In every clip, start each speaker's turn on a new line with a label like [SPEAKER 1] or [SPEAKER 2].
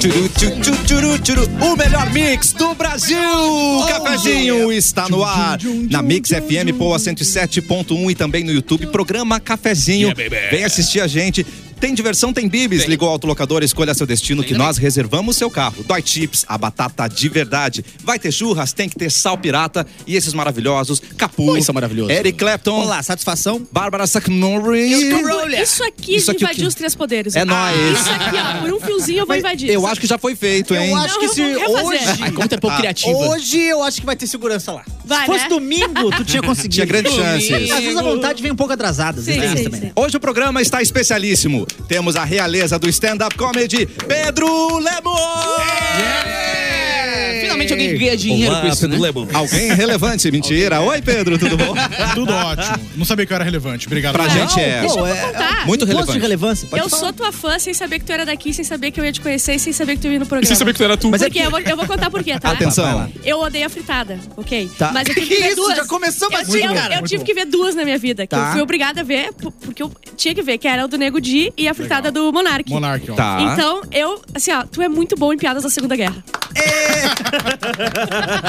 [SPEAKER 1] tchuru, tchuru, tchuru, tchuru, o melhor mix do Brasil. O
[SPEAKER 2] Oh,
[SPEAKER 1] cafezinho está no ar na Mix FM Poa 107.1 e também no YouTube programa Cafezinho.
[SPEAKER 3] Yeah, baby.
[SPEAKER 1] Vem assistir a gente. Tem diversão, tem bibis. Ligou ao autolocador, escolha seu destino que nós reservamos seu carro. Dói Chips, a batata de verdade. Vai ter churras, tem que ter sal pirata e esses maravilhosos Capu.
[SPEAKER 2] Oi, são maravilhosos.
[SPEAKER 1] Eric Clapton.
[SPEAKER 2] Olá, satisfação?
[SPEAKER 1] Bárbara Sacnori.
[SPEAKER 4] Isso aqui
[SPEAKER 1] Isso aqui
[SPEAKER 4] a gente
[SPEAKER 1] o quê?
[SPEAKER 4] invadiu os três poderes.
[SPEAKER 1] É
[SPEAKER 4] ó.
[SPEAKER 1] nóis.
[SPEAKER 4] Isso aqui, ó, por um fiozinho eu vou invadir.
[SPEAKER 1] Eu acho que já foi feito, hein?
[SPEAKER 2] Eu acho
[SPEAKER 4] Não,
[SPEAKER 2] que se
[SPEAKER 4] eu vou refazer.
[SPEAKER 2] hoje.
[SPEAKER 4] Ai,
[SPEAKER 2] como é pouco
[SPEAKER 1] criativa.
[SPEAKER 2] Hoje eu acho que vai ter segurança lá.
[SPEAKER 4] Vai,
[SPEAKER 2] se fosse
[SPEAKER 4] né?
[SPEAKER 2] domingo, tu tinha conseguido.
[SPEAKER 1] Tinha grandes chances.
[SPEAKER 2] Às vezes a vontade vem um pouco atrasada. às
[SPEAKER 4] Sim,
[SPEAKER 2] vezes
[SPEAKER 4] sim,
[SPEAKER 2] também,
[SPEAKER 4] sim.
[SPEAKER 2] né?
[SPEAKER 1] Hoje o programa está especialíssimo. Temos a realeza do stand-up comedy, Pedro Lemos!
[SPEAKER 5] Finalmente alguém que ganha dinheiro com isso, né?
[SPEAKER 1] Alguém relevante, mentira. Oi, Pedro, tudo bom?
[SPEAKER 3] Tudo ótimo. Não sabia que eu era relevante. Obrigado.
[SPEAKER 1] Pra
[SPEAKER 3] Não,
[SPEAKER 1] gente é.
[SPEAKER 4] Deixa eu
[SPEAKER 2] Pô, é-
[SPEAKER 4] contar.
[SPEAKER 1] Muito
[SPEAKER 2] Um posto de
[SPEAKER 1] relevante.
[SPEAKER 2] relevância. pode
[SPEAKER 4] eu
[SPEAKER 2] falar.
[SPEAKER 4] sou tua fã sem saber que tu era daqui, sem saber que eu ia te conhecer e sem saber que tu ia no programa.
[SPEAKER 3] Sem saber que tu era tu.
[SPEAKER 2] é
[SPEAKER 4] Mas eu, vou, eu vou contar por quê, tá?
[SPEAKER 2] Vai lá.
[SPEAKER 1] Atenção.
[SPEAKER 4] Eu odeio a fritada, ok?
[SPEAKER 2] Tá.
[SPEAKER 4] Mas eu tive que,
[SPEAKER 2] Que
[SPEAKER 4] ver
[SPEAKER 2] isso?
[SPEAKER 4] duas.
[SPEAKER 2] Já começou
[SPEAKER 4] eu,
[SPEAKER 2] batendo,
[SPEAKER 4] tive-
[SPEAKER 2] cara.
[SPEAKER 4] Eu
[SPEAKER 2] Muito
[SPEAKER 4] tive
[SPEAKER 2] bom.
[SPEAKER 4] que ver duas na minha vida, que
[SPEAKER 2] Tá.
[SPEAKER 4] eu fui obrigada a ver, po- porque eu tinha que ver, que era o do Nego Di e a fritada do Monark.
[SPEAKER 3] Monark, ó.
[SPEAKER 1] Tá.
[SPEAKER 4] Então, eu, assim, ó, tu é muito bom em piadas da Segunda Guerra.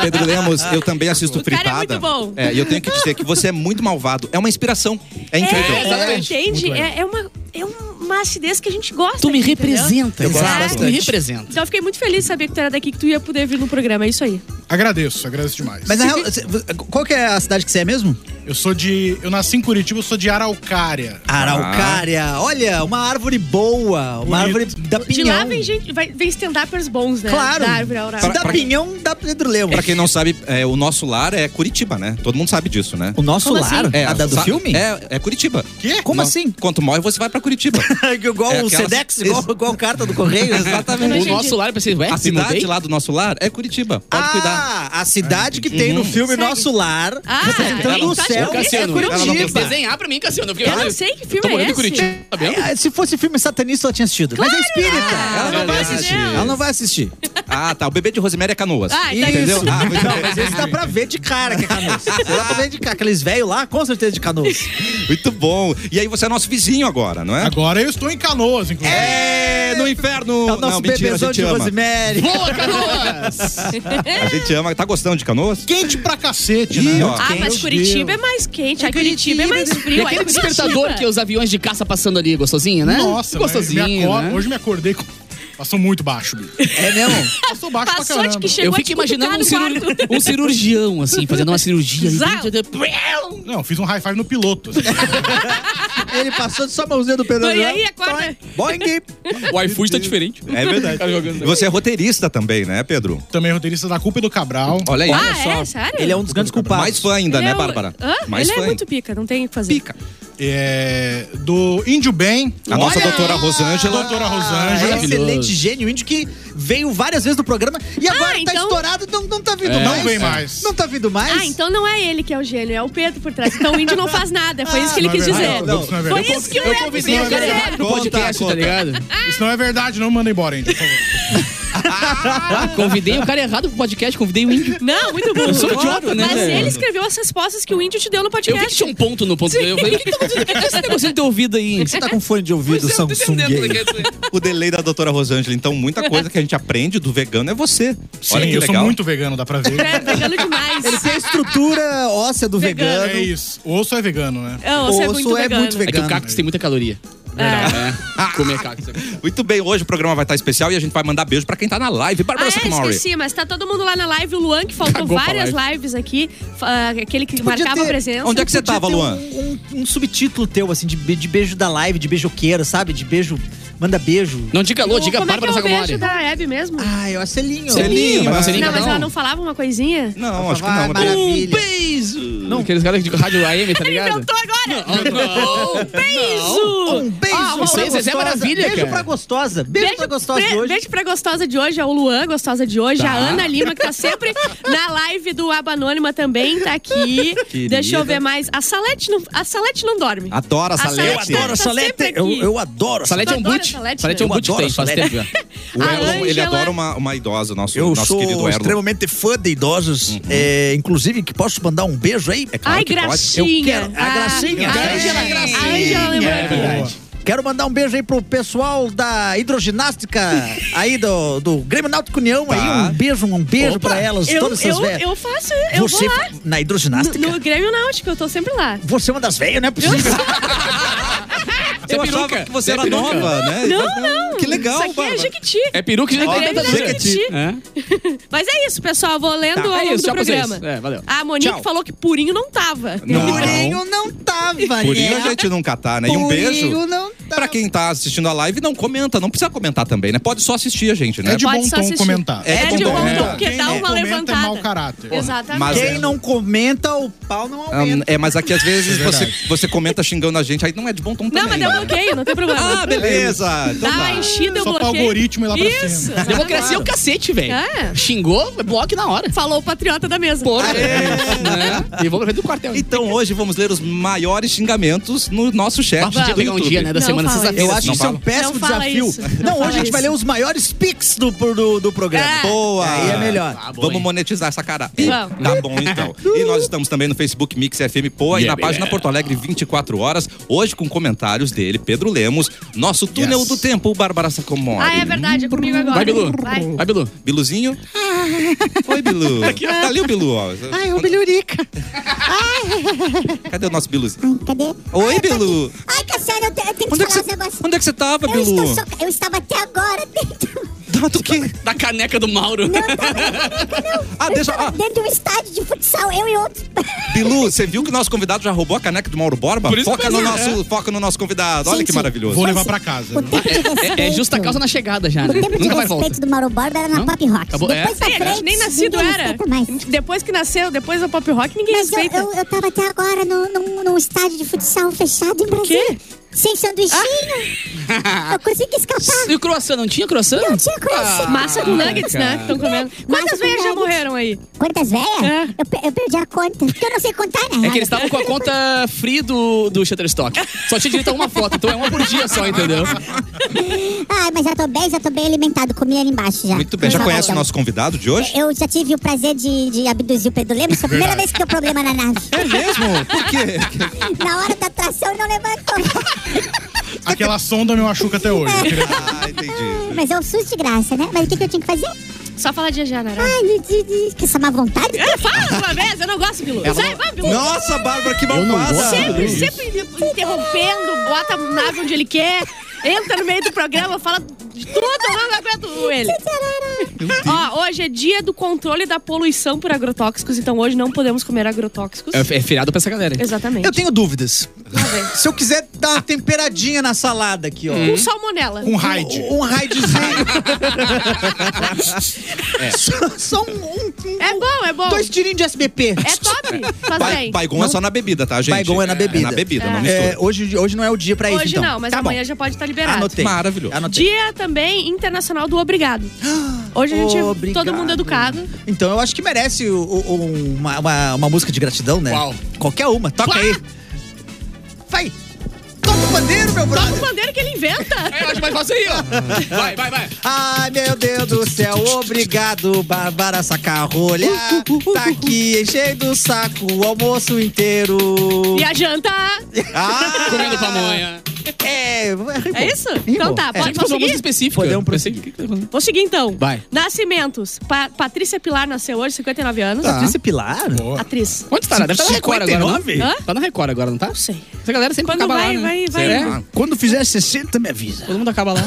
[SPEAKER 1] Pedro Lemos, eu também assisto
[SPEAKER 4] O cara é
[SPEAKER 1] Fritada.
[SPEAKER 4] muito bom.
[SPEAKER 1] É, e eu tenho que dizer que você é muito malvado. É uma inspiração. É incrível.
[SPEAKER 4] É,
[SPEAKER 5] exatamente.
[SPEAKER 4] entende?
[SPEAKER 3] Muito legal.
[SPEAKER 4] É, é uma, é uma acidez que a gente gosta.
[SPEAKER 5] Tu me
[SPEAKER 4] aqui, entendeu?
[SPEAKER 5] representa.
[SPEAKER 4] Eu gosto
[SPEAKER 5] cara. Tu me
[SPEAKER 4] bastante.
[SPEAKER 5] representa.
[SPEAKER 4] Então eu fiquei muito feliz de saber que tu era daqui, que tu ia poder vir no programa. É isso aí.
[SPEAKER 3] Agradeço, agradeço demais.
[SPEAKER 1] é
[SPEAKER 2] Mas na real, você- qual que é a cidade que você é mesmo?
[SPEAKER 3] Eu sou de. Eu nasci em Curitiba, eu sou de Araucária.
[SPEAKER 2] Araucária. Ah. Olha, uma árvore boa. Uma árvore da
[SPEAKER 4] De
[SPEAKER 2] pinhão.
[SPEAKER 4] lá vem gente, vai, vem stand-uppers bons, né?
[SPEAKER 2] Claro.
[SPEAKER 4] Da árvore, aura.
[SPEAKER 2] Se dá pinhão, dá Pedro Lemos.
[SPEAKER 1] Pra quem não sabe, é, o nosso lar é Curitiba, né? Todo mundo sabe disso, né?
[SPEAKER 2] O nosso
[SPEAKER 4] Como
[SPEAKER 2] lar,
[SPEAKER 4] assim?
[SPEAKER 2] a da do
[SPEAKER 1] sabe-
[SPEAKER 2] filme?
[SPEAKER 1] É, é Curitiba.
[SPEAKER 3] Quê?
[SPEAKER 2] Como
[SPEAKER 1] Nós-
[SPEAKER 2] assim?
[SPEAKER 1] Quanto morre, você vai pra Curitiba.
[SPEAKER 2] igual
[SPEAKER 1] É
[SPEAKER 2] o
[SPEAKER 1] aquela-
[SPEAKER 2] Sedex, igual, igual carta do correio, exatamente.
[SPEAKER 4] Mas,
[SPEAKER 5] O
[SPEAKER 4] gente,
[SPEAKER 5] nosso lar pra vocês, ué,
[SPEAKER 1] A
[SPEAKER 5] se mudei?
[SPEAKER 1] cidade lá do nosso lar é Curitiba. Pode
[SPEAKER 2] ah,
[SPEAKER 1] cuidar.
[SPEAKER 2] a cidade que tem no filme
[SPEAKER 4] Segue.
[SPEAKER 2] Nosso Lar,
[SPEAKER 4] Ah,
[SPEAKER 2] representando
[SPEAKER 4] então
[SPEAKER 2] o
[SPEAKER 4] tá
[SPEAKER 2] céu,
[SPEAKER 4] achando que
[SPEAKER 2] é
[SPEAKER 4] é
[SPEAKER 5] Cassiano, ela não quis
[SPEAKER 2] Curitiba.
[SPEAKER 5] desenhar pra mim, Cassiano. Eu, fiquei,
[SPEAKER 4] Eu não sei que filme
[SPEAKER 5] Tô
[SPEAKER 4] é
[SPEAKER 5] morando
[SPEAKER 4] esse.
[SPEAKER 5] em Curitiba, tá vendo?
[SPEAKER 2] É, se fosse filme satanista, ela tinha assistido. Mas é espírita.
[SPEAKER 1] Ah,
[SPEAKER 2] Ela, não vai
[SPEAKER 1] verdade.
[SPEAKER 2] assistir. ela não vai assistir.
[SPEAKER 1] Ah, tá. O bebê de Rosemary é Canoas.
[SPEAKER 4] Ah, então
[SPEAKER 1] Entendeu?
[SPEAKER 4] isso.
[SPEAKER 1] Ah, muito
[SPEAKER 2] Não,
[SPEAKER 1] bem.
[SPEAKER 2] mas esse dá pra ver de cara que é Canoas. Esse dá pra ver de cara. Aqueles velhos lá, com certeza de Canoas.
[SPEAKER 1] Muito bom. E aí você é nosso vizinho agora, não é?
[SPEAKER 3] Agora eu estou em Canoas, inclusive.
[SPEAKER 1] É, no inferno.
[SPEAKER 2] É o nosso
[SPEAKER 1] não, mentira, a
[SPEAKER 2] bebezão
[SPEAKER 1] gente
[SPEAKER 2] de
[SPEAKER 1] ama.
[SPEAKER 2] Rosemary.
[SPEAKER 5] Boa, Canoas!
[SPEAKER 1] A gente ama. Tá gostando de Canoas?
[SPEAKER 3] Quente pra cacete,
[SPEAKER 1] Ih,
[SPEAKER 3] né?
[SPEAKER 1] ó.
[SPEAKER 4] Ah, mas Curitiba é mais quente. Aí Curitiba é mais
[SPEAKER 5] E
[SPEAKER 4] frio. aí
[SPEAKER 5] né? aquele
[SPEAKER 4] Curitiba-
[SPEAKER 5] despertador que os aviões de caça passando ali, gostosinho, né?
[SPEAKER 3] Nossa,
[SPEAKER 5] gostosinho.
[SPEAKER 3] me acordo-
[SPEAKER 5] né?
[SPEAKER 3] Hoje me acordei com. Passou muito baixo, bicho.
[SPEAKER 2] É mesmo?
[SPEAKER 3] Passou baixo pra
[SPEAKER 4] Passou de
[SPEAKER 3] caramba.
[SPEAKER 4] que chegou
[SPEAKER 5] Eu
[SPEAKER 4] a
[SPEAKER 5] fico
[SPEAKER 4] te
[SPEAKER 5] imaginando um,
[SPEAKER 4] cutucar no
[SPEAKER 5] cirur-
[SPEAKER 4] quarto.
[SPEAKER 5] um cirurgião, assim, fazendo uma cirurgia.
[SPEAKER 4] Exato.
[SPEAKER 5] ali.
[SPEAKER 3] Não, fiz um high five no piloto. assim.
[SPEAKER 2] Ele passou de só a mãozinha do Pedro. Então,
[SPEAKER 4] Mãe,
[SPEAKER 2] Lemos.
[SPEAKER 4] aí, acorda.
[SPEAKER 2] Boing.
[SPEAKER 5] O iFood tá diferente.
[SPEAKER 1] É verdade.
[SPEAKER 5] Cara jogando.
[SPEAKER 1] E você é roteirista também, né, Pedro?
[SPEAKER 3] Também é roteirista da culpa e do Cabral.
[SPEAKER 1] Olha aí.
[SPEAKER 4] Ah, é? Sério?
[SPEAKER 2] Ele é um dos grandes culpados.
[SPEAKER 1] Mais fã ainda,
[SPEAKER 4] Ele
[SPEAKER 1] né,
[SPEAKER 4] é o-
[SPEAKER 1] Bárbara?
[SPEAKER 4] Hã?
[SPEAKER 1] Mais
[SPEAKER 4] Ele
[SPEAKER 1] fã.
[SPEAKER 4] é muito pica, não tem o que fazer.
[SPEAKER 1] pica.
[SPEAKER 3] É, do Índio Bem.
[SPEAKER 1] A nossa
[SPEAKER 2] Olha!
[SPEAKER 1] doutora Rosângela.
[SPEAKER 3] Doutora
[SPEAKER 2] Ah,
[SPEAKER 3] Rosângela.
[SPEAKER 2] excelente gênio índio que veio várias vezes no programa
[SPEAKER 1] Ah,
[SPEAKER 2] e agora tá
[SPEAKER 4] então-
[SPEAKER 2] estourado, não, não tá vindo
[SPEAKER 5] É,
[SPEAKER 2] mais.
[SPEAKER 3] não vem mais.
[SPEAKER 2] Não tá vindo mais.
[SPEAKER 4] Ah, então não é ele que é o gênio, é o Pedro por trás. Então o índio não faz nada, foi isso
[SPEAKER 5] Ah,
[SPEAKER 4] que ele
[SPEAKER 3] Não é
[SPEAKER 4] quis
[SPEAKER 3] verdade,
[SPEAKER 4] dizer.
[SPEAKER 3] não, isso não é
[SPEAKER 4] Foi
[SPEAKER 3] verdade.
[SPEAKER 4] isso que o Léo quis
[SPEAKER 5] Convidei o cara
[SPEAKER 4] dizer.
[SPEAKER 5] errado pro
[SPEAKER 1] Conta,
[SPEAKER 5] podcast,
[SPEAKER 1] conta.
[SPEAKER 5] tá ligado?
[SPEAKER 3] Isso não é verdade, não manda embora, Índio, por favor.
[SPEAKER 5] Convidei o cara errado pro podcast, convidei o índio.
[SPEAKER 4] Não, muito bom.
[SPEAKER 5] Eu sou idiota, né,
[SPEAKER 4] Mas
[SPEAKER 5] velho?
[SPEAKER 4] ele escreveu as respostas que o índio te deu no
[SPEAKER 5] Eu vi que
[SPEAKER 4] podcast.
[SPEAKER 5] tinha um ponto no ponto. Eu falei, o que que tá acontecendo? O que que é esse negocinho no teu ouvido aí?
[SPEAKER 2] Você tá com fone de ouvido, Samsung. aí.
[SPEAKER 1] O delay da doutora Rosângela. Então, muita coisa que a gente aprende do vegano é você. Olha
[SPEAKER 3] Sim,
[SPEAKER 1] que
[SPEAKER 3] eu
[SPEAKER 1] legal.
[SPEAKER 3] sou muito vegano, dá pra
[SPEAKER 5] um-
[SPEAKER 3] ver.
[SPEAKER 4] É, pegando demais.
[SPEAKER 2] Ele tem a estrutura óssea do vegano.
[SPEAKER 4] Vegano.
[SPEAKER 3] É isso. Osso é vegano, né?
[SPEAKER 4] É,
[SPEAKER 2] O
[SPEAKER 4] você é
[SPEAKER 2] osso
[SPEAKER 4] muito
[SPEAKER 2] é
[SPEAKER 4] vegano.
[SPEAKER 2] muito
[SPEAKER 5] É
[SPEAKER 2] vegano.
[SPEAKER 5] que o cactus tem muita caloria.
[SPEAKER 4] É.
[SPEAKER 5] É, comer cactus.
[SPEAKER 1] Muito bem, hoje o programa vai estar especial e a gente vai mandar beijo pra quem tá na live.
[SPEAKER 4] Ah,
[SPEAKER 1] Bárbara
[SPEAKER 4] é,
[SPEAKER 1] Sacomori.
[SPEAKER 4] esqueci, mas tá todo mundo lá na live. O Luan, que faltou
[SPEAKER 5] Cagou pra
[SPEAKER 4] várias
[SPEAKER 5] live.
[SPEAKER 4] lives aqui, fa- ah, aquele que
[SPEAKER 2] Podia
[SPEAKER 4] marcava
[SPEAKER 2] ter-
[SPEAKER 4] presença.
[SPEAKER 1] Onde é que você
[SPEAKER 2] podia
[SPEAKER 1] tava,
[SPEAKER 2] ter
[SPEAKER 1] Luan?
[SPEAKER 2] Um, um- um subtítulo teu, assim, de, be- de beijo da live, de beijoqueira, sabe? De beijo. Manda beijo.
[SPEAKER 5] Não diga alô, diga
[SPEAKER 4] Como
[SPEAKER 5] Bárbara
[SPEAKER 4] é que é o
[SPEAKER 5] Sacomori.
[SPEAKER 4] beijo da Hebe mesmo?
[SPEAKER 2] Ai, ó, selinho.
[SPEAKER 1] Selinho,
[SPEAKER 5] mas
[SPEAKER 1] mas-
[SPEAKER 5] selinho
[SPEAKER 4] não, mas
[SPEAKER 5] cada
[SPEAKER 4] ela
[SPEAKER 5] um.
[SPEAKER 4] não falava uma coisinha?
[SPEAKER 1] Não, é acho que
[SPEAKER 2] Vai,
[SPEAKER 1] não. mas-
[SPEAKER 2] maravilha.
[SPEAKER 5] Um beijo! Aqueles caras de rádio AM, tá
[SPEAKER 4] Ele
[SPEAKER 5] ligado?
[SPEAKER 4] inventou agora!
[SPEAKER 5] Não,
[SPEAKER 4] Um beijo!
[SPEAKER 2] Um beijo
[SPEAKER 4] Ó,
[SPEAKER 2] pra
[SPEAKER 5] isso aí,
[SPEAKER 4] Raul,
[SPEAKER 5] Zezé
[SPEAKER 2] gostosa.
[SPEAKER 5] Maravilha,
[SPEAKER 2] beijo
[SPEAKER 5] cara.
[SPEAKER 2] pra gostosa. Beijo, pra gostosa
[SPEAKER 4] pre-
[SPEAKER 2] de hoje.
[SPEAKER 4] Beijo pra gostosa de hoje, é o Luan, gostosa de hoje, a Ana Lima, que tá sempre na live do Aba Anônima também, tá aqui.
[SPEAKER 1] Querida. Ah, tá,
[SPEAKER 4] Deixa eu ver mais. A Salete não, a Salete não dorme.
[SPEAKER 1] Adora essa
[SPEAKER 4] A Salete.
[SPEAKER 1] leite.
[SPEAKER 4] Eu adoro a Salete. Tá sempre aqui.
[SPEAKER 2] adoro a
[SPEAKER 5] Salete é um
[SPEAKER 4] adoro
[SPEAKER 5] boot.
[SPEAKER 4] Salete,
[SPEAKER 5] Salete é um
[SPEAKER 2] né?
[SPEAKER 5] boot que
[SPEAKER 2] Eu
[SPEAKER 5] tem,
[SPEAKER 2] adoro
[SPEAKER 5] faz
[SPEAKER 2] Salete.
[SPEAKER 5] tempo já.
[SPEAKER 1] O
[SPEAKER 4] A
[SPEAKER 1] Erlon, ele
[SPEAKER 4] Ângela-
[SPEAKER 1] adora uma, uma idosa, nosso,
[SPEAKER 6] Eu
[SPEAKER 1] nosso querido
[SPEAKER 6] sou
[SPEAKER 1] Erlon. Uhum.
[SPEAKER 6] extremamente fã de idosos, é, inclusive que posso mandar um beijo aí.
[SPEAKER 4] Ai,
[SPEAKER 1] É que pode.
[SPEAKER 4] gracinha. Ah,
[SPEAKER 2] Eu quero. A gracinha.
[SPEAKER 4] A
[SPEAKER 2] Gracinha.
[SPEAKER 4] Ângela- a Ângela lembrou
[SPEAKER 5] É
[SPEAKER 4] aqui.
[SPEAKER 5] verdade.
[SPEAKER 2] Quero mandar um beijo aí pro pessoal da hidroginástica aí do, do Grêmio Náutico União
[SPEAKER 1] Tá.
[SPEAKER 2] aí. Um beijo, um beijo pra elas,
[SPEAKER 4] eu,
[SPEAKER 2] todas essas
[SPEAKER 4] eu,
[SPEAKER 2] velhas.
[SPEAKER 4] eu faço, eu
[SPEAKER 2] Você é
[SPEAKER 4] vou lá.
[SPEAKER 2] fa- na hidroginástica?
[SPEAKER 4] No, no Grêmio Náutico, eu tô sempre lá.
[SPEAKER 2] Você é uma das velhas, não é possível.
[SPEAKER 1] Eu
[SPEAKER 5] é
[SPEAKER 1] achava
[SPEAKER 5] peruca.
[SPEAKER 1] que você
[SPEAKER 5] É
[SPEAKER 1] era
[SPEAKER 5] peruca.
[SPEAKER 1] nova, né?
[SPEAKER 4] Não, não.
[SPEAKER 1] Que legal,
[SPEAKER 4] Isso aqui
[SPEAKER 1] Bárbara.
[SPEAKER 4] é Jequiti.
[SPEAKER 5] É peruca de
[SPEAKER 4] É peruca de Jequiti.
[SPEAKER 5] É.
[SPEAKER 4] Mas é isso, pessoal. Vou lendo
[SPEAKER 5] Tá,
[SPEAKER 4] ao
[SPEAKER 5] é
[SPEAKER 4] longo
[SPEAKER 5] isso,
[SPEAKER 4] do
[SPEAKER 5] tchau pra vocês.
[SPEAKER 4] programa.
[SPEAKER 5] É, valeu.
[SPEAKER 4] A Monique
[SPEAKER 1] Tchau.
[SPEAKER 4] falou que purinho não tava.
[SPEAKER 1] Não.
[SPEAKER 2] Purinho não tava,
[SPEAKER 1] Purinho
[SPEAKER 2] né?
[SPEAKER 1] a gente não catar, né? E um beijo.
[SPEAKER 2] Purinho não tava.
[SPEAKER 1] Pra quem tá assistindo a live, não comenta. Não precisa comentar também, né? Pode só assistir a gente, né?
[SPEAKER 3] É de
[SPEAKER 4] Pode
[SPEAKER 3] bom
[SPEAKER 4] só
[SPEAKER 3] tom
[SPEAKER 4] assistir.
[SPEAKER 3] comentar.
[SPEAKER 4] É,
[SPEAKER 1] É
[SPEAKER 4] de
[SPEAKER 1] bom
[SPEAKER 4] bom
[SPEAKER 1] tom.
[SPEAKER 4] tom, porque
[SPEAKER 3] Quem
[SPEAKER 4] dá
[SPEAKER 3] não
[SPEAKER 4] uma
[SPEAKER 3] comenta
[SPEAKER 4] levantada.
[SPEAKER 3] é mau caráter.
[SPEAKER 4] Exatamente.
[SPEAKER 1] Mas
[SPEAKER 2] Quem não comenta, o pau não
[SPEAKER 1] tá Ah,
[SPEAKER 2] aumenta.
[SPEAKER 1] é, mas aqui às vezes
[SPEAKER 3] É
[SPEAKER 1] você,
[SPEAKER 3] verdade.
[SPEAKER 1] você comenta xingando a gente, aí não é de bom tom
[SPEAKER 4] Não,
[SPEAKER 1] também.
[SPEAKER 4] mas eu bloqueio, não tem problema.
[SPEAKER 1] Ah, beleza. Então
[SPEAKER 4] Dá
[SPEAKER 1] tá.
[SPEAKER 4] a enchida, eu
[SPEAKER 3] Só pra
[SPEAKER 4] bloqueio.
[SPEAKER 3] algoritmo ir lá pra cima.
[SPEAKER 4] Isso.
[SPEAKER 5] Democracia é o
[SPEAKER 4] exatamente.
[SPEAKER 5] cacete, velho.
[SPEAKER 4] É.
[SPEAKER 5] Xingou, bloco na hora.
[SPEAKER 4] Falou o patriota da mesa.
[SPEAKER 5] Porra. né? E vou pra frente do quartel.
[SPEAKER 1] Então hoje vamos ler os maiores xingamentos no nosso chat.
[SPEAKER 5] Vamos
[SPEAKER 1] do
[SPEAKER 5] pegar um
[SPEAKER 1] YouTube.
[SPEAKER 5] dia, né, da
[SPEAKER 4] Não
[SPEAKER 5] semana,
[SPEAKER 4] fala
[SPEAKER 5] sexta-feira. assim.
[SPEAKER 2] Eu
[SPEAKER 4] isso.
[SPEAKER 2] acho que
[SPEAKER 1] Não
[SPEAKER 2] isso é um
[SPEAKER 1] fala.
[SPEAKER 2] péssimo
[SPEAKER 4] Não fala
[SPEAKER 2] desafio.
[SPEAKER 4] isso. Não
[SPEAKER 2] Não,
[SPEAKER 4] fala
[SPEAKER 2] hoje a gente
[SPEAKER 4] isso.
[SPEAKER 2] vai ler os maiores pics do, do, do programa.
[SPEAKER 4] É.
[SPEAKER 1] Boa! Tá
[SPEAKER 2] Aí é melhor.
[SPEAKER 5] Ah, bom,
[SPEAKER 1] Vamos
[SPEAKER 5] hein?
[SPEAKER 1] monetizar essa cara.
[SPEAKER 4] Vamos.
[SPEAKER 1] Tá bom, então. E nós estamos também no Facebook Mix FM Poa e na
[SPEAKER 5] Yeah,
[SPEAKER 1] página
[SPEAKER 5] yeah.
[SPEAKER 1] Porto Alegre 24 horas. Hoje com comentários dele, Pedro Lemos, nosso túnel
[SPEAKER 3] Yes.
[SPEAKER 1] do tempo, Bárbara Sacomori.
[SPEAKER 4] Ah, é verdade, é comigo agora.
[SPEAKER 5] Vai, Bilu.
[SPEAKER 4] Vai.
[SPEAKER 5] Vai, Bilu.
[SPEAKER 1] Biluzinho? Oi, Bilu. Tá ali o Bilu, ó.
[SPEAKER 7] Ai, o Bilhurica.
[SPEAKER 1] Cadê o nosso Biluzinho? Oi, Bilu.
[SPEAKER 7] Ai, Cassiano, eu, te- eu tenho que
[SPEAKER 1] Onde é
[SPEAKER 7] te
[SPEAKER 1] que
[SPEAKER 7] falar
[SPEAKER 1] você,
[SPEAKER 7] uns negócios.
[SPEAKER 1] onde é que você tava,
[SPEAKER 7] Eu, estou
[SPEAKER 1] Bilu?
[SPEAKER 7] soca- eu estava até agora dentro.
[SPEAKER 1] Tá, do quê?
[SPEAKER 5] Da caneca do Mauro.
[SPEAKER 7] Não, eu estava não.
[SPEAKER 1] Ah,
[SPEAKER 7] eu
[SPEAKER 1] deixa-
[SPEAKER 7] estava
[SPEAKER 1] ah.
[SPEAKER 7] dentro de um estádio de futsal, eu e outro.
[SPEAKER 1] Bilu, você viu que o nosso convidado já roubou a caneca do Mauro Borba?
[SPEAKER 5] Por isso
[SPEAKER 1] Foca
[SPEAKER 5] que
[SPEAKER 1] no,
[SPEAKER 5] eu-
[SPEAKER 1] nosso, foca no nosso convidado. Olha
[SPEAKER 7] Gente,
[SPEAKER 1] que maravilhoso.
[SPEAKER 3] Vou levar pra casa.
[SPEAKER 1] né?
[SPEAKER 7] O tempo de respeito.
[SPEAKER 5] É, é justa causa na chegada já,
[SPEAKER 7] O
[SPEAKER 5] né?
[SPEAKER 7] tempo de
[SPEAKER 5] Nunca vai volta.
[SPEAKER 7] respeito do Mauro Borba era na
[SPEAKER 5] Não?
[SPEAKER 7] Pop Rock.
[SPEAKER 5] Acabou, é?
[SPEAKER 7] Depois pra
[SPEAKER 4] É,
[SPEAKER 7] frente,
[SPEAKER 4] nem nascido
[SPEAKER 7] ninguém
[SPEAKER 4] era.
[SPEAKER 7] respeita mais.
[SPEAKER 4] Depois que nasceu, depois do pop rock, ninguém
[SPEAKER 7] Mas eu,
[SPEAKER 4] respeita.
[SPEAKER 7] eu, eu tava até agora no- num, num estádio de futsal fechado em Brasília. Sem sanduichinho.
[SPEAKER 5] Ah.
[SPEAKER 7] Eu consegui escapar.
[SPEAKER 5] E o croissant? Não tinha croissant? Ah,
[SPEAKER 7] Não tinha croissant.
[SPEAKER 4] Massa
[SPEAKER 3] Ah,
[SPEAKER 4] com nuggets, né? Que estão comendo. Quantas
[SPEAKER 7] Massa com
[SPEAKER 4] velhas já
[SPEAKER 7] nuggets.
[SPEAKER 4] morreram aí?
[SPEAKER 7] Quantas velhas?
[SPEAKER 4] É.
[SPEAKER 7] Eu, pe- eu perdi a conta. Porque eu não sei contar, né?
[SPEAKER 5] É que eles estavam com a conta free do, do Shutterstock. Só tinha direito a uma foto, então é uma por dia só, entendeu?
[SPEAKER 7] Ah, mas já tô bem, já tô bem alimentado. Comi ali embaixo já.
[SPEAKER 1] Muito bem. Já
[SPEAKER 7] Coisa
[SPEAKER 1] conhece o
[SPEAKER 7] boa.
[SPEAKER 1] nosso convidado de hoje?
[SPEAKER 7] Eu já tive o prazer de, de abduzir o Pedro Lemos. Foi a primeira vez que deu problema na nave.
[SPEAKER 1] É mesmo? Por quê?
[SPEAKER 7] Na hora da tração, ele não levantou.
[SPEAKER 3] Aquela sonda me machuca até hoje.
[SPEAKER 1] Ah, entendi.
[SPEAKER 7] Mas é um susto de graça, né? Mas o que, que eu tinha que fazer?
[SPEAKER 4] Só falar de né? Jana.
[SPEAKER 7] Ai, de, de, de, que essa má vontade.
[SPEAKER 4] Fala de uma vez, eu não gosto, Bilu.
[SPEAKER 3] É,
[SPEAKER 4] Sai, vai, Bilu.
[SPEAKER 1] Nossa, Bárbara, que
[SPEAKER 3] Eu não
[SPEAKER 1] malvada!
[SPEAKER 2] Ah,
[SPEAKER 3] gosto.
[SPEAKER 4] Sempre, sempre interrompendo, bota a nave onde ele quer, entra no meio do programa, fala de tudo, mas não aguento ele. Ó, hoje é dia do controle da poluição por agrotóxicos, então hoje não podemos comer agrotóxicos.
[SPEAKER 5] É, é feriado pra essa galera. hein?
[SPEAKER 4] Exatamente.
[SPEAKER 2] Eu tenho dúvidas.
[SPEAKER 4] ver.
[SPEAKER 2] Se eu quiser dar uma temperadinha na salada aqui, ó.
[SPEAKER 4] Com salmonela.
[SPEAKER 3] Com raid.
[SPEAKER 2] Um raidzinho. Só, só um, um- um-
[SPEAKER 4] É bom, é bom.
[SPEAKER 2] Dois tirinhos de SBP.
[SPEAKER 4] É top. Faz
[SPEAKER 1] Bai-
[SPEAKER 4] bem.
[SPEAKER 1] Baigon é só na bebida, tá, gente?
[SPEAKER 2] Baigon é na bebida.
[SPEAKER 1] É na bebida, não mistura.
[SPEAKER 2] É, hoje, hoje não é o dia pra isso,
[SPEAKER 4] Hoje
[SPEAKER 2] então.
[SPEAKER 4] não, mas
[SPEAKER 2] Tá bom.
[SPEAKER 4] amanhã já pode estar liberado.
[SPEAKER 2] Anotei.
[SPEAKER 1] Maravilhoso.
[SPEAKER 2] Anotei.
[SPEAKER 4] Dia também internacional do obrigado. Hoje a gente
[SPEAKER 2] Obrigado.
[SPEAKER 4] é todo mundo educado.
[SPEAKER 2] Então eu acho que merece o- o- o- uma, uma- uma música de gratidão, né?
[SPEAKER 5] Qual?
[SPEAKER 2] Qualquer uma. Toca
[SPEAKER 5] Plá!
[SPEAKER 2] aí. Vai. Toca o pandeiro, meu brother.
[SPEAKER 4] O bandeira que ele inventa.
[SPEAKER 5] É, eu acho mais fácil aí, ó. Vai, vai, vai.
[SPEAKER 2] Ai, meu Deus do céu, obrigado, Bárbara Sacarrolha. Tá aqui enchendo o saco o almoço inteiro.
[SPEAKER 4] E a janta.
[SPEAKER 2] Ah,
[SPEAKER 5] Comendo pamonha.
[SPEAKER 2] É,
[SPEAKER 4] É isso? Então tá,
[SPEAKER 5] Tinha
[SPEAKER 2] tipo,
[SPEAKER 4] pode
[SPEAKER 5] que fazer uma música
[SPEAKER 4] conseguir?
[SPEAKER 5] específica.
[SPEAKER 2] Podemos
[SPEAKER 5] Pensei
[SPEAKER 2] prosseguir.
[SPEAKER 5] que- que- que-
[SPEAKER 4] Vou seguir então.
[SPEAKER 5] Vai.
[SPEAKER 4] Nascimentos. Pa- Patrícia Pilar nasceu hoje, 59 anos.
[SPEAKER 2] Patrícia Pilar?
[SPEAKER 3] Boa.
[SPEAKER 4] Atriz.
[SPEAKER 5] Onde está? tá Deve estar na Record agora, não?
[SPEAKER 2] 59?
[SPEAKER 4] Hã?
[SPEAKER 5] Tá na Record agora, não tá?
[SPEAKER 4] Não sei.
[SPEAKER 5] Essa galera sempre
[SPEAKER 4] Quando
[SPEAKER 5] acaba
[SPEAKER 4] vai,
[SPEAKER 5] lá,
[SPEAKER 4] vai,
[SPEAKER 5] né?
[SPEAKER 4] vai.
[SPEAKER 5] É,
[SPEAKER 2] Quando fizer 60, me avisa.
[SPEAKER 5] todo mundo acaba lá.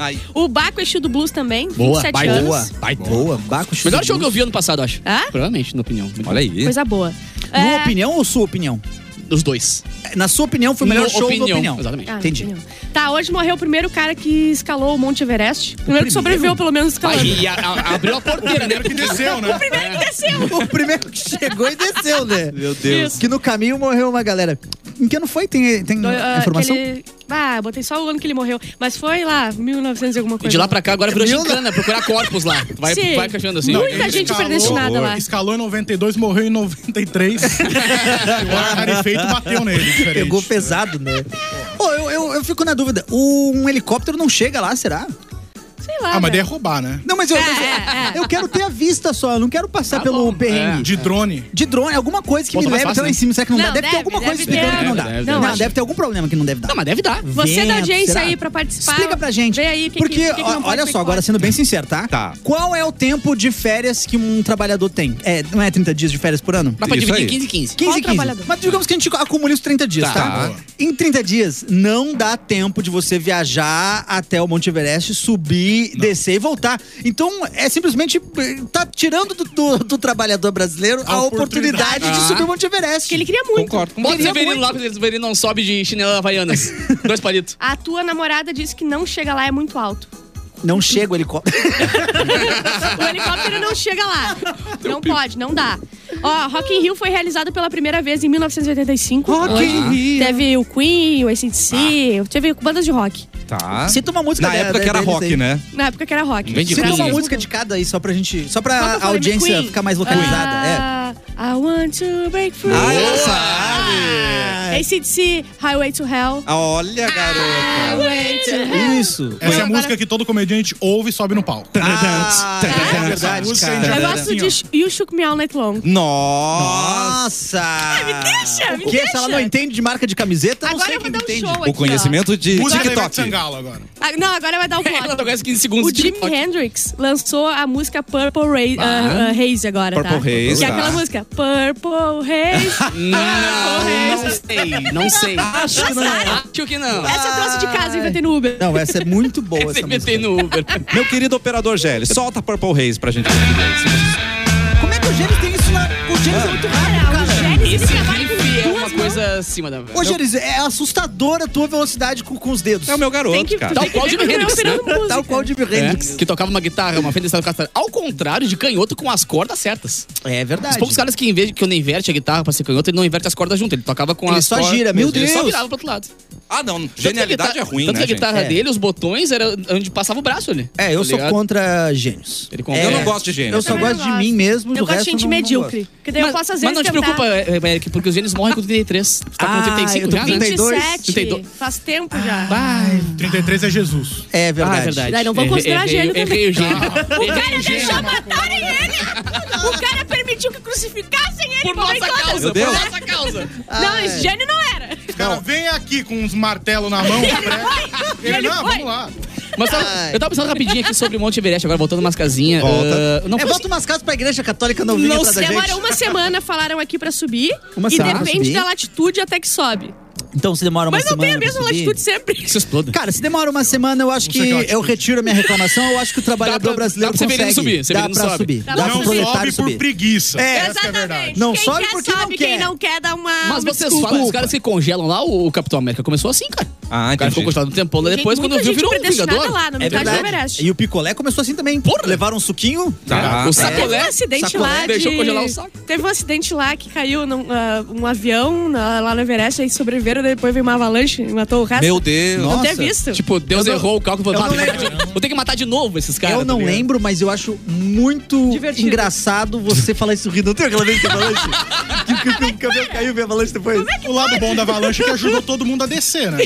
[SPEAKER 1] Ai,
[SPEAKER 4] O Baco Exu do Blues também, 27
[SPEAKER 5] baita.
[SPEAKER 4] anos.
[SPEAKER 2] Boa, vai, boa. Baco Chute
[SPEAKER 5] Melhor show que eu vi ano passado, acho.
[SPEAKER 4] Hã?
[SPEAKER 5] Provavelmente, na opinião. Muito
[SPEAKER 1] olha aí.
[SPEAKER 4] Coisa boa.
[SPEAKER 2] Numa
[SPEAKER 4] É,
[SPEAKER 2] opinião ou sua opinião?
[SPEAKER 5] bom. Os dois.
[SPEAKER 2] Na sua opinião, foi o melhor
[SPEAKER 5] No
[SPEAKER 2] show da opinião.
[SPEAKER 5] Exatamente.
[SPEAKER 4] ah, na
[SPEAKER 2] Entendi.
[SPEAKER 4] opinião. Tá, hoje morreu o primeiro cara que escalou o Monte Everest. Primeiro, que sobreviveu, pelo menos, escalando.
[SPEAKER 5] Aí a- a- abriu a porteira, né?
[SPEAKER 3] Primeiro que desceu, né?
[SPEAKER 4] Primeiro que desceu.
[SPEAKER 2] O primeiro que chegou e desceu, né?
[SPEAKER 1] Meu Deus.
[SPEAKER 2] Que no caminho morreu uma galera. Em que ano foi? Tem, tem
[SPEAKER 4] Do- ah,
[SPEAKER 2] Hum, informação?
[SPEAKER 4] aquele- Ah, eu botei só o ano que ele morreu. Mas foi lá, 1900 e alguma
[SPEAKER 5] E
[SPEAKER 4] coisa.
[SPEAKER 5] de lá pra cá agora virou
[SPEAKER 2] Meu Deus.
[SPEAKER 5] gincana, procurar corpos lá. Vai,
[SPEAKER 4] Sim.
[SPEAKER 5] vai cachando assim.
[SPEAKER 4] Muita
[SPEAKER 5] ó.
[SPEAKER 4] gente predestinada lá.
[SPEAKER 3] Escalou em 92, morreu em 93. Agora rarefeito bateu nele. diferente.
[SPEAKER 2] Pegou pesado, né? Pô, eu, eu, eu fico na dúvida. Um helicóptero não chega lá, será?
[SPEAKER 4] Sei lá.
[SPEAKER 3] Ah, mas daí é
[SPEAKER 4] velho.
[SPEAKER 3] roubar, né?
[SPEAKER 2] Não, mas eu,
[SPEAKER 4] É,
[SPEAKER 2] mas eu-
[SPEAKER 4] é, é.
[SPEAKER 2] eu quero ter a vista só, eu não quero passar pelo
[SPEAKER 5] Tá bom, é.
[SPEAKER 2] perrengue.
[SPEAKER 3] De drone.
[SPEAKER 2] De drone, alguma coisa que
[SPEAKER 5] Bota
[SPEAKER 2] me
[SPEAKER 5] mais
[SPEAKER 2] leve
[SPEAKER 5] fácil,
[SPEAKER 2] até lá
[SPEAKER 5] né?
[SPEAKER 2] em cima. Será que não,
[SPEAKER 4] Não,
[SPEAKER 2] dá? Deve,
[SPEAKER 4] deve,
[SPEAKER 2] ter alguma
[SPEAKER 4] deve
[SPEAKER 2] coisa explicando
[SPEAKER 4] ter.
[SPEAKER 2] que não dá.
[SPEAKER 5] Deve,
[SPEAKER 4] deve.
[SPEAKER 2] não,
[SPEAKER 4] Acho
[SPEAKER 2] deve ter algum problema que não deve dar.
[SPEAKER 5] Não, mas deve dar.
[SPEAKER 4] Você é da
[SPEAKER 2] Vento,
[SPEAKER 4] agência
[SPEAKER 2] será?
[SPEAKER 4] aí pra participar.
[SPEAKER 2] Explica pra gente.
[SPEAKER 4] Vê aí o que,
[SPEAKER 2] Porque,
[SPEAKER 4] que, o que que não
[SPEAKER 2] ó,
[SPEAKER 4] pode,
[SPEAKER 2] olha
[SPEAKER 4] o que
[SPEAKER 2] só,
[SPEAKER 4] que
[SPEAKER 2] agora
[SPEAKER 4] pode.
[SPEAKER 2] sendo bem sincero, tá?
[SPEAKER 1] Tá.
[SPEAKER 2] Qual é o tempo de férias que um trabalhador tem? É, não é 30 dias de férias por ano?
[SPEAKER 5] Dá pra
[SPEAKER 1] Isso
[SPEAKER 5] dividir
[SPEAKER 1] aí.
[SPEAKER 5] em 15 e 15.
[SPEAKER 2] 15 e 15.
[SPEAKER 4] trabalhador?
[SPEAKER 2] Mas digamos que a gente acumula os 30 dias,
[SPEAKER 1] Tá.
[SPEAKER 2] tá? Em 30 dias, não dá tempo de você viajar até o Monte Everest, subir, descer e voltar. Então, é simplesmente eh, tá tirando do, do- do trabalhador brasileiro a,
[SPEAKER 3] A
[SPEAKER 2] oportunidade,
[SPEAKER 3] oportunidade.
[SPEAKER 2] de
[SPEAKER 5] Ah.
[SPEAKER 2] subir o Monte Everest.
[SPEAKER 4] Que ele queria muito.
[SPEAKER 1] Concordo.
[SPEAKER 5] Bota o
[SPEAKER 2] Queria
[SPEAKER 5] Severino
[SPEAKER 2] é muito.
[SPEAKER 5] lá, porque o Severino não sobe de chinela havaianas. Dois palitos.
[SPEAKER 4] A tua namorada disse que não chega lá, é muito alto.
[SPEAKER 2] Não chega o helicóptero.
[SPEAKER 4] O helicóptero não chega lá. Não pode, não dá. Ó, Rock in Rio foi realizado pela primeira vez em 1985.
[SPEAKER 2] Rock in Rio. Ah.
[SPEAKER 4] Teve o Queen, o AC/DC, teve bandas de rock.
[SPEAKER 1] Tá.
[SPEAKER 2] Cita uma música
[SPEAKER 1] Na
[SPEAKER 2] da-
[SPEAKER 1] época
[SPEAKER 2] da-
[SPEAKER 1] que era
[SPEAKER 2] deles aí.
[SPEAKER 1] rock, né?
[SPEAKER 4] Na época que era rock.
[SPEAKER 5] Vem de
[SPEAKER 2] Cita
[SPEAKER 4] Pra
[SPEAKER 5] Queen.
[SPEAKER 2] uma
[SPEAKER 4] vocês
[SPEAKER 2] música
[SPEAKER 4] não-
[SPEAKER 2] de cada aí, só pra gente. Só
[SPEAKER 4] Qual que
[SPEAKER 2] pra
[SPEAKER 4] eu
[SPEAKER 2] a
[SPEAKER 4] falei?
[SPEAKER 2] audiência
[SPEAKER 4] Queen.
[SPEAKER 2] ficar mais localizada. É.
[SPEAKER 4] Ah, I want to break free. Ah.
[SPEAKER 1] Ah, ela sabe.
[SPEAKER 2] É.
[SPEAKER 4] ACDC, Highway to Hell.
[SPEAKER 1] Olha, garota.
[SPEAKER 2] É. Isso.
[SPEAKER 3] Essa é a
[SPEAKER 4] Agora-
[SPEAKER 3] música que todo comediante ouve e sobe no palco.
[SPEAKER 1] Ah,
[SPEAKER 3] é verdade,
[SPEAKER 1] música
[SPEAKER 3] cara.
[SPEAKER 1] ainda-
[SPEAKER 4] Eu
[SPEAKER 3] Tadadã.
[SPEAKER 4] gosto de Sh- You Shook Me All Night Long.
[SPEAKER 1] Nossa.
[SPEAKER 2] Nossa!
[SPEAKER 4] deixa, me
[SPEAKER 2] o que? Se
[SPEAKER 4] deixa.
[SPEAKER 2] ela não entende de marca de camiseta, não
[SPEAKER 4] Agora
[SPEAKER 2] sei
[SPEAKER 4] eu vou
[SPEAKER 2] quem
[SPEAKER 4] dar um
[SPEAKER 2] entende.
[SPEAKER 4] show aqui.
[SPEAKER 1] O conhecimento de
[SPEAKER 3] Música da Ivete
[SPEAKER 1] TikTok.
[SPEAKER 3] Sangalo agora.
[SPEAKER 4] ó. Ah, não, agora vai dar o
[SPEAKER 5] Ela
[SPEAKER 4] plot.
[SPEAKER 5] toca 15 segundos.
[SPEAKER 4] O
[SPEAKER 5] de
[SPEAKER 4] Jimi
[SPEAKER 5] TikTok.
[SPEAKER 4] Hendrix lançou a música Purple Ray, ah, ah, Haze agora, tá?
[SPEAKER 1] Purple Haze,
[SPEAKER 4] Que é
[SPEAKER 1] tá.
[SPEAKER 4] aquela música Purple Haze.
[SPEAKER 5] Não,
[SPEAKER 4] é
[SPEAKER 5] não sei, não sei.
[SPEAKER 2] Acho que não.
[SPEAKER 5] Acho que não.
[SPEAKER 4] Essa eu trouxe de casa, inventei no Uber.
[SPEAKER 2] Não, essa é muito boa essa música.
[SPEAKER 5] CBT no Uber.
[SPEAKER 1] Meu querido operador Gelli, solta Purple Haze pra gente.
[SPEAKER 2] Como é que o Gênesis tem isso lá? O Gênesis
[SPEAKER 1] Ah.
[SPEAKER 2] é muito rápido,
[SPEAKER 4] Cara, o
[SPEAKER 2] cara.
[SPEAKER 4] Gênesis
[SPEAKER 5] Esse
[SPEAKER 4] ele trabalha
[SPEAKER 5] riff é
[SPEAKER 4] com
[SPEAKER 5] uma
[SPEAKER 4] duas mãos.
[SPEAKER 5] coisa acima da...
[SPEAKER 2] Ô, Gênesis, é assustadora a tua velocidade com, com os dedos.
[SPEAKER 1] É o meu garoto,
[SPEAKER 4] Tem que,
[SPEAKER 1] cara.
[SPEAKER 4] tem
[SPEAKER 5] Tal qual
[SPEAKER 4] que
[SPEAKER 5] Jimi
[SPEAKER 4] ver como é
[SPEAKER 5] Hendrix,
[SPEAKER 4] operando música.
[SPEAKER 2] Tal qual o Jimi
[SPEAKER 5] né? É,
[SPEAKER 2] Hendrix.
[SPEAKER 5] que tocava uma guitarra, uma Fender Stratocaster, ao contrário de canhoto com as cordas certas.
[SPEAKER 2] É,
[SPEAKER 5] Os
[SPEAKER 2] verdade.
[SPEAKER 5] poucos caras que, em vez de que eu não inverte a guitarra pra ser canhoto, ele não inverte as cordas junto. Ele tocava com
[SPEAKER 2] Ele
[SPEAKER 5] as
[SPEAKER 2] só
[SPEAKER 5] cordas.
[SPEAKER 2] gira
[SPEAKER 5] Meu
[SPEAKER 2] mesmo,
[SPEAKER 5] Deus.
[SPEAKER 2] ele
[SPEAKER 5] Ele só
[SPEAKER 2] só
[SPEAKER 5] virava pro outro lado. Tanto
[SPEAKER 1] Ah, não.
[SPEAKER 5] que a
[SPEAKER 1] Genialidade
[SPEAKER 5] guitarra-
[SPEAKER 1] é ruim,
[SPEAKER 5] Tanto
[SPEAKER 1] né,
[SPEAKER 5] que tá-
[SPEAKER 1] gente?
[SPEAKER 5] a guitarra
[SPEAKER 2] É.
[SPEAKER 5] dele, os botões, era onde passava o braço ali.
[SPEAKER 2] É, eu
[SPEAKER 5] Tá
[SPEAKER 2] sou
[SPEAKER 5] ligado?
[SPEAKER 2] contra gênios. É,
[SPEAKER 5] Ele
[SPEAKER 1] Eu
[SPEAKER 5] concorda.
[SPEAKER 1] não gosto de
[SPEAKER 2] Eu
[SPEAKER 1] gênero.
[SPEAKER 2] só
[SPEAKER 4] Eu também
[SPEAKER 2] gosto
[SPEAKER 4] não
[SPEAKER 2] de
[SPEAKER 4] gosto.
[SPEAKER 2] mim mesmo. do
[SPEAKER 4] Eu gosto de
[SPEAKER 2] resto,
[SPEAKER 4] gente
[SPEAKER 2] não- não
[SPEAKER 4] medíocre. Porque daí eu posso às
[SPEAKER 5] mas
[SPEAKER 4] vezes
[SPEAKER 5] não te
[SPEAKER 4] tentar-
[SPEAKER 5] preocupa, é, é, Eric, porque os gênios morrem com 33. Tu tá
[SPEAKER 2] Ah,
[SPEAKER 5] com 35
[SPEAKER 2] eu tô
[SPEAKER 5] já,
[SPEAKER 2] com
[SPEAKER 5] né?
[SPEAKER 2] 32.
[SPEAKER 4] 27.
[SPEAKER 5] 32.
[SPEAKER 4] Faz tempo já.
[SPEAKER 5] Vai.
[SPEAKER 3] 33 é Jesus.
[SPEAKER 2] gosto. É
[SPEAKER 5] Ah,
[SPEAKER 2] verdade.
[SPEAKER 5] é verdade.
[SPEAKER 4] Daí não vão considerar
[SPEAKER 5] errei,
[SPEAKER 4] gênio também.
[SPEAKER 5] Errei o gênio.
[SPEAKER 4] O
[SPEAKER 5] Errei
[SPEAKER 4] cara
[SPEAKER 5] o gênio.
[SPEAKER 4] deixou matarem ele! O cara permitiu que crucificassem ele
[SPEAKER 5] Por nossa
[SPEAKER 4] enquanto-
[SPEAKER 5] causa,
[SPEAKER 1] Meu
[SPEAKER 5] por
[SPEAKER 1] Deus.
[SPEAKER 5] nossa causa.
[SPEAKER 4] né? Não, esse gênio não era.
[SPEAKER 3] Os caras vêm aqui com uns martelos na mão. prego.
[SPEAKER 4] Ele
[SPEAKER 3] Ele, não, é
[SPEAKER 4] foi.
[SPEAKER 3] vamos lá.
[SPEAKER 5] Mas sabe,
[SPEAKER 2] Ai.
[SPEAKER 5] eu tava pensando rapidinho aqui sobre o Monte Everest, agora voltando umas casinhas.
[SPEAKER 1] Volta.
[SPEAKER 5] Ah, não
[SPEAKER 2] É,
[SPEAKER 5] foi
[SPEAKER 2] bota umas casas pra igreja católica novinha
[SPEAKER 5] Não
[SPEAKER 2] atrás da
[SPEAKER 4] Demora
[SPEAKER 2] gente.
[SPEAKER 4] uma semana, falaram aqui pra subir.
[SPEAKER 2] Uma
[SPEAKER 4] e
[SPEAKER 2] semana pra
[SPEAKER 4] depende
[SPEAKER 2] subir?
[SPEAKER 4] da latitude até que sobe.
[SPEAKER 2] Então se demora uma
[SPEAKER 4] Mas
[SPEAKER 2] semana.
[SPEAKER 4] não tem a
[SPEAKER 2] pra
[SPEAKER 4] mesma
[SPEAKER 2] subir?
[SPEAKER 4] latitude sempre.
[SPEAKER 5] que se exploda.
[SPEAKER 2] Cara, se demora uma semana, eu acho
[SPEAKER 3] Não
[SPEAKER 2] que
[SPEAKER 3] sei que latitude.
[SPEAKER 2] eu retiro a minha reclamação. Eu acho que o trabalhador
[SPEAKER 5] Dá pra-
[SPEAKER 2] brasileiro
[SPEAKER 5] dá pra Severino
[SPEAKER 2] consegue.
[SPEAKER 5] subir, Severino
[SPEAKER 2] dá pra
[SPEAKER 5] sobe.
[SPEAKER 2] subir. Dá,
[SPEAKER 4] Dá pra
[SPEAKER 2] pra
[SPEAKER 3] Não
[SPEAKER 4] subir.
[SPEAKER 2] proletário
[SPEAKER 3] sobe por
[SPEAKER 2] subir.
[SPEAKER 3] preguiça.
[SPEAKER 2] É,
[SPEAKER 3] Essa que é a verdade.
[SPEAKER 2] Não
[SPEAKER 4] quem
[SPEAKER 2] sobe
[SPEAKER 4] quer
[SPEAKER 2] porque não
[SPEAKER 4] sobe, quem
[SPEAKER 2] quer.
[SPEAKER 4] não quer dá uma.
[SPEAKER 5] Mas
[SPEAKER 4] uma
[SPEAKER 5] vocês
[SPEAKER 4] Ah, desculpa.
[SPEAKER 5] falam, os caras que congelam lá, o, o Capitão América começou assim, cara.
[SPEAKER 1] Ah,
[SPEAKER 5] o cara
[SPEAKER 1] entendi.
[SPEAKER 5] ficou congelado um tempão, lá
[SPEAKER 4] Gente,
[SPEAKER 5] depois
[SPEAKER 4] muita
[SPEAKER 5] quando viu,
[SPEAKER 4] gente
[SPEAKER 5] virou um
[SPEAKER 4] predestinada
[SPEAKER 5] vingador.
[SPEAKER 4] lá, na
[SPEAKER 5] É
[SPEAKER 4] metade do
[SPEAKER 5] verdade.
[SPEAKER 4] Everest.
[SPEAKER 2] E o picolé começou assim também.
[SPEAKER 5] Porra.
[SPEAKER 2] Levaram um suquinho.
[SPEAKER 1] Tá. É.
[SPEAKER 5] O
[SPEAKER 4] Teve
[SPEAKER 5] sacolé.
[SPEAKER 4] um acidente
[SPEAKER 2] Sacolé.
[SPEAKER 4] lá de...
[SPEAKER 5] Deixou congelar o saco.
[SPEAKER 4] Teve um acidente lá que caiu num, ah, um avião na- lá no Everest, aí sobreviveram, depois veio uma avalanche e matou o resto.
[SPEAKER 1] Meu Deus.
[SPEAKER 4] Não
[SPEAKER 2] Nossa.
[SPEAKER 4] ter visto.
[SPEAKER 5] Tipo, Deus
[SPEAKER 2] Eu não-
[SPEAKER 5] errou o cálculo.
[SPEAKER 2] eu
[SPEAKER 5] Vou,
[SPEAKER 2] não
[SPEAKER 5] ter que matar de- vou ter que matar de novo esses caras.
[SPEAKER 2] eu não
[SPEAKER 5] tá ligado?
[SPEAKER 2] lembro, mas eu acho muito
[SPEAKER 4] Divertido.
[SPEAKER 2] engraçado você falar isso rindo. Não tem aquela vez que avalanche? que, que, que o cabelo caiu e veio avalanche depois.
[SPEAKER 3] O lado bom da avalanche é que ajudou todo mundo a descer, né?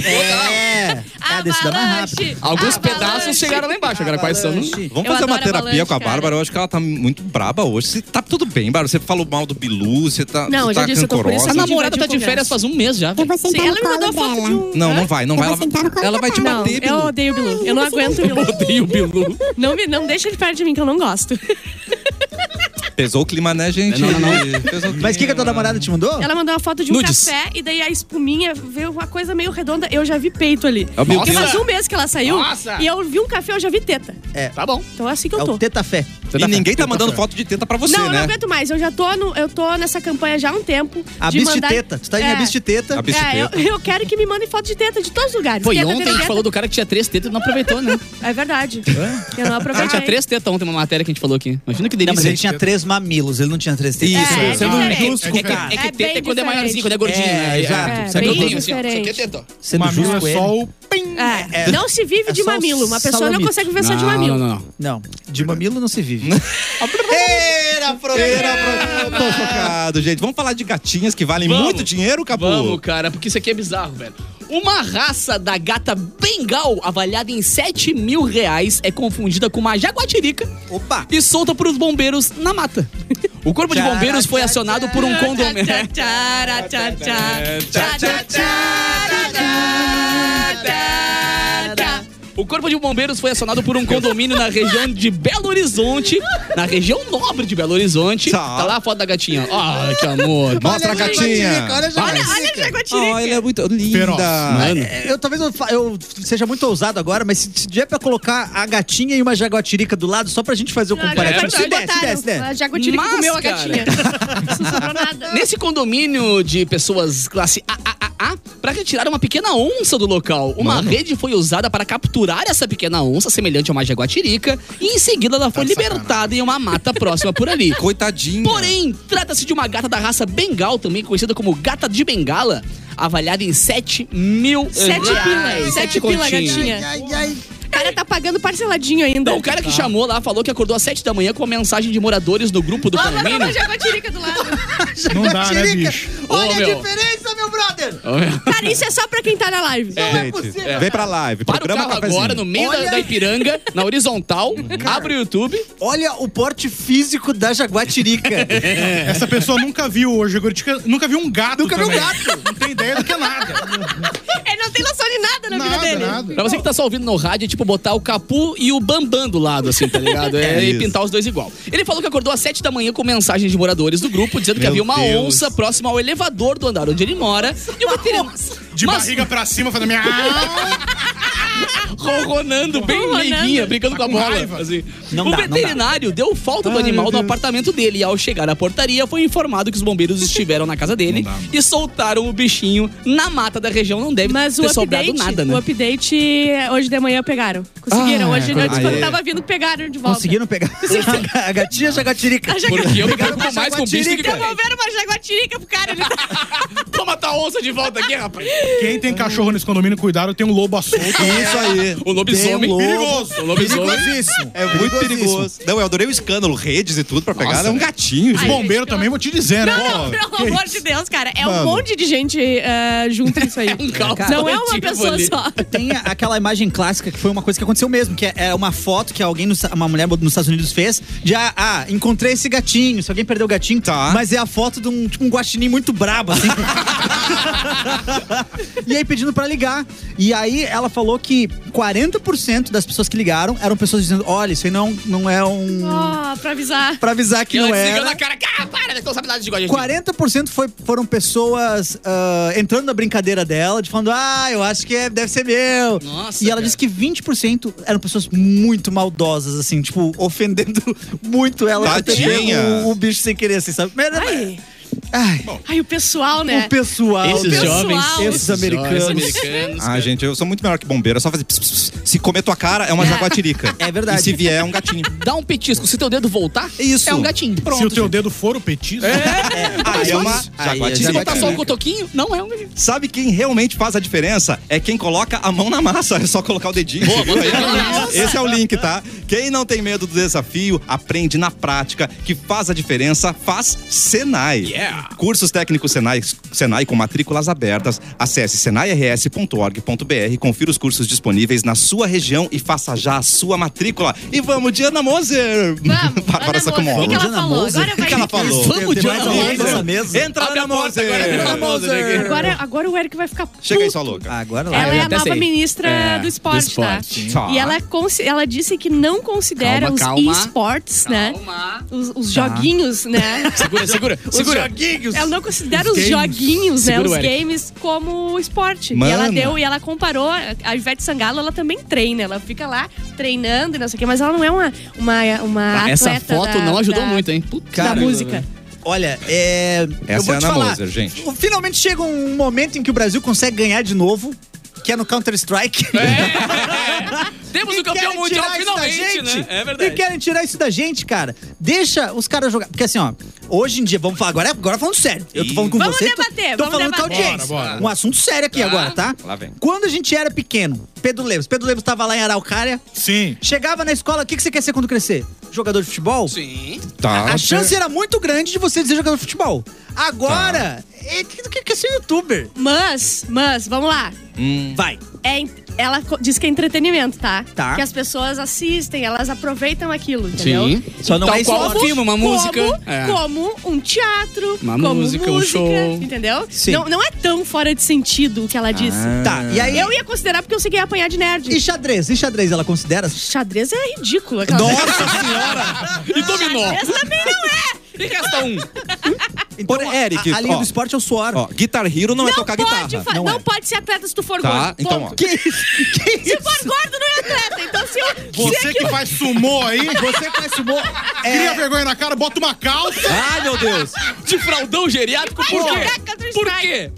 [SPEAKER 2] É. Ah, desse dá mais rápido.
[SPEAKER 4] Avalanche!
[SPEAKER 5] Alguns
[SPEAKER 4] Avalanche!
[SPEAKER 5] pedaços chegaram lá embaixo. Agora né? quais são? não-
[SPEAKER 1] Vamos
[SPEAKER 4] Eu
[SPEAKER 1] fazer uma
[SPEAKER 4] adoro
[SPEAKER 1] terapia
[SPEAKER 4] avalanche,
[SPEAKER 1] com a Bárbara.
[SPEAKER 4] cara.
[SPEAKER 1] Eu acho que ela tá muito braba hoje. Você tá tudo bem, Bárbara. Você falou mal do Bilu, você tá.
[SPEAKER 4] Não,
[SPEAKER 1] você
[SPEAKER 4] eu já
[SPEAKER 1] tá
[SPEAKER 4] disse, eu tô por
[SPEAKER 1] rancorosa.
[SPEAKER 5] A
[SPEAKER 4] isso.
[SPEAKER 5] namorada tá
[SPEAKER 4] Divide
[SPEAKER 5] de
[SPEAKER 4] o
[SPEAKER 5] férias
[SPEAKER 4] conversa.
[SPEAKER 5] faz um mês já.
[SPEAKER 7] Eu
[SPEAKER 5] velho.
[SPEAKER 7] vou
[SPEAKER 4] Sim,
[SPEAKER 7] sentar
[SPEAKER 4] ela
[SPEAKER 7] no
[SPEAKER 4] me mandou
[SPEAKER 7] colo
[SPEAKER 4] foto de
[SPEAKER 7] dela.
[SPEAKER 4] um...
[SPEAKER 1] Não,
[SPEAKER 4] Hã?
[SPEAKER 1] não vai, não
[SPEAKER 7] Eu
[SPEAKER 1] vai.
[SPEAKER 7] vou
[SPEAKER 1] Ela,
[SPEAKER 7] sentar no colo
[SPEAKER 1] ela vai te
[SPEAKER 7] da Bárbara.
[SPEAKER 1] bater,
[SPEAKER 4] Eu
[SPEAKER 1] Bilu.
[SPEAKER 4] odeio o Bilu. Eu não aguento o
[SPEAKER 5] Eu
[SPEAKER 4] Bilu.
[SPEAKER 5] odeio o Bilu.
[SPEAKER 4] Não, me, não deixa ele perto de mim, que eu não gosto.
[SPEAKER 1] Pesou o clima, né, gente?
[SPEAKER 5] Não, não,
[SPEAKER 1] Pesou o
[SPEAKER 2] Mas o que, é que a
[SPEAKER 1] clima.
[SPEAKER 2] tua namorada te mandou?
[SPEAKER 4] Ela mandou uma foto de um
[SPEAKER 5] Nudes.
[SPEAKER 4] café e daí a espuminha veio uma coisa meio redonda. Eu já vi peito ali.
[SPEAKER 1] Ah, meu
[SPEAKER 4] Porque
[SPEAKER 1] Deus.
[SPEAKER 4] faz um mês que ela saiu
[SPEAKER 5] Nossa.
[SPEAKER 4] e eu vi um café, eu já vi teta.
[SPEAKER 5] Tá bom.
[SPEAKER 4] Então é assim que
[SPEAKER 2] É
[SPEAKER 4] eu tô.
[SPEAKER 2] o Teta Fé.
[SPEAKER 1] E ninguém tá mandando foto de teta pra você,
[SPEAKER 4] não, é eu não
[SPEAKER 1] né?
[SPEAKER 4] aguento mais. Eu já tô, no, eu tô nessa campanha já há um tempo.
[SPEAKER 2] A
[SPEAKER 4] de
[SPEAKER 2] biste
[SPEAKER 4] mandar...
[SPEAKER 2] teta. Tu tá em
[SPEAKER 4] É.
[SPEAKER 2] a biste teta.
[SPEAKER 1] A biste
[SPEAKER 4] É, eu,
[SPEAKER 1] teta.
[SPEAKER 4] eu quero que me mandem foto de teta de todos os lugares.
[SPEAKER 5] Foi
[SPEAKER 4] Teta,
[SPEAKER 5] ontem a
[SPEAKER 4] teta,
[SPEAKER 5] gente
[SPEAKER 4] teta.
[SPEAKER 5] falou do cara que tinha três tetas e não aproveitou, né?
[SPEAKER 4] É verdade. Eu não
[SPEAKER 5] O cara tinha
[SPEAKER 4] aproveitei.
[SPEAKER 5] três tetas ontem, uma matéria que a gente falou aqui. Imagina que
[SPEAKER 2] Não, mas
[SPEAKER 5] delícia.
[SPEAKER 2] ele tinha três mamilos, ele não tinha três tetas.
[SPEAKER 1] Isso,
[SPEAKER 4] É, é
[SPEAKER 1] sendo
[SPEAKER 4] diferente.
[SPEAKER 1] justo com
[SPEAKER 5] É
[SPEAKER 1] o
[SPEAKER 5] que,
[SPEAKER 1] cara.
[SPEAKER 5] é que
[SPEAKER 4] É
[SPEAKER 5] teta é
[SPEAKER 4] bem
[SPEAKER 5] quando é maiorzinho,
[SPEAKER 4] diferente.
[SPEAKER 5] quando é gordinho,
[SPEAKER 2] É,
[SPEAKER 5] né?
[SPEAKER 2] exato.
[SPEAKER 4] É,
[SPEAKER 5] Sabe
[SPEAKER 4] bem
[SPEAKER 5] que eu tenho, assim, ó, isso
[SPEAKER 4] diferente.
[SPEAKER 5] aqui é teta, ó.
[SPEAKER 2] Sendo
[SPEAKER 3] Mamilo
[SPEAKER 2] justo
[SPEAKER 3] é
[SPEAKER 2] com ele.
[SPEAKER 3] só o pim.
[SPEAKER 4] É,
[SPEAKER 2] É.
[SPEAKER 4] Não se vive
[SPEAKER 2] É
[SPEAKER 4] de
[SPEAKER 2] só o
[SPEAKER 4] mamilo. Uma pessoa não
[SPEAKER 2] salamito.
[SPEAKER 4] consegue viver só de
[SPEAKER 5] Não,
[SPEAKER 4] mamilo.
[SPEAKER 5] não, não.
[SPEAKER 2] Não, de mamilo não se vive.
[SPEAKER 1] Era programa! Eu Tô chocado, gente. Vamos falar de gatinhas que valem
[SPEAKER 5] Vamos.
[SPEAKER 1] muito dinheiro, Capu?
[SPEAKER 5] Vamos, cara, porque isso aqui é bizarro, velho. Uma raça da gata bengal, avaliada em 7 mil reais, é confundida com uma jaguatirica
[SPEAKER 2] Opa!
[SPEAKER 5] e solta para os bombeiros na mata. O corpo de bombeiros foi acionado por um condomínio.
[SPEAKER 4] Tchá, tchá, tchá, tchá, tchá, tchá, tchá, tchá, tchá.
[SPEAKER 5] O corpo de bombeiros foi acionado por um condomínio na região de Belo Horizonte, na região nobre de Belo Horizonte.
[SPEAKER 1] Tá.
[SPEAKER 5] Tá lá a foto da gatinha. Ai, que amor.
[SPEAKER 1] Mostra a gatinha.
[SPEAKER 8] Olha,
[SPEAKER 4] Olha,
[SPEAKER 8] já.
[SPEAKER 4] olha a
[SPEAKER 2] Oh, ele
[SPEAKER 4] jaguatirica.
[SPEAKER 2] é muito
[SPEAKER 3] Feroz.
[SPEAKER 2] linda.
[SPEAKER 1] né?
[SPEAKER 5] Mano.
[SPEAKER 2] É, Eu talvez eu, fa- eu seja muito ousado agora, mas se tiver pra colocar a gatinha e uma jaguatirica do lado, só pra gente fazer o
[SPEAKER 4] Ah,
[SPEAKER 2] comparativo.
[SPEAKER 4] Se
[SPEAKER 2] Se der, se der, se der.
[SPEAKER 4] A jaguatirica
[SPEAKER 5] Mas,
[SPEAKER 4] comeu a
[SPEAKER 5] cara.
[SPEAKER 4] gatinha. Não sobrou nada.
[SPEAKER 5] Nesse condomínio de pessoas classe AAA, para retirar uma pequena onça do local, uma rede foi usada para capturar essa pequena onça, semelhante a uma jaguatirica, e em seguida ela foi libertada em uma mata próxima por ali.
[SPEAKER 1] Coitadinha.
[SPEAKER 5] Porém, trata-se de uma gata da raça Bengal, também conhecida como gata de Bengala, avaliada em 7 mil Ah,
[SPEAKER 4] Sete pila,
[SPEAKER 5] reais.
[SPEAKER 4] sete pila,
[SPEAKER 5] continhos.
[SPEAKER 4] gatinha. O cara tá pagando parceladinho ainda.
[SPEAKER 5] Então, o cara que chamou lá falou que acordou às 7 da manhã com a mensagem de moradores no grupo do
[SPEAKER 4] Olha lá, olha lá, a
[SPEAKER 5] condomínio.
[SPEAKER 4] jaguatirica do lado.
[SPEAKER 3] Não dá, né,
[SPEAKER 8] Jaguatirica.
[SPEAKER 3] bicho?
[SPEAKER 8] Olha
[SPEAKER 5] Ô,
[SPEAKER 8] a
[SPEAKER 5] meu.
[SPEAKER 8] diferença, meu brother.
[SPEAKER 4] Cara, isso é só pra quem tá na live.
[SPEAKER 5] É.
[SPEAKER 1] Gente,
[SPEAKER 4] né?
[SPEAKER 1] vem pra live.
[SPEAKER 5] Para o
[SPEAKER 1] programa
[SPEAKER 5] carro
[SPEAKER 1] Cafezinho.
[SPEAKER 5] agora, no meio da,
[SPEAKER 8] Olha.
[SPEAKER 5] da Ipiranga, na horizontal, abre o YouTube.
[SPEAKER 2] Olha o porte físico da jaguatirica.
[SPEAKER 3] Essa pessoa nunca viu hoje, jaguatirica, nunca viu um gato
[SPEAKER 2] Nunca viu um
[SPEAKER 3] também. Não tem ideia do que é nada.
[SPEAKER 4] Ele não tem noção de nada na vida
[SPEAKER 3] nada,
[SPEAKER 4] dele.
[SPEAKER 3] nada.
[SPEAKER 5] Pra você que tá só ouvindo no rádio, é tipo botar o Capu e o Bambam do lado, assim, tá ligado? É,
[SPEAKER 1] É
[SPEAKER 5] e
[SPEAKER 1] isso.
[SPEAKER 5] pintar os dois igual. Ele falou que acordou às 7 da manhã com mensagens de moradores do grupo, dizendo que
[SPEAKER 1] Meu
[SPEAKER 5] havia uma
[SPEAKER 1] Deus.
[SPEAKER 5] onça próxima ao elevador do andar onde ele mora. E o veterinário...
[SPEAKER 3] De
[SPEAKER 5] Mas-
[SPEAKER 3] barriga pra cima, fazendo minha... Ah,
[SPEAKER 5] Ronronando, bem
[SPEAKER 4] Ronronando.
[SPEAKER 5] meiguinha,
[SPEAKER 1] Tá
[SPEAKER 5] brincando com a
[SPEAKER 3] com
[SPEAKER 5] bola.
[SPEAKER 3] raiva.
[SPEAKER 5] assim.
[SPEAKER 2] Não
[SPEAKER 5] o
[SPEAKER 2] dá, não dá.
[SPEAKER 5] veterinário deu falta do animal no apartamento dele e ao chegar à portaria foi informado que os bombeiros estiveram na casa dele e soltaram o bichinho na mata da região. Não deve
[SPEAKER 4] Mas o
[SPEAKER 5] ter sobrado
[SPEAKER 4] update,
[SPEAKER 5] nada,
[SPEAKER 4] o
[SPEAKER 5] né?
[SPEAKER 4] update hoje de manhã pegaram. Conseguiram.
[SPEAKER 5] Ah,
[SPEAKER 4] hoje, antes, quando
[SPEAKER 1] Aê.
[SPEAKER 4] tava vindo, pegaram de volta.
[SPEAKER 2] Conseguiram pegar a gatinha jaguatirica.
[SPEAKER 4] A jaguatirica.
[SPEAKER 5] Porque eu me preocupo mais com o bicho do que com a
[SPEAKER 4] Devolveram uma jaguatirica pro cara. Ele tá...
[SPEAKER 5] Toma tua onça de volta aqui, rapaz.
[SPEAKER 3] Quem tem cachorro nesse condomínio, cuidado, tem um lobo à solta.
[SPEAKER 1] Isso aí.
[SPEAKER 5] O lobisomem.
[SPEAKER 2] Tem um lobo.
[SPEAKER 3] Perigoso.
[SPEAKER 5] O lobisomem.
[SPEAKER 1] É muito perigoso. Não, eu adorei o escândalo, redes e tudo pra pegar.
[SPEAKER 5] Nossa,
[SPEAKER 1] é um
[SPEAKER 5] velho.
[SPEAKER 1] gatinho,
[SPEAKER 3] Os
[SPEAKER 1] gente.
[SPEAKER 3] bombeiros também, vou te dizer, né?
[SPEAKER 4] Não, não,
[SPEAKER 3] Pô,
[SPEAKER 4] pelo
[SPEAKER 3] que
[SPEAKER 4] amor
[SPEAKER 3] isso?
[SPEAKER 4] de Deus, cara. É um
[SPEAKER 1] Mano.
[SPEAKER 4] monte de gente eh, junto nisso aí.
[SPEAKER 5] um caos
[SPEAKER 4] não é uma
[SPEAKER 5] coletivo
[SPEAKER 4] pessoa
[SPEAKER 5] ali.
[SPEAKER 4] só.
[SPEAKER 2] Tem a- aquela imagem clássica que foi uma coisa que aconteceu mesmo, que é- é uma foto que alguém, nos- uma mulher nos Estados Unidos fez de, ah, ah, encontrei esse gatinho, se alguém perdeu o gatinho,
[SPEAKER 1] Tá.
[SPEAKER 2] mas é a foto de um, tipo, um guaxinim muito brabo, assim. e aí pedindo pra ligar. E aí ela falou que 40% das pessoas que ligaram eram pessoas dizendo, olha, isso aí não, não é um...
[SPEAKER 4] Ó, pra avisar.
[SPEAKER 2] Pra avisar que
[SPEAKER 5] E ela
[SPEAKER 2] não
[SPEAKER 5] desligando
[SPEAKER 2] é.
[SPEAKER 5] na cara. Ah, para, não sabe nada de igual a gente.
[SPEAKER 2] 40% foi, foram pessoas ah, entrando na brincadeira dela, de falando, ah, eu acho que é- deve ser meu.
[SPEAKER 5] Nossa,
[SPEAKER 2] e ela
[SPEAKER 5] cara.
[SPEAKER 2] disse que 20% eram pessoas muito maldosas, assim, tipo, ofendendo muito ela. por ter
[SPEAKER 1] Tadinha.
[SPEAKER 2] pego O, o bicho sem querer, assim, sabe? Mas era-
[SPEAKER 4] Ai,
[SPEAKER 2] ai,
[SPEAKER 4] ai, o pessoal, né?
[SPEAKER 2] o pessoal.
[SPEAKER 5] Ah, Esses
[SPEAKER 2] o pessoal,
[SPEAKER 5] jovens.
[SPEAKER 2] Esses americanos.
[SPEAKER 5] Os americanos.
[SPEAKER 1] Ah, gente, eu sou muito melhor que bombeiro. É só fazer. ps, ps, ps. Se comer tua cara, é uma jaguatirica.
[SPEAKER 2] É verdade.
[SPEAKER 1] E se vier, é um gatinho.
[SPEAKER 5] Dá um petisco. Se teu dedo voltar,
[SPEAKER 2] Isso.
[SPEAKER 5] é um gatinho. Pronto.
[SPEAKER 3] Se o teu dedo for o petisco,
[SPEAKER 1] Aí é uma
[SPEAKER 2] Aí é
[SPEAKER 5] Se
[SPEAKER 1] jaguatirica.
[SPEAKER 5] botar Tá só o
[SPEAKER 2] jaguatirica.
[SPEAKER 5] cotoquinho, não é um gatinho.
[SPEAKER 1] Sabe quem realmente faz a diferença? É quem coloca a mão na massa. É só colocar o dedinho. Você viu aí? Esse é o link, tá? Quem não tem medo do desafio, aprende na prática que faz a diferença, faz Senai.
[SPEAKER 5] Yeah.
[SPEAKER 1] Cursos técnicos Senai, Senai com matrículas abertas. Acesse senairs.org.br, confira os cursos disponíveis na sua região e faça já a sua matrícula. E vamos de Ana Moser!
[SPEAKER 4] Vamos, Ana
[SPEAKER 1] Para essa como
[SPEAKER 4] Moser, O que, que ela
[SPEAKER 2] Ana
[SPEAKER 4] falou?
[SPEAKER 2] Moser.
[SPEAKER 4] Agora
[SPEAKER 1] O que,
[SPEAKER 4] vai.
[SPEAKER 1] que ela falou?
[SPEAKER 5] Vamos de
[SPEAKER 2] Mais
[SPEAKER 5] Ana
[SPEAKER 2] alguém
[SPEAKER 5] Moser.
[SPEAKER 2] nessa mesa?
[SPEAKER 1] Entra
[SPEAKER 5] Abre
[SPEAKER 1] Ana
[SPEAKER 5] a porta
[SPEAKER 1] Moser!
[SPEAKER 5] agora, Ana Moser.
[SPEAKER 4] Agora, agora o Eric vai ficar puto.
[SPEAKER 1] Chega aí, sua louca.
[SPEAKER 2] Agora lá.
[SPEAKER 5] eu
[SPEAKER 4] Ela é a
[SPEAKER 5] até
[SPEAKER 4] nova
[SPEAKER 5] sei.
[SPEAKER 4] ministra
[SPEAKER 5] É,
[SPEAKER 4] do, esporte,
[SPEAKER 5] do esporte.
[SPEAKER 1] Tá.
[SPEAKER 4] tá? E ela, consi- ela disse que não considera
[SPEAKER 5] Calma,
[SPEAKER 4] os
[SPEAKER 5] calma.
[SPEAKER 4] esportes, né?
[SPEAKER 5] Calma.
[SPEAKER 4] Os, os joguinhos, né?
[SPEAKER 5] Segura, segura, segura.
[SPEAKER 4] Ela não considera os, joguinhos, né?
[SPEAKER 5] Segura o
[SPEAKER 4] os
[SPEAKER 5] Eric.
[SPEAKER 4] games como esporte. E ela
[SPEAKER 1] Mana.
[SPEAKER 4] deu e ela comparou. A Ivete Sangalo, ela também treina. Ela fica lá treinando e não sei o quê, mas ela não é uma, uma, uma
[SPEAKER 5] Ah, Essa
[SPEAKER 4] atleta
[SPEAKER 5] foto
[SPEAKER 4] da-
[SPEAKER 5] não ajudou
[SPEAKER 4] da-
[SPEAKER 5] muito, né? hein? Puta
[SPEAKER 4] Da
[SPEAKER 2] Cara,
[SPEAKER 4] música.
[SPEAKER 2] Olha, é.
[SPEAKER 1] Essa
[SPEAKER 2] eu vou
[SPEAKER 1] é a
[SPEAKER 2] te
[SPEAKER 1] Ana
[SPEAKER 2] falar,
[SPEAKER 1] Moser, gente.
[SPEAKER 2] Finalmente chega um momento em que o Brasil consegue ganhar de novo, que é no Counter-Strike.
[SPEAKER 5] Temos o
[SPEAKER 2] E querem
[SPEAKER 5] campeão mundial
[SPEAKER 2] tirar isso da
[SPEAKER 5] finalmente,
[SPEAKER 2] gente.
[SPEAKER 5] né? É
[SPEAKER 2] E
[SPEAKER 5] verdade.
[SPEAKER 2] querem tirar isso da gente, cara. Deixa os caras jogar. Porque assim, ó, hoje em dia, vamos falar agora, agora falando sério. Eu tô falando com
[SPEAKER 4] Vamos
[SPEAKER 2] você.
[SPEAKER 4] debater,
[SPEAKER 2] tô, tô
[SPEAKER 4] vamos
[SPEAKER 2] falando com a
[SPEAKER 4] debater.
[SPEAKER 2] audiência.
[SPEAKER 3] Bora, bora.
[SPEAKER 2] Um assunto sério aqui
[SPEAKER 5] Tá.
[SPEAKER 2] agora, tá?
[SPEAKER 1] Lá vem.
[SPEAKER 2] Quando a gente era pequeno, Pedro Lemos. Pedro Lemos tava lá em Araucária.
[SPEAKER 3] sim.
[SPEAKER 2] Chegava na escola, o que, que você quer ser quando crescer? Jogador de futebol?
[SPEAKER 5] Sim.
[SPEAKER 1] Tá.
[SPEAKER 2] A chance era muito grande de você dizer jogador de futebol. Agora, é, o que, que quer ser youtuber?
[SPEAKER 4] Mas, mas, vamos lá.
[SPEAKER 5] Hum.
[SPEAKER 9] Vai.
[SPEAKER 4] É, en- ela co- diz que é entretenimento, tá?
[SPEAKER 2] Tá.
[SPEAKER 4] Que as pessoas assistem, elas aproveitam aquilo, entendeu?
[SPEAKER 5] Sim.
[SPEAKER 2] Só não
[SPEAKER 5] Tal
[SPEAKER 2] é
[SPEAKER 5] qual
[SPEAKER 2] esporte.
[SPEAKER 5] um filme, uma música.
[SPEAKER 4] Como,
[SPEAKER 5] É.
[SPEAKER 4] como um teatro,
[SPEAKER 5] Uma
[SPEAKER 4] como
[SPEAKER 5] música,
[SPEAKER 4] música,
[SPEAKER 5] um show.
[SPEAKER 4] entendeu?
[SPEAKER 2] Sim.
[SPEAKER 4] Não, não é tão fora de sentido o que ela disse.
[SPEAKER 5] Ah.
[SPEAKER 2] Tá, e aí.
[SPEAKER 4] Eu ia considerar porque eu sei que ia apanhar de nerd.
[SPEAKER 2] E xadrez? E xadrez ela considera?
[SPEAKER 4] Xadrez é ridículo. Aquela
[SPEAKER 5] E dominó.
[SPEAKER 4] Xadrez também não é.
[SPEAKER 5] E resta um.
[SPEAKER 2] Então,
[SPEAKER 1] Por
[SPEAKER 2] a-
[SPEAKER 1] Eric,
[SPEAKER 2] a, linha
[SPEAKER 1] ó.
[SPEAKER 2] do esporte é o suor.
[SPEAKER 1] Ó, Guitar Hero não, é
[SPEAKER 4] não
[SPEAKER 1] tocar
[SPEAKER 4] pode,
[SPEAKER 1] guitarra.
[SPEAKER 4] fa- não,
[SPEAKER 2] Não é.
[SPEAKER 4] pode ser atleta se tu for
[SPEAKER 1] Tá,
[SPEAKER 4] gordo.
[SPEAKER 1] então, ó.
[SPEAKER 4] ponto.
[SPEAKER 2] Que isso? Que
[SPEAKER 4] Se
[SPEAKER 2] isso?
[SPEAKER 4] for gordo, não é atleta. Então, se eu. se
[SPEAKER 3] Você
[SPEAKER 4] aquilo-
[SPEAKER 3] que faz sumô aí,
[SPEAKER 2] Você que faz sumô.
[SPEAKER 3] cria vergonha na cara, bota uma calça.
[SPEAKER 1] Ai, meu Deus.
[SPEAKER 5] De fraldão geriátrico, por
[SPEAKER 4] jogar
[SPEAKER 5] quê?
[SPEAKER 4] Counter-Strike.
[SPEAKER 5] Por quê?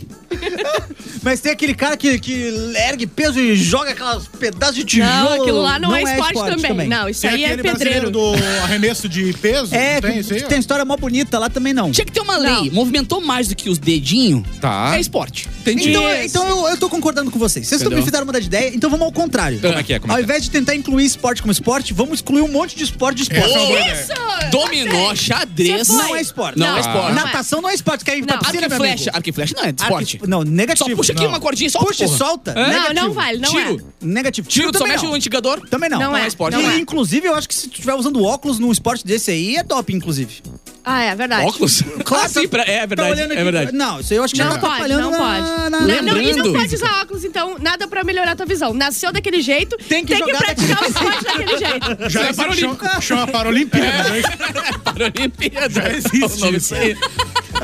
[SPEAKER 2] Mas tem aquele cara que, que ergue peso e joga aquelas pedaços de tijolo.
[SPEAKER 4] Não, aquilo lá não, é, esporte, também. Não, isso
[SPEAKER 3] Tem
[SPEAKER 4] aí é
[SPEAKER 3] aquele brasileiro
[SPEAKER 4] pedreiro.
[SPEAKER 3] do arremesso de peso.
[SPEAKER 2] É,
[SPEAKER 3] não
[SPEAKER 2] tem,
[SPEAKER 3] tem isso aí? ó?
[SPEAKER 2] tem história mó bonita, lá também não.
[SPEAKER 5] Tinha que ter uma lei. Movimentou mais do que os dedinhos.
[SPEAKER 1] Tá.
[SPEAKER 5] É esporte.
[SPEAKER 1] Entendi.
[SPEAKER 2] Então,
[SPEAKER 4] Isso.
[SPEAKER 2] então eu, eu tô concordando com vocês. Vocês
[SPEAKER 5] Entendeu?
[SPEAKER 2] me fizeram mudar de ideia, então vamos ao contrário.
[SPEAKER 1] Como é que é? Como é
[SPEAKER 2] ao
[SPEAKER 1] que é?
[SPEAKER 2] invés de tentar incluir esporte como esporte, vamos excluir um monte de esporte de esporte.
[SPEAKER 3] Essa é uma boa ideia.
[SPEAKER 4] Isso! é-
[SPEAKER 5] Dominó, xadrez.
[SPEAKER 4] Você foi.
[SPEAKER 2] Não é esporte.
[SPEAKER 5] Não, é
[SPEAKER 4] Tá.
[SPEAKER 5] esporte.
[SPEAKER 2] Natação não é esporte. Quer ir pra
[SPEAKER 4] Não.
[SPEAKER 5] Arco
[SPEAKER 2] piscina,
[SPEAKER 5] e
[SPEAKER 2] meu amigo?
[SPEAKER 5] flecha. Arco e flecha não é
[SPEAKER 2] Arco-
[SPEAKER 5] esporte.
[SPEAKER 2] Não, negativo.
[SPEAKER 5] Só puxa aqui
[SPEAKER 2] Não.
[SPEAKER 5] uma cordinha e solta,
[SPEAKER 2] Puxa e
[SPEAKER 5] porra.
[SPEAKER 2] solta.
[SPEAKER 4] Não, não
[SPEAKER 2] Negativo.
[SPEAKER 4] vale, Ah, não é.
[SPEAKER 5] Tiro.
[SPEAKER 2] Negativo.
[SPEAKER 5] Tiro, tu só
[SPEAKER 2] também
[SPEAKER 5] mexe um
[SPEAKER 2] não.
[SPEAKER 5] no indicador.
[SPEAKER 2] Também não.
[SPEAKER 4] Não
[SPEAKER 5] Não
[SPEAKER 4] é.
[SPEAKER 5] é esporte.
[SPEAKER 2] E,
[SPEAKER 5] Não é.
[SPEAKER 2] inclusive, eu acho que se tu estiver usando óculos num esporte desse aí, é doping, inclusive.
[SPEAKER 4] é. Ah, é verdade.
[SPEAKER 5] Óculos?
[SPEAKER 2] Claro,
[SPEAKER 5] Ah,
[SPEAKER 4] tá-
[SPEAKER 5] sim, pra- é verdade.
[SPEAKER 2] Tá olhando
[SPEAKER 5] é
[SPEAKER 2] aqui-
[SPEAKER 5] verdade.
[SPEAKER 2] Não, isso aí eu acho que já
[SPEAKER 4] Não
[SPEAKER 2] tá
[SPEAKER 4] pode,
[SPEAKER 2] atrapalhando
[SPEAKER 4] não
[SPEAKER 2] na-
[SPEAKER 4] pode.
[SPEAKER 2] na- na-
[SPEAKER 4] Não, não, e não
[SPEAKER 5] Lembrando-
[SPEAKER 4] pode usar óculos, então nada pra melhorar a tua visão. Nasceu daquele jeito, tem
[SPEAKER 2] Tem
[SPEAKER 4] que,
[SPEAKER 2] que jogar
[SPEAKER 4] praticar o esporte daquele jeito.
[SPEAKER 3] Já
[SPEAKER 5] Isso é
[SPEAKER 3] existe,
[SPEAKER 5] paralímpico.
[SPEAKER 3] chama- Chama Paralimpíada. né?
[SPEAKER 5] Paralimpíada.
[SPEAKER 3] Já existe
[SPEAKER 5] É o nome disso
[SPEAKER 3] isso.
[SPEAKER 5] aí.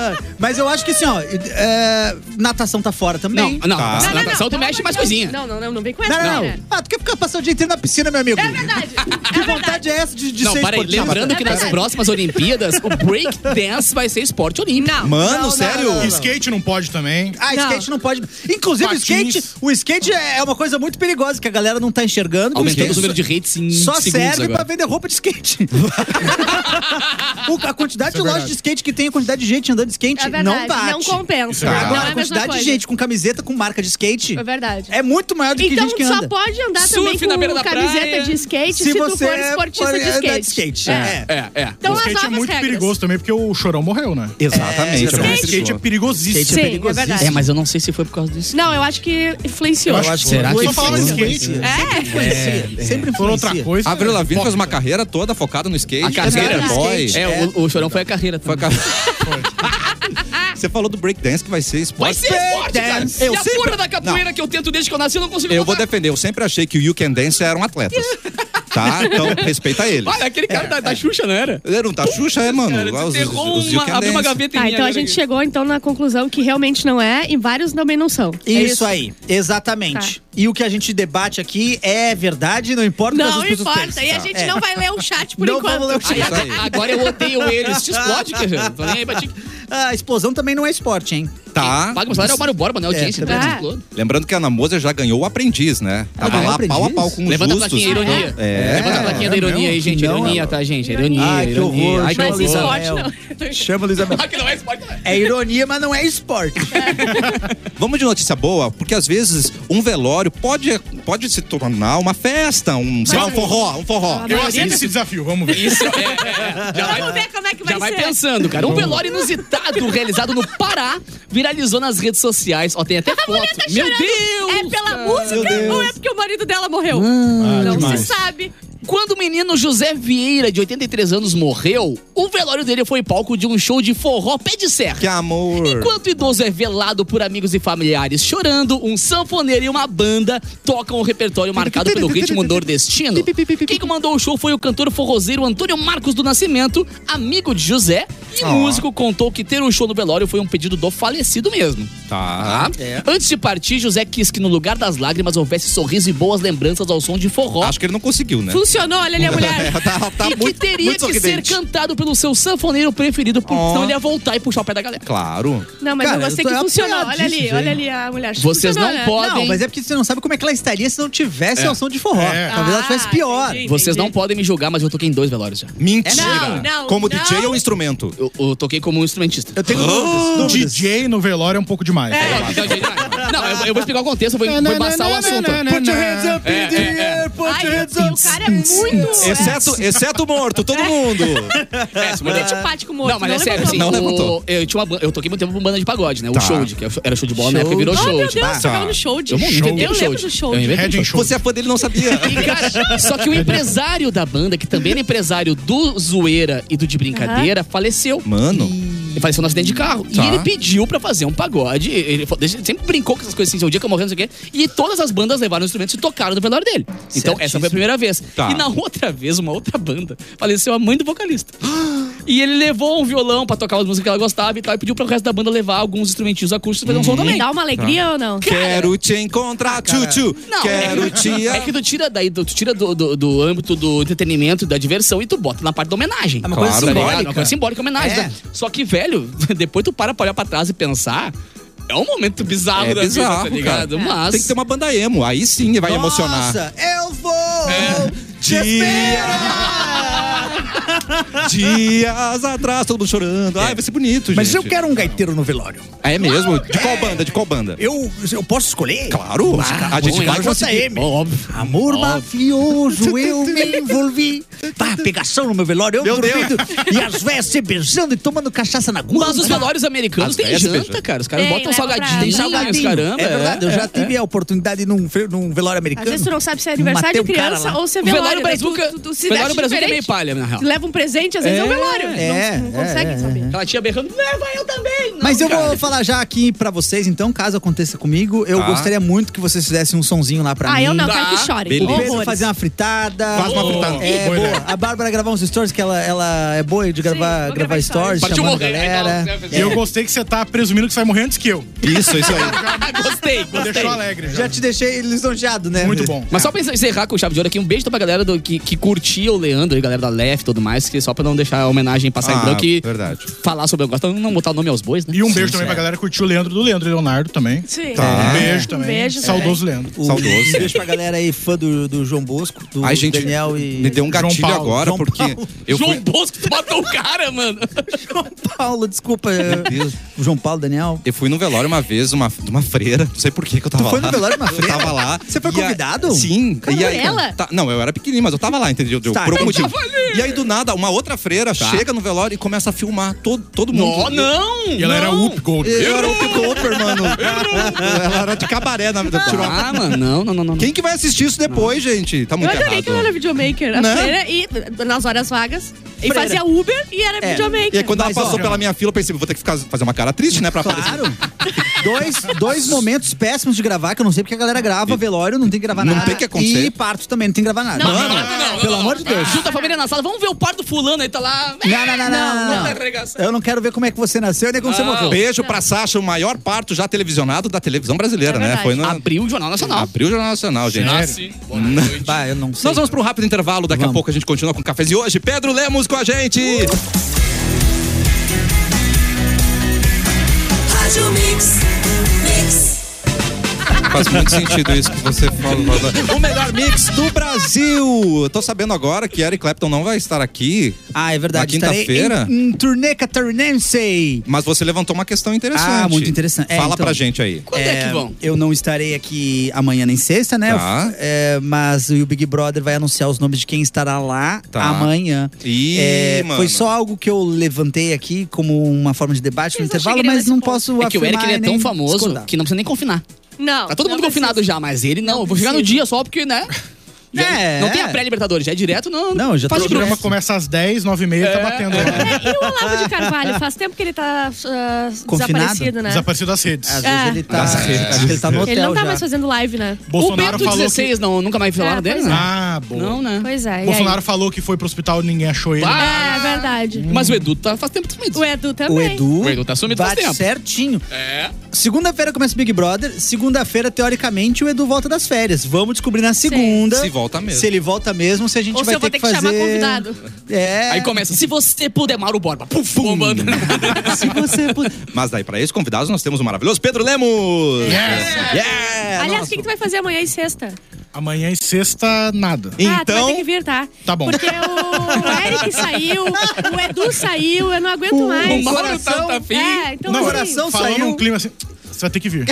[SPEAKER 2] Ah, Mas eu acho que assim, ó, é, natação tá fora
[SPEAKER 5] Não,
[SPEAKER 2] também.
[SPEAKER 5] não.
[SPEAKER 4] Não,
[SPEAKER 5] Na
[SPEAKER 4] não,
[SPEAKER 5] natação
[SPEAKER 4] não,
[SPEAKER 5] tu
[SPEAKER 4] não,
[SPEAKER 5] mexe
[SPEAKER 4] não,
[SPEAKER 5] mais
[SPEAKER 4] não.
[SPEAKER 5] coisinha.
[SPEAKER 4] Não, não, não, não vem com
[SPEAKER 2] Não,
[SPEAKER 4] essa,
[SPEAKER 2] não,
[SPEAKER 4] né?
[SPEAKER 2] não. Ah, tu quer ficar passando o dia inteiro na piscina, meu amigo?
[SPEAKER 4] É verdade.
[SPEAKER 2] Que
[SPEAKER 4] É verdade.
[SPEAKER 2] vontade é essa de, de
[SPEAKER 5] Não,
[SPEAKER 2] ser
[SPEAKER 5] para aí.
[SPEAKER 2] esportista?
[SPEAKER 5] Lembrando que
[SPEAKER 4] É
[SPEAKER 5] nas
[SPEAKER 4] verdade.
[SPEAKER 5] próximas Olimpíadas, o break dance vai ser esporte olímpico.
[SPEAKER 4] Não.
[SPEAKER 1] Mano, sério?
[SPEAKER 3] Skate não pode também.
[SPEAKER 2] Ah,
[SPEAKER 4] Não.
[SPEAKER 2] skate não pode. Inclusive, o
[SPEAKER 3] Patins.
[SPEAKER 2] skate, o skate é uma coisa muito perigosa que a galera não tá enxergando. que o
[SPEAKER 5] Aumentando o
[SPEAKER 2] skate
[SPEAKER 5] número
[SPEAKER 2] só-
[SPEAKER 5] de hits em
[SPEAKER 2] Só
[SPEAKER 5] segundos
[SPEAKER 2] serve
[SPEAKER 5] agora.
[SPEAKER 2] pra vender roupa de skate. O- a quantidade
[SPEAKER 3] Isso é
[SPEAKER 2] de lojas
[SPEAKER 3] verdade.
[SPEAKER 2] de skate que tem, a quantidade de gente andando de skate,
[SPEAKER 4] É verdade.
[SPEAKER 2] não bate.
[SPEAKER 4] Não compensa.
[SPEAKER 3] Isso é
[SPEAKER 4] Não,
[SPEAKER 2] Agora,
[SPEAKER 3] verdade.
[SPEAKER 2] a
[SPEAKER 4] é a mesma
[SPEAKER 2] quantidade de
[SPEAKER 4] coisa.
[SPEAKER 2] gente com camiseta com marca de skate
[SPEAKER 4] É verdade.
[SPEAKER 2] é muito maior do que
[SPEAKER 4] Então
[SPEAKER 2] gente que
[SPEAKER 4] só
[SPEAKER 2] anda.
[SPEAKER 4] pode andar
[SPEAKER 5] Surf
[SPEAKER 4] também
[SPEAKER 5] na beira da
[SPEAKER 4] com camiseta
[SPEAKER 5] praia.
[SPEAKER 4] de skate se, tu for esportista
[SPEAKER 2] for
[SPEAKER 4] de
[SPEAKER 2] andar
[SPEAKER 4] skate.
[SPEAKER 2] skate, é.
[SPEAKER 5] É, é.
[SPEAKER 4] Então
[SPEAKER 3] o
[SPEAKER 4] as
[SPEAKER 3] skate é
[SPEAKER 4] novas
[SPEAKER 3] muito
[SPEAKER 4] regras.
[SPEAKER 3] perigoso também, porque o Chorão morreu, né?
[SPEAKER 1] Exatamente.
[SPEAKER 2] skate.
[SPEAKER 1] é
[SPEAKER 3] O
[SPEAKER 1] uma
[SPEAKER 3] skate é
[SPEAKER 1] pessoa.
[SPEAKER 3] perigosíssimo.
[SPEAKER 2] Skate
[SPEAKER 4] Sim, é
[SPEAKER 2] perigosíssimo.
[SPEAKER 4] verdade.
[SPEAKER 5] É, mas eu não sei se foi por causa disso.
[SPEAKER 4] Não, eu acho que influenciou.
[SPEAKER 3] Eu acho que
[SPEAKER 5] Será
[SPEAKER 3] Eu
[SPEAKER 5] que
[SPEAKER 3] só falava de
[SPEAKER 5] foi?
[SPEAKER 3] skate.
[SPEAKER 4] É.
[SPEAKER 2] Influencia, Sempre
[SPEAKER 3] Por
[SPEAKER 2] influencia.
[SPEAKER 3] outra coisa.
[SPEAKER 1] A Avril Lavigne
[SPEAKER 3] Foca.
[SPEAKER 1] fez uma carreira toda focada no skate.
[SPEAKER 5] A carreira.
[SPEAKER 1] Skater boy.
[SPEAKER 5] É, o, o Chorão foi a carreira.
[SPEAKER 1] Foi a
[SPEAKER 5] também.
[SPEAKER 1] carreira. Você falou do breakdance que vai ser esporte.
[SPEAKER 5] Vai ser esporte, cara.
[SPEAKER 2] Breakdance. Eu
[SPEAKER 5] e a
[SPEAKER 2] sempre-
[SPEAKER 5] porra da capoeira que eu tento desde que eu nasci, eu não consigo
[SPEAKER 1] Eu vou
[SPEAKER 5] botar.
[SPEAKER 1] defender. Eu sempre achei que o You Can Dance eram atletas. Tá? Então, respeita eles.
[SPEAKER 5] Olha, aquele cara da, da Xuxa, não era?
[SPEAKER 1] Ele não tá Xuxa, é, mano?
[SPEAKER 5] Cara,
[SPEAKER 1] Lá os, os,
[SPEAKER 5] desenterrou
[SPEAKER 1] os You
[SPEAKER 5] uma,
[SPEAKER 1] Can
[SPEAKER 5] abriu uma
[SPEAKER 1] Dance.
[SPEAKER 5] gaveta em
[SPEAKER 4] Tá,
[SPEAKER 5] mim
[SPEAKER 4] então a
[SPEAKER 5] agora.
[SPEAKER 4] gente chegou então na conclusão que realmente não é e vários também não são. É
[SPEAKER 2] Isso, aí, exatamente.
[SPEAKER 4] Tá.
[SPEAKER 2] E o que a gente debate aqui é verdade, não importa o que
[SPEAKER 4] Não
[SPEAKER 2] as pessoas
[SPEAKER 4] importa,
[SPEAKER 2] pensam.
[SPEAKER 4] e a gente
[SPEAKER 2] É.
[SPEAKER 4] não vai ler o chat por
[SPEAKER 2] Não
[SPEAKER 4] enquanto.
[SPEAKER 2] vamos ler o chat.
[SPEAKER 5] Aí,
[SPEAKER 1] Isso aí.
[SPEAKER 5] Agora eu odeio eles. Te explode, quer Tô nem aí pra ti.
[SPEAKER 2] A explosão também não é esporte, hein?
[SPEAKER 1] Tá.
[SPEAKER 5] Paga o salário é o Mário Borba, né? Audiência.
[SPEAKER 4] também.
[SPEAKER 5] né? Explode.
[SPEAKER 1] Lembrando que a Ana Moser já ganhou o aprendiz, né? Tava
[SPEAKER 2] ganhou o
[SPEAKER 1] lá
[SPEAKER 2] Aprendiz?
[SPEAKER 1] pau a pau com os
[SPEAKER 5] Ah, é Levanta a
[SPEAKER 1] justos.
[SPEAKER 5] plaquinha, ironia.
[SPEAKER 1] É.
[SPEAKER 5] Levanta a plaquinha da ironia aí, gente.
[SPEAKER 2] Não,
[SPEAKER 5] Ironia, tá, gente? Ironia,
[SPEAKER 2] Ai, que
[SPEAKER 5] ironia.
[SPEAKER 2] horror,
[SPEAKER 5] Ai, que
[SPEAKER 4] Mas
[SPEAKER 2] Não,
[SPEAKER 5] horror.
[SPEAKER 4] esporte
[SPEAKER 2] Léo.
[SPEAKER 4] não.
[SPEAKER 2] Chama Luiz
[SPEAKER 5] Ah, que não é esporte, não é.
[SPEAKER 2] É ironia, mas não é esporte.
[SPEAKER 1] Vamos de notícia boa, porque às vezes um velório pode, pode se tornar uma festa, um, sei lá, um forró, um
[SPEAKER 5] Ah,
[SPEAKER 1] forró.
[SPEAKER 3] Eu aceito esse desafio, vamos ver.
[SPEAKER 5] Isso, é, é, é. Já vai-
[SPEAKER 4] Vamos ver como é que vai
[SPEAKER 5] Já vai
[SPEAKER 4] ser.
[SPEAKER 5] pensando, cara. Um velório inusitado realizado no Pará viralizou nas redes sociais. Ó, tem até
[SPEAKER 4] A
[SPEAKER 5] foto.
[SPEAKER 4] mulher tá
[SPEAKER 5] Meu
[SPEAKER 4] chorando.
[SPEAKER 5] Deus!
[SPEAKER 4] É pela
[SPEAKER 5] cara.
[SPEAKER 4] música ou é porque o marido dela morreu? não
[SPEAKER 3] demais.
[SPEAKER 4] se sabe.
[SPEAKER 5] Quando o menino José Vieira, de 83 anos, morreu, o velório dele foi palco de um show de forró pé de serra.
[SPEAKER 1] Que amor.
[SPEAKER 5] Enquanto o idoso é velado por amigos e familiares chorando, um sanfoneiro e uma banda tocam o repertório marcado pelo ritmo nordestino. Quem comandou o show foi o cantor forrozeiro Antônio Marcos do Nascimento, amigo de José, e o
[SPEAKER 1] Ó.
[SPEAKER 5] músico contou que ter um show no velório foi um pedido do falecido mesmo.
[SPEAKER 1] Tá.
[SPEAKER 5] Tá? Antes de partir, José quis que no lugar das lágrimas houvesse sorriso e boas lembranças ao som de forró.
[SPEAKER 1] Acho que ele não conseguiu, né?
[SPEAKER 4] Funcionou, Então, olha ali a mulher.
[SPEAKER 1] Ela tá, tá
[SPEAKER 5] e
[SPEAKER 1] muito,
[SPEAKER 5] que teria
[SPEAKER 1] muito
[SPEAKER 5] que ser
[SPEAKER 1] sorridente.
[SPEAKER 5] cantado pelo seu sanfoneiro preferido, porque
[SPEAKER 1] Ó.
[SPEAKER 5] senão ele ia voltar e puxar o pé da galera.
[SPEAKER 1] Claro.
[SPEAKER 4] Não, mas
[SPEAKER 2] Cara,
[SPEAKER 4] eu gostei
[SPEAKER 2] eu tô
[SPEAKER 4] que funcionou. Olha ali,
[SPEAKER 2] apoiadíssimo,
[SPEAKER 4] olha
[SPEAKER 2] hein?
[SPEAKER 4] ali a mulher.
[SPEAKER 5] Vocês
[SPEAKER 4] Funcionou,
[SPEAKER 5] não
[SPEAKER 4] né?
[SPEAKER 5] podem-
[SPEAKER 2] Não, mas é porque você não sabe como é que ela estaria se não tivesse a ação de forró.
[SPEAKER 3] É.
[SPEAKER 2] Talvez ela
[SPEAKER 4] Ah,
[SPEAKER 2] tivesse pior.
[SPEAKER 4] entendi.
[SPEAKER 5] Vocês não podem me julgar, mas eu toquei em dois velórios já.
[SPEAKER 1] Mentira.
[SPEAKER 4] Não, não,
[SPEAKER 1] Como
[SPEAKER 4] não.
[SPEAKER 1] DJ ou um instrumento?
[SPEAKER 5] Eu, eu toquei como um instrumentista.
[SPEAKER 2] um- Eu tenho dúvidas, dúvidas.
[SPEAKER 3] DJ no velório é um pouco demais.
[SPEAKER 5] É, então, gente, vai. Não, eu, eu vou explicar o contexto, eu vou, vou embaçar o assunto.
[SPEAKER 3] Put your hands up
[SPEAKER 5] É, é, é.
[SPEAKER 4] Ai, e o cara é muito.
[SPEAKER 1] Exceto, exceto o morto,
[SPEAKER 5] É.
[SPEAKER 1] todo mundo.
[SPEAKER 4] Muito antipático, morto.
[SPEAKER 5] Não, mas é sério, assim,
[SPEAKER 4] levantou.
[SPEAKER 1] Não
[SPEAKER 5] o-
[SPEAKER 1] levantou.
[SPEAKER 5] eu, tinha uma, ban- eu toquei muito tempo com banda de pagode, né?
[SPEAKER 1] Tá.
[SPEAKER 5] O show que era show de bola, na época virou
[SPEAKER 4] Oh,
[SPEAKER 5] show.
[SPEAKER 4] meu Deus,
[SPEAKER 1] Tá.
[SPEAKER 4] tocava no show de.
[SPEAKER 5] Eu inventei
[SPEAKER 4] Eu
[SPEAKER 5] o show.
[SPEAKER 4] lembro do show.
[SPEAKER 5] Eu inventei
[SPEAKER 3] Head and shoulders.
[SPEAKER 1] Você é fã dele não sabia.
[SPEAKER 5] E, cara, só que o empresário da banda, que também era empresário do Zoeira e do De Brincadeira, faleceu.
[SPEAKER 1] Mano.
[SPEAKER 5] Ele faleceu num acidente de carro.
[SPEAKER 1] Tá.
[SPEAKER 5] E ele pediu pra fazer um pagode. Ele, fa- ele sempre brincou com essas coisas assim, um dia que eu morrer, não sei o quê. E todas as bandas levaram os instrumentos e tocaram no velório dele. Então, essa foi a primeira vez.
[SPEAKER 1] Tá.
[SPEAKER 5] E na outra vez, uma outra banda, faleceu a mãe do vocalista. E ele levou um violão pra tocar as músicas que ela gostava e tal. E pediu pro resto da banda levar alguns instrumentinhos acústicos pra fazer um
[SPEAKER 1] Uhum.
[SPEAKER 5] som também.
[SPEAKER 4] Dá uma alegria ou não?
[SPEAKER 1] Quero te encontrar, tchutchu.
[SPEAKER 5] Não,
[SPEAKER 1] Quero
[SPEAKER 5] é que,
[SPEAKER 1] te.
[SPEAKER 5] é que tu tira daí, tu tu tira do, do, do âmbito do entretenimento, da diversão e tu bota na parte da homenagem. É
[SPEAKER 1] uma coisa simbólica.
[SPEAKER 5] Uma coisa simbólica, homenagem.
[SPEAKER 2] É.
[SPEAKER 5] né? Só que, velho, depois tu para pra olhar pra trás e pensar, é um momento bizarro
[SPEAKER 1] É
[SPEAKER 5] da
[SPEAKER 1] bizarro,
[SPEAKER 5] vida, tá ligado?
[SPEAKER 1] cara. É.
[SPEAKER 5] Mas...
[SPEAKER 1] Tem que ter uma banda emo, aí sim vai emocionar. É.
[SPEAKER 2] Nossa, eu vou!
[SPEAKER 10] É.
[SPEAKER 1] Dia... Dias atrás, todo mundo chorando. Ai, vai ser bonito,
[SPEAKER 10] Mas
[SPEAKER 1] gente.
[SPEAKER 10] eu quero um gaiteiro no velório.
[SPEAKER 1] É mesmo? De qual banda? De qual banda?
[SPEAKER 10] Eu, eu posso escolher?
[SPEAKER 1] Claro!
[SPEAKER 5] Ah,
[SPEAKER 1] ah, a gente
[SPEAKER 10] bom,
[SPEAKER 1] vai
[SPEAKER 10] eu
[SPEAKER 1] conseguir.
[SPEAKER 10] JM.
[SPEAKER 5] Óbvio.
[SPEAKER 10] Amor mafioso, eu me envolvi. Pá, pegação no meu velório, eu dormindo. E as velhas se beijando e tomando cachaça na guarda.
[SPEAKER 5] Mas os velórios americanos
[SPEAKER 1] As
[SPEAKER 5] têm
[SPEAKER 1] velhas beijam.
[SPEAKER 5] janta, cara. Os caras
[SPEAKER 4] Tem,
[SPEAKER 5] botam
[SPEAKER 4] leva pra- Tem
[SPEAKER 5] salgadinhos,
[SPEAKER 2] né? salgadinho.
[SPEAKER 5] caramba.
[SPEAKER 10] É verdade, eu já tive a oportunidade num, fe- num velório
[SPEAKER 4] Às
[SPEAKER 10] americano.
[SPEAKER 4] vezes tu não sabe se é aniversário
[SPEAKER 10] Matei
[SPEAKER 4] de
[SPEAKER 10] um cara
[SPEAKER 4] criança
[SPEAKER 10] lá.
[SPEAKER 4] ou se é
[SPEAKER 5] O
[SPEAKER 4] velório.
[SPEAKER 5] velório
[SPEAKER 4] daí tu-
[SPEAKER 5] brazuca-
[SPEAKER 4] tu- tu se
[SPEAKER 5] o velório
[SPEAKER 4] veste
[SPEAKER 5] brazuca é
[SPEAKER 4] diferente.
[SPEAKER 5] meio palha, na real.
[SPEAKER 4] Leva um presente, às vezes é, um velório.
[SPEAKER 2] é,
[SPEAKER 4] não, não
[SPEAKER 2] é,
[SPEAKER 4] consegue
[SPEAKER 2] é,
[SPEAKER 4] saber.
[SPEAKER 5] Ela tinha berrando, leva eu também. Não,
[SPEAKER 2] Mas eu
[SPEAKER 5] cara.
[SPEAKER 2] vou falar já aqui pra vocês, então, caso aconteça comigo, eu
[SPEAKER 1] Tá.
[SPEAKER 2] gostaria muito que vocês fizessem um sonzinho lá pra
[SPEAKER 4] Ah,
[SPEAKER 2] mim.
[SPEAKER 4] eu não,
[SPEAKER 5] Tá.
[SPEAKER 4] quero que chore.
[SPEAKER 1] Beleza.
[SPEAKER 2] O Pedro
[SPEAKER 4] Horrores.
[SPEAKER 2] fazer uma fritada.
[SPEAKER 1] Faz uma fritada.
[SPEAKER 2] É,
[SPEAKER 3] Boa
[SPEAKER 2] boa.
[SPEAKER 3] ideia.
[SPEAKER 2] A Bárbara gravar uns stories, que ela, ela é boa de gravar,
[SPEAKER 4] vou
[SPEAKER 2] gravar
[SPEAKER 4] gravar stories.
[SPEAKER 2] stories,
[SPEAKER 5] Partiu
[SPEAKER 2] chamando a
[SPEAKER 5] morrer.
[SPEAKER 2] galera.
[SPEAKER 1] né?
[SPEAKER 5] legal. né?
[SPEAKER 3] E eu gostei que você tá presumindo que você vai morrer antes que eu.
[SPEAKER 1] Isso, isso aí.
[SPEAKER 5] Ah, Gostei, gostei.
[SPEAKER 3] Deixou alegre já.
[SPEAKER 2] Já te deixei lisonjeado, né?
[SPEAKER 3] Muito bom.
[SPEAKER 5] Mas só pra encerrar com chave de ouro aqui, um beijo pra galera do, que, que curtia o Leandro e galera da Lef e tudo mais, que só pra não deixar a homenagem passar em
[SPEAKER 1] Ah,
[SPEAKER 5] branco e
[SPEAKER 1] verdade.
[SPEAKER 5] falar sobre o negócio, pra não botar o nome aos bois, né?
[SPEAKER 3] E um beijo também pra galera que curtiu o Leandro do Leandro e Leonardo também.
[SPEAKER 4] Sim.
[SPEAKER 3] Um beijo também.
[SPEAKER 4] beijo
[SPEAKER 3] Saudoso Leandro.
[SPEAKER 2] O,
[SPEAKER 1] Saudoso.
[SPEAKER 2] Um beijo pra galera aí, fã do, do João Bosco, do
[SPEAKER 1] Ai, gente,
[SPEAKER 2] Daniel
[SPEAKER 1] me
[SPEAKER 2] e
[SPEAKER 1] deu um
[SPEAKER 3] João
[SPEAKER 1] gatilho
[SPEAKER 3] Paulo,
[SPEAKER 1] agora,
[SPEAKER 2] João
[SPEAKER 1] porque
[SPEAKER 2] Paulo.
[SPEAKER 1] eu
[SPEAKER 5] João
[SPEAKER 1] fui,
[SPEAKER 5] Bosco, tu matou o cara, mano.
[SPEAKER 2] Paulo, desculpa.
[SPEAKER 1] um Deus.
[SPEAKER 2] o João Paulo, Daniel.
[SPEAKER 1] eu fui no velório uma vez, uma, de uma freira, não sei por que que eu tava
[SPEAKER 2] Tu foi
[SPEAKER 1] lá.
[SPEAKER 2] no velório de uma
[SPEAKER 1] Eu
[SPEAKER 2] freira?
[SPEAKER 1] tava lá.
[SPEAKER 2] Você foi
[SPEAKER 1] e a-
[SPEAKER 2] convidado?
[SPEAKER 1] Sim. e aí,
[SPEAKER 4] ela?
[SPEAKER 1] tá- não, eu era pequenininho, mas eu tava lá, entendeu? Eu-
[SPEAKER 2] Tá.
[SPEAKER 1] por algum
[SPEAKER 2] Eu
[SPEAKER 1] motivo. E aí, do nada, uma outra freira
[SPEAKER 2] Tá.
[SPEAKER 1] chega no velório e começa a filmar todo, todo mundo.
[SPEAKER 5] Não, não!
[SPEAKER 3] E ela era Whoop Gold.
[SPEAKER 1] Eu era o Picoper, mano. Ela era de cabaré, na verdade. Tirou uma-
[SPEAKER 5] Ah, mano, não, não, não, não.
[SPEAKER 1] Quem que vai assistir isso depois, gente? Tá
[SPEAKER 4] Eu
[SPEAKER 1] muito
[SPEAKER 4] adorei
[SPEAKER 1] errado.
[SPEAKER 4] que eu era videomaker. A
[SPEAKER 1] Né?
[SPEAKER 4] freira e nas horas vagas. E fazia Uber e era videomaker.
[SPEAKER 1] E aí, quando ela
[SPEAKER 2] Mas,
[SPEAKER 1] passou
[SPEAKER 2] ó,
[SPEAKER 1] pela minha fila, eu pensei, vou ter que ficar, fazer uma cara triste, né? Pra aparecer.
[SPEAKER 2] Claro. dois, dois momentos péssimos de gravar, que eu não sei porque a galera grava velório, não tem que gravar
[SPEAKER 1] Não
[SPEAKER 2] nada.
[SPEAKER 1] tem que acontecer.
[SPEAKER 2] E parto também, Ah, não Ah. tem que gravar nada.
[SPEAKER 4] Não,
[SPEAKER 2] Mano, pelo amor de Deus.
[SPEAKER 5] Junta a família na sala, vamos ver o par do fulano aí, tá lá.
[SPEAKER 2] Não, não, não, não, não.
[SPEAKER 5] tá arregaçando.
[SPEAKER 2] Eu não quero ver como é que você nasceu nem como
[SPEAKER 4] Ah,
[SPEAKER 2] você morreu.
[SPEAKER 1] Beijo pra Sasha, o maior parto já televisionado da televisão brasileira,
[SPEAKER 4] É
[SPEAKER 1] né?
[SPEAKER 4] verdade.
[SPEAKER 1] Foi no...
[SPEAKER 5] Abriu o Jornal Nacional.
[SPEAKER 1] Abriu o Jornal Nacional, gente.
[SPEAKER 5] Nasce. Boa noite.
[SPEAKER 2] Vai, eu não sei.
[SPEAKER 1] Nós vamos para um rápido intervalo, daqui a pouco a gente continua com o cafezinho hoje. Pedro Lemos com a gente!
[SPEAKER 11] Rádio Mix, Mix.
[SPEAKER 1] Faz muito sentido isso que você fala. Valdão. O melhor mix do Brasil! Eu Tô sabendo agora que Eric Clapton não vai estar aqui,
[SPEAKER 2] Ah, é verdade.
[SPEAKER 1] Na
[SPEAKER 2] estarei
[SPEAKER 1] quinta-feira?
[SPEAKER 2] Em, em turnê catarinense.
[SPEAKER 1] mas você levantou uma questão interessante.
[SPEAKER 2] Ah, muito interessante. É,
[SPEAKER 1] Fala
[SPEAKER 2] então.
[SPEAKER 1] pra gente aí.
[SPEAKER 5] Quando é, que vão?
[SPEAKER 2] Eu não estarei aqui amanhã nem sexta, né?
[SPEAKER 1] Tá.
[SPEAKER 2] Eu- é, mas o Big Brother vai anunciar os nomes de quem estará lá
[SPEAKER 1] Tá.
[SPEAKER 2] amanhã.
[SPEAKER 1] Ih,
[SPEAKER 2] É,
[SPEAKER 1] mano.
[SPEAKER 2] Foi só algo que eu levantei aqui como uma forma de debate no
[SPEAKER 4] Eles não
[SPEAKER 2] intervalo,
[SPEAKER 4] chegariam
[SPEAKER 2] mas não
[SPEAKER 4] nesse ponto.
[SPEAKER 2] posso
[SPEAKER 5] É que o Eric ele
[SPEAKER 2] afirmar
[SPEAKER 5] é
[SPEAKER 2] e nem
[SPEAKER 5] tão famoso
[SPEAKER 2] discordar.
[SPEAKER 5] que não precisa nem confinar.
[SPEAKER 4] Não.
[SPEAKER 5] Tá todo
[SPEAKER 4] não
[SPEAKER 5] mundo
[SPEAKER 4] precisa.
[SPEAKER 5] confinado já, mas ele não.
[SPEAKER 4] Não
[SPEAKER 5] eu vou chegar no
[SPEAKER 4] precisa.
[SPEAKER 5] dia só porque, né? Já-
[SPEAKER 2] É.
[SPEAKER 5] Não tem a pré-Libertadores, já é direto, não.
[SPEAKER 2] Não, já
[SPEAKER 5] faz
[SPEAKER 2] tô
[SPEAKER 3] O
[SPEAKER 5] de grupo.
[SPEAKER 3] programa começa às 10, 9 e meia, tá batendo lá.
[SPEAKER 4] É, e o Olavo de Carvalho? Faz tempo que ele tá ah,
[SPEAKER 2] Confinado?
[SPEAKER 4] desaparecido, né?
[SPEAKER 3] Desapareceu das redes.
[SPEAKER 2] Às vezes
[SPEAKER 4] É.
[SPEAKER 2] ele tá, acho que ele tá no hotel
[SPEAKER 4] Ele não tá
[SPEAKER 2] já.
[SPEAKER 4] mais fazendo live, né?
[SPEAKER 5] O
[SPEAKER 3] Bolsonaro
[SPEAKER 5] Bento
[SPEAKER 3] falou
[SPEAKER 5] 16, não, nunca mais falaram
[SPEAKER 4] É,
[SPEAKER 5] dele,
[SPEAKER 4] pois
[SPEAKER 5] é né?
[SPEAKER 4] é.
[SPEAKER 3] Ah, boa.
[SPEAKER 5] Não, né?
[SPEAKER 4] Pois é. e aí?
[SPEAKER 3] Bolsonaro falou que foi pro hospital e ninguém achou ele.
[SPEAKER 5] Ah!
[SPEAKER 4] É, verdade.
[SPEAKER 5] Mas o Edu tá faz tempo sumido.
[SPEAKER 4] O Edu também.
[SPEAKER 2] O Edu,
[SPEAKER 5] O Edu tá sumido faz
[SPEAKER 2] bate
[SPEAKER 5] tempo.
[SPEAKER 2] certinho.
[SPEAKER 5] É.
[SPEAKER 2] Segunda-feira começa o Big Brother. Segunda-feira, teoricamente, o Edu volta das férias. Vamos descobrir na segunda.
[SPEAKER 1] Se volta mesmo.
[SPEAKER 2] Se ele volta mesmo, se a gente
[SPEAKER 4] Ou se
[SPEAKER 2] vai
[SPEAKER 4] eu vou ter que,
[SPEAKER 2] fazer...
[SPEAKER 4] chamar convidado.
[SPEAKER 2] É.
[SPEAKER 5] Aí começa, se você puder, Mauro Borba. Puf, bombando.
[SPEAKER 2] se você... pu-
[SPEAKER 1] Mas daí, pra esses convidados, nós temos o maravilhoso Pedro Lemos!
[SPEAKER 5] É,
[SPEAKER 1] Yeah!
[SPEAKER 4] Aliás, o que, que tu vai fazer amanhã e sexta?
[SPEAKER 3] Amanhã e sexta, nada.
[SPEAKER 4] Ah, tu vai ter
[SPEAKER 1] Então,
[SPEAKER 4] que vir, tá?
[SPEAKER 3] Tá bom.
[SPEAKER 4] Porque o Eric saiu, o Edu saiu, eu não aguento
[SPEAKER 5] O
[SPEAKER 4] mais.
[SPEAKER 5] Mauro tá, tá afim.
[SPEAKER 4] É, então
[SPEAKER 2] Não,
[SPEAKER 4] assim,
[SPEAKER 2] coração
[SPEAKER 3] Falou
[SPEAKER 2] saiu.
[SPEAKER 3] num clima assim. Você vai ter que vir.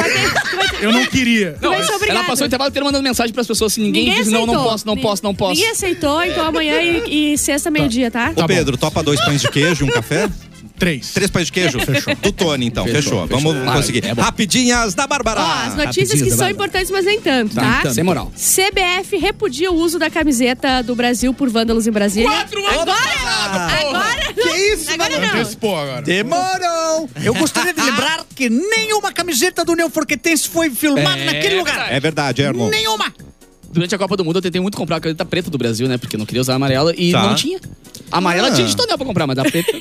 [SPEAKER 3] Eu não queria.
[SPEAKER 4] Não, mas
[SPEAKER 5] Ela
[SPEAKER 4] obrigada.
[SPEAKER 5] passou o intervalo inteiro mandando mensagem pras pessoas assim, ninguém, diz não, não
[SPEAKER 4] aceitou.
[SPEAKER 5] posso, não
[SPEAKER 4] Ninguém-
[SPEAKER 5] posso, não posso.
[SPEAKER 4] Ninguém aceitou, então amanhã e, e sexta, meio-dia, tá?
[SPEAKER 1] Ô, Pedro, topa dois pães de queijo e um café?
[SPEAKER 3] Três.
[SPEAKER 1] Três pães de queijo? Fechou. Do Tony, então. Fechou. Vamos conseguir. Rapidinhas da Bárbara.
[SPEAKER 4] Ó, as notícias que são importantes, mas nem tanto, tá?
[SPEAKER 5] Sem moral.
[SPEAKER 4] CBF repudia o uso da camiseta do Brasil por vândalos em Brasília.
[SPEAKER 5] Quatro anos
[SPEAKER 4] agora,
[SPEAKER 5] atrasado, porra!
[SPEAKER 4] agora, que
[SPEAKER 2] isso,
[SPEAKER 4] agora não.
[SPEAKER 3] Antecipou agora.
[SPEAKER 2] Demorou! Eu gostaria
[SPEAKER 5] Ah!
[SPEAKER 2] de lembrar que nenhuma camiseta do Neoforquetense foi filmada
[SPEAKER 5] É
[SPEAKER 2] naquele lugar.
[SPEAKER 1] É verdade, Erlon.
[SPEAKER 2] Nenhuma!
[SPEAKER 5] Durante a Copa do Mundo eu tentei muito comprar a caneta preta do Brasil, né? Porque eu não queria usar a amarela e
[SPEAKER 1] Tá.
[SPEAKER 5] não tinha. A amarela
[SPEAKER 1] Ah.
[SPEAKER 5] tinha de tonel pra comprar, mas a preta.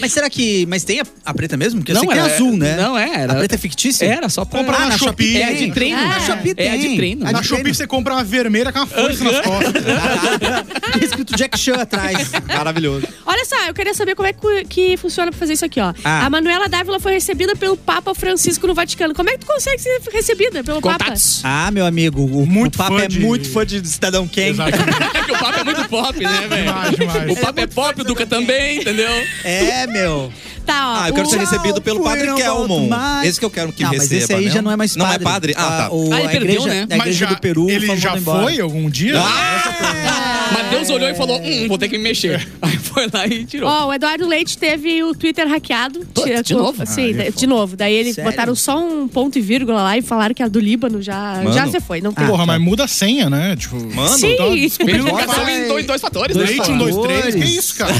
[SPEAKER 2] Mas será que. Mas tem a, a preta mesmo? Porque eu
[SPEAKER 5] não
[SPEAKER 2] sei que é
[SPEAKER 5] era-
[SPEAKER 2] azul, né?
[SPEAKER 5] Não, é, era.
[SPEAKER 2] A preta é fictícia?
[SPEAKER 5] Era só pra
[SPEAKER 3] Comprar
[SPEAKER 5] Ah,
[SPEAKER 3] na Shopee.
[SPEAKER 5] É a de treino.
[SPEAKER 4] Ah. Na
[SPEAKER 2] Shopee
[SPEAKER 5] é a de
[SPEAKER 2] tem.
[SPEAKER 5] treino.
[SPEAKER 3] Na Shopee você compra uma vermelha com uma força nas costas.
[SPEAKER 2] Tem Tá escrito Jack Chan atrás.
[SPEAKER 1] Maravilhoso.
[SPEAKER 4] Olha só, eu queria saber como é que, que funciona pra fazer isso aqui, ó.
[SPEAKER 2] Ah.
[SPEAKER 4] A Manuela Dávila foi recebida pelo Papa Francisco no Vaticano. Como é que tu consegue ser recebida pelo
[SPEAKER 5] Contatos.
[SPEAKER 2] Ah, meu amigo, o,
[SPEAKER 3] Muito
[SPEAKER 2] o Papa
[SPEAKER 3] fã
[SPEAKER 2] é
[SPEAKER 3] de-
[SPEAKER 2] muito fã de Cidadão Kane.
[SPEAKER 3] Exatamente.
[SPEAKER 5] É que o papo é muito pop, né,
[SPEAKER 3] Demais,
[SPEAKER 5] velho?
[SPEAKER 3] demais.
[SPEAKER 5] O papo é pop, o Duca também, entendeu?
[SPEAKER 2] É, meu.
[SPEAKER 4] Papa? Tá, ó.
[SPEAKER 1] Ah, eu quero
[SPEAKER 4] o-
[SPEAKER 1] ser recebido pelo
[SPEAKER 2] Fui,
[SPEAKER 1] Padre
[SPEAKER 2] não
[SPEAKER 1] Kelmon.
[SPEAKER 2] volto mais.
[SPEAKER 1] Esse que eu quero que
[SPEAKER 2] não,
[SPEAKER 1] receba.
[SPEAKER 2] mas esse aí
[SPEAKER 1] né?
[SPEAKER 2] já não é mais
[SPEAKER 1] Não é padre?
[SPEAKER 2] padre.
[SPEAKER 1] Ah, tá.
[SPEAKER 2] o,
[SPEAKER 5] Ah, ele
[SPEAKER 2] a
[SPEAKER 5] perdeu, né?
[SPEAKER 2] igreja, A igreja do Peru
[SPEAKER 3] ele
[SPEAKER 2] falou,
[SPEAKER 3] já
[SPEAKER 2] "Vamos embora."
[SPEAKER 3] foi algum dia?
[SPEAKER 5] Mas Deus olhou e falou: hum, vou ter que me
[SPEAKER 3] É.
[SPEAKER 5] mexer. Aí foi lá e tirou.
[SPEAKER 4] Ó, o Eduardo Leite teve o Twitter hackeado.
[SPEAKER 5] Putz,
[SPEAKER 4] Tira-
[SPEAKER 5] de novo?
[SPEAKER 4] Sim, da- de novo. Daí eles
[SPEAKER 2] Sério?
[SPEAKER 4] botaram só um ponto e vírgula lá e falaram que a do Líbano já,
[SPEAKER 1] Mano.
[SPEAKER 4] já se foi. Não tem.
[SPEAKER 3] Porra, mas muda a senha, né? Tipo,
[SPEAKER 1] Mano,
[SPEAKER 4] Sim.
[SPEAKER 3] tá descobrindo uma
[SPEAKER 5] Verificação em dois, dois fatores, né?
[SPEAKER 3] Leite, um, dois, três. Que isso, cara?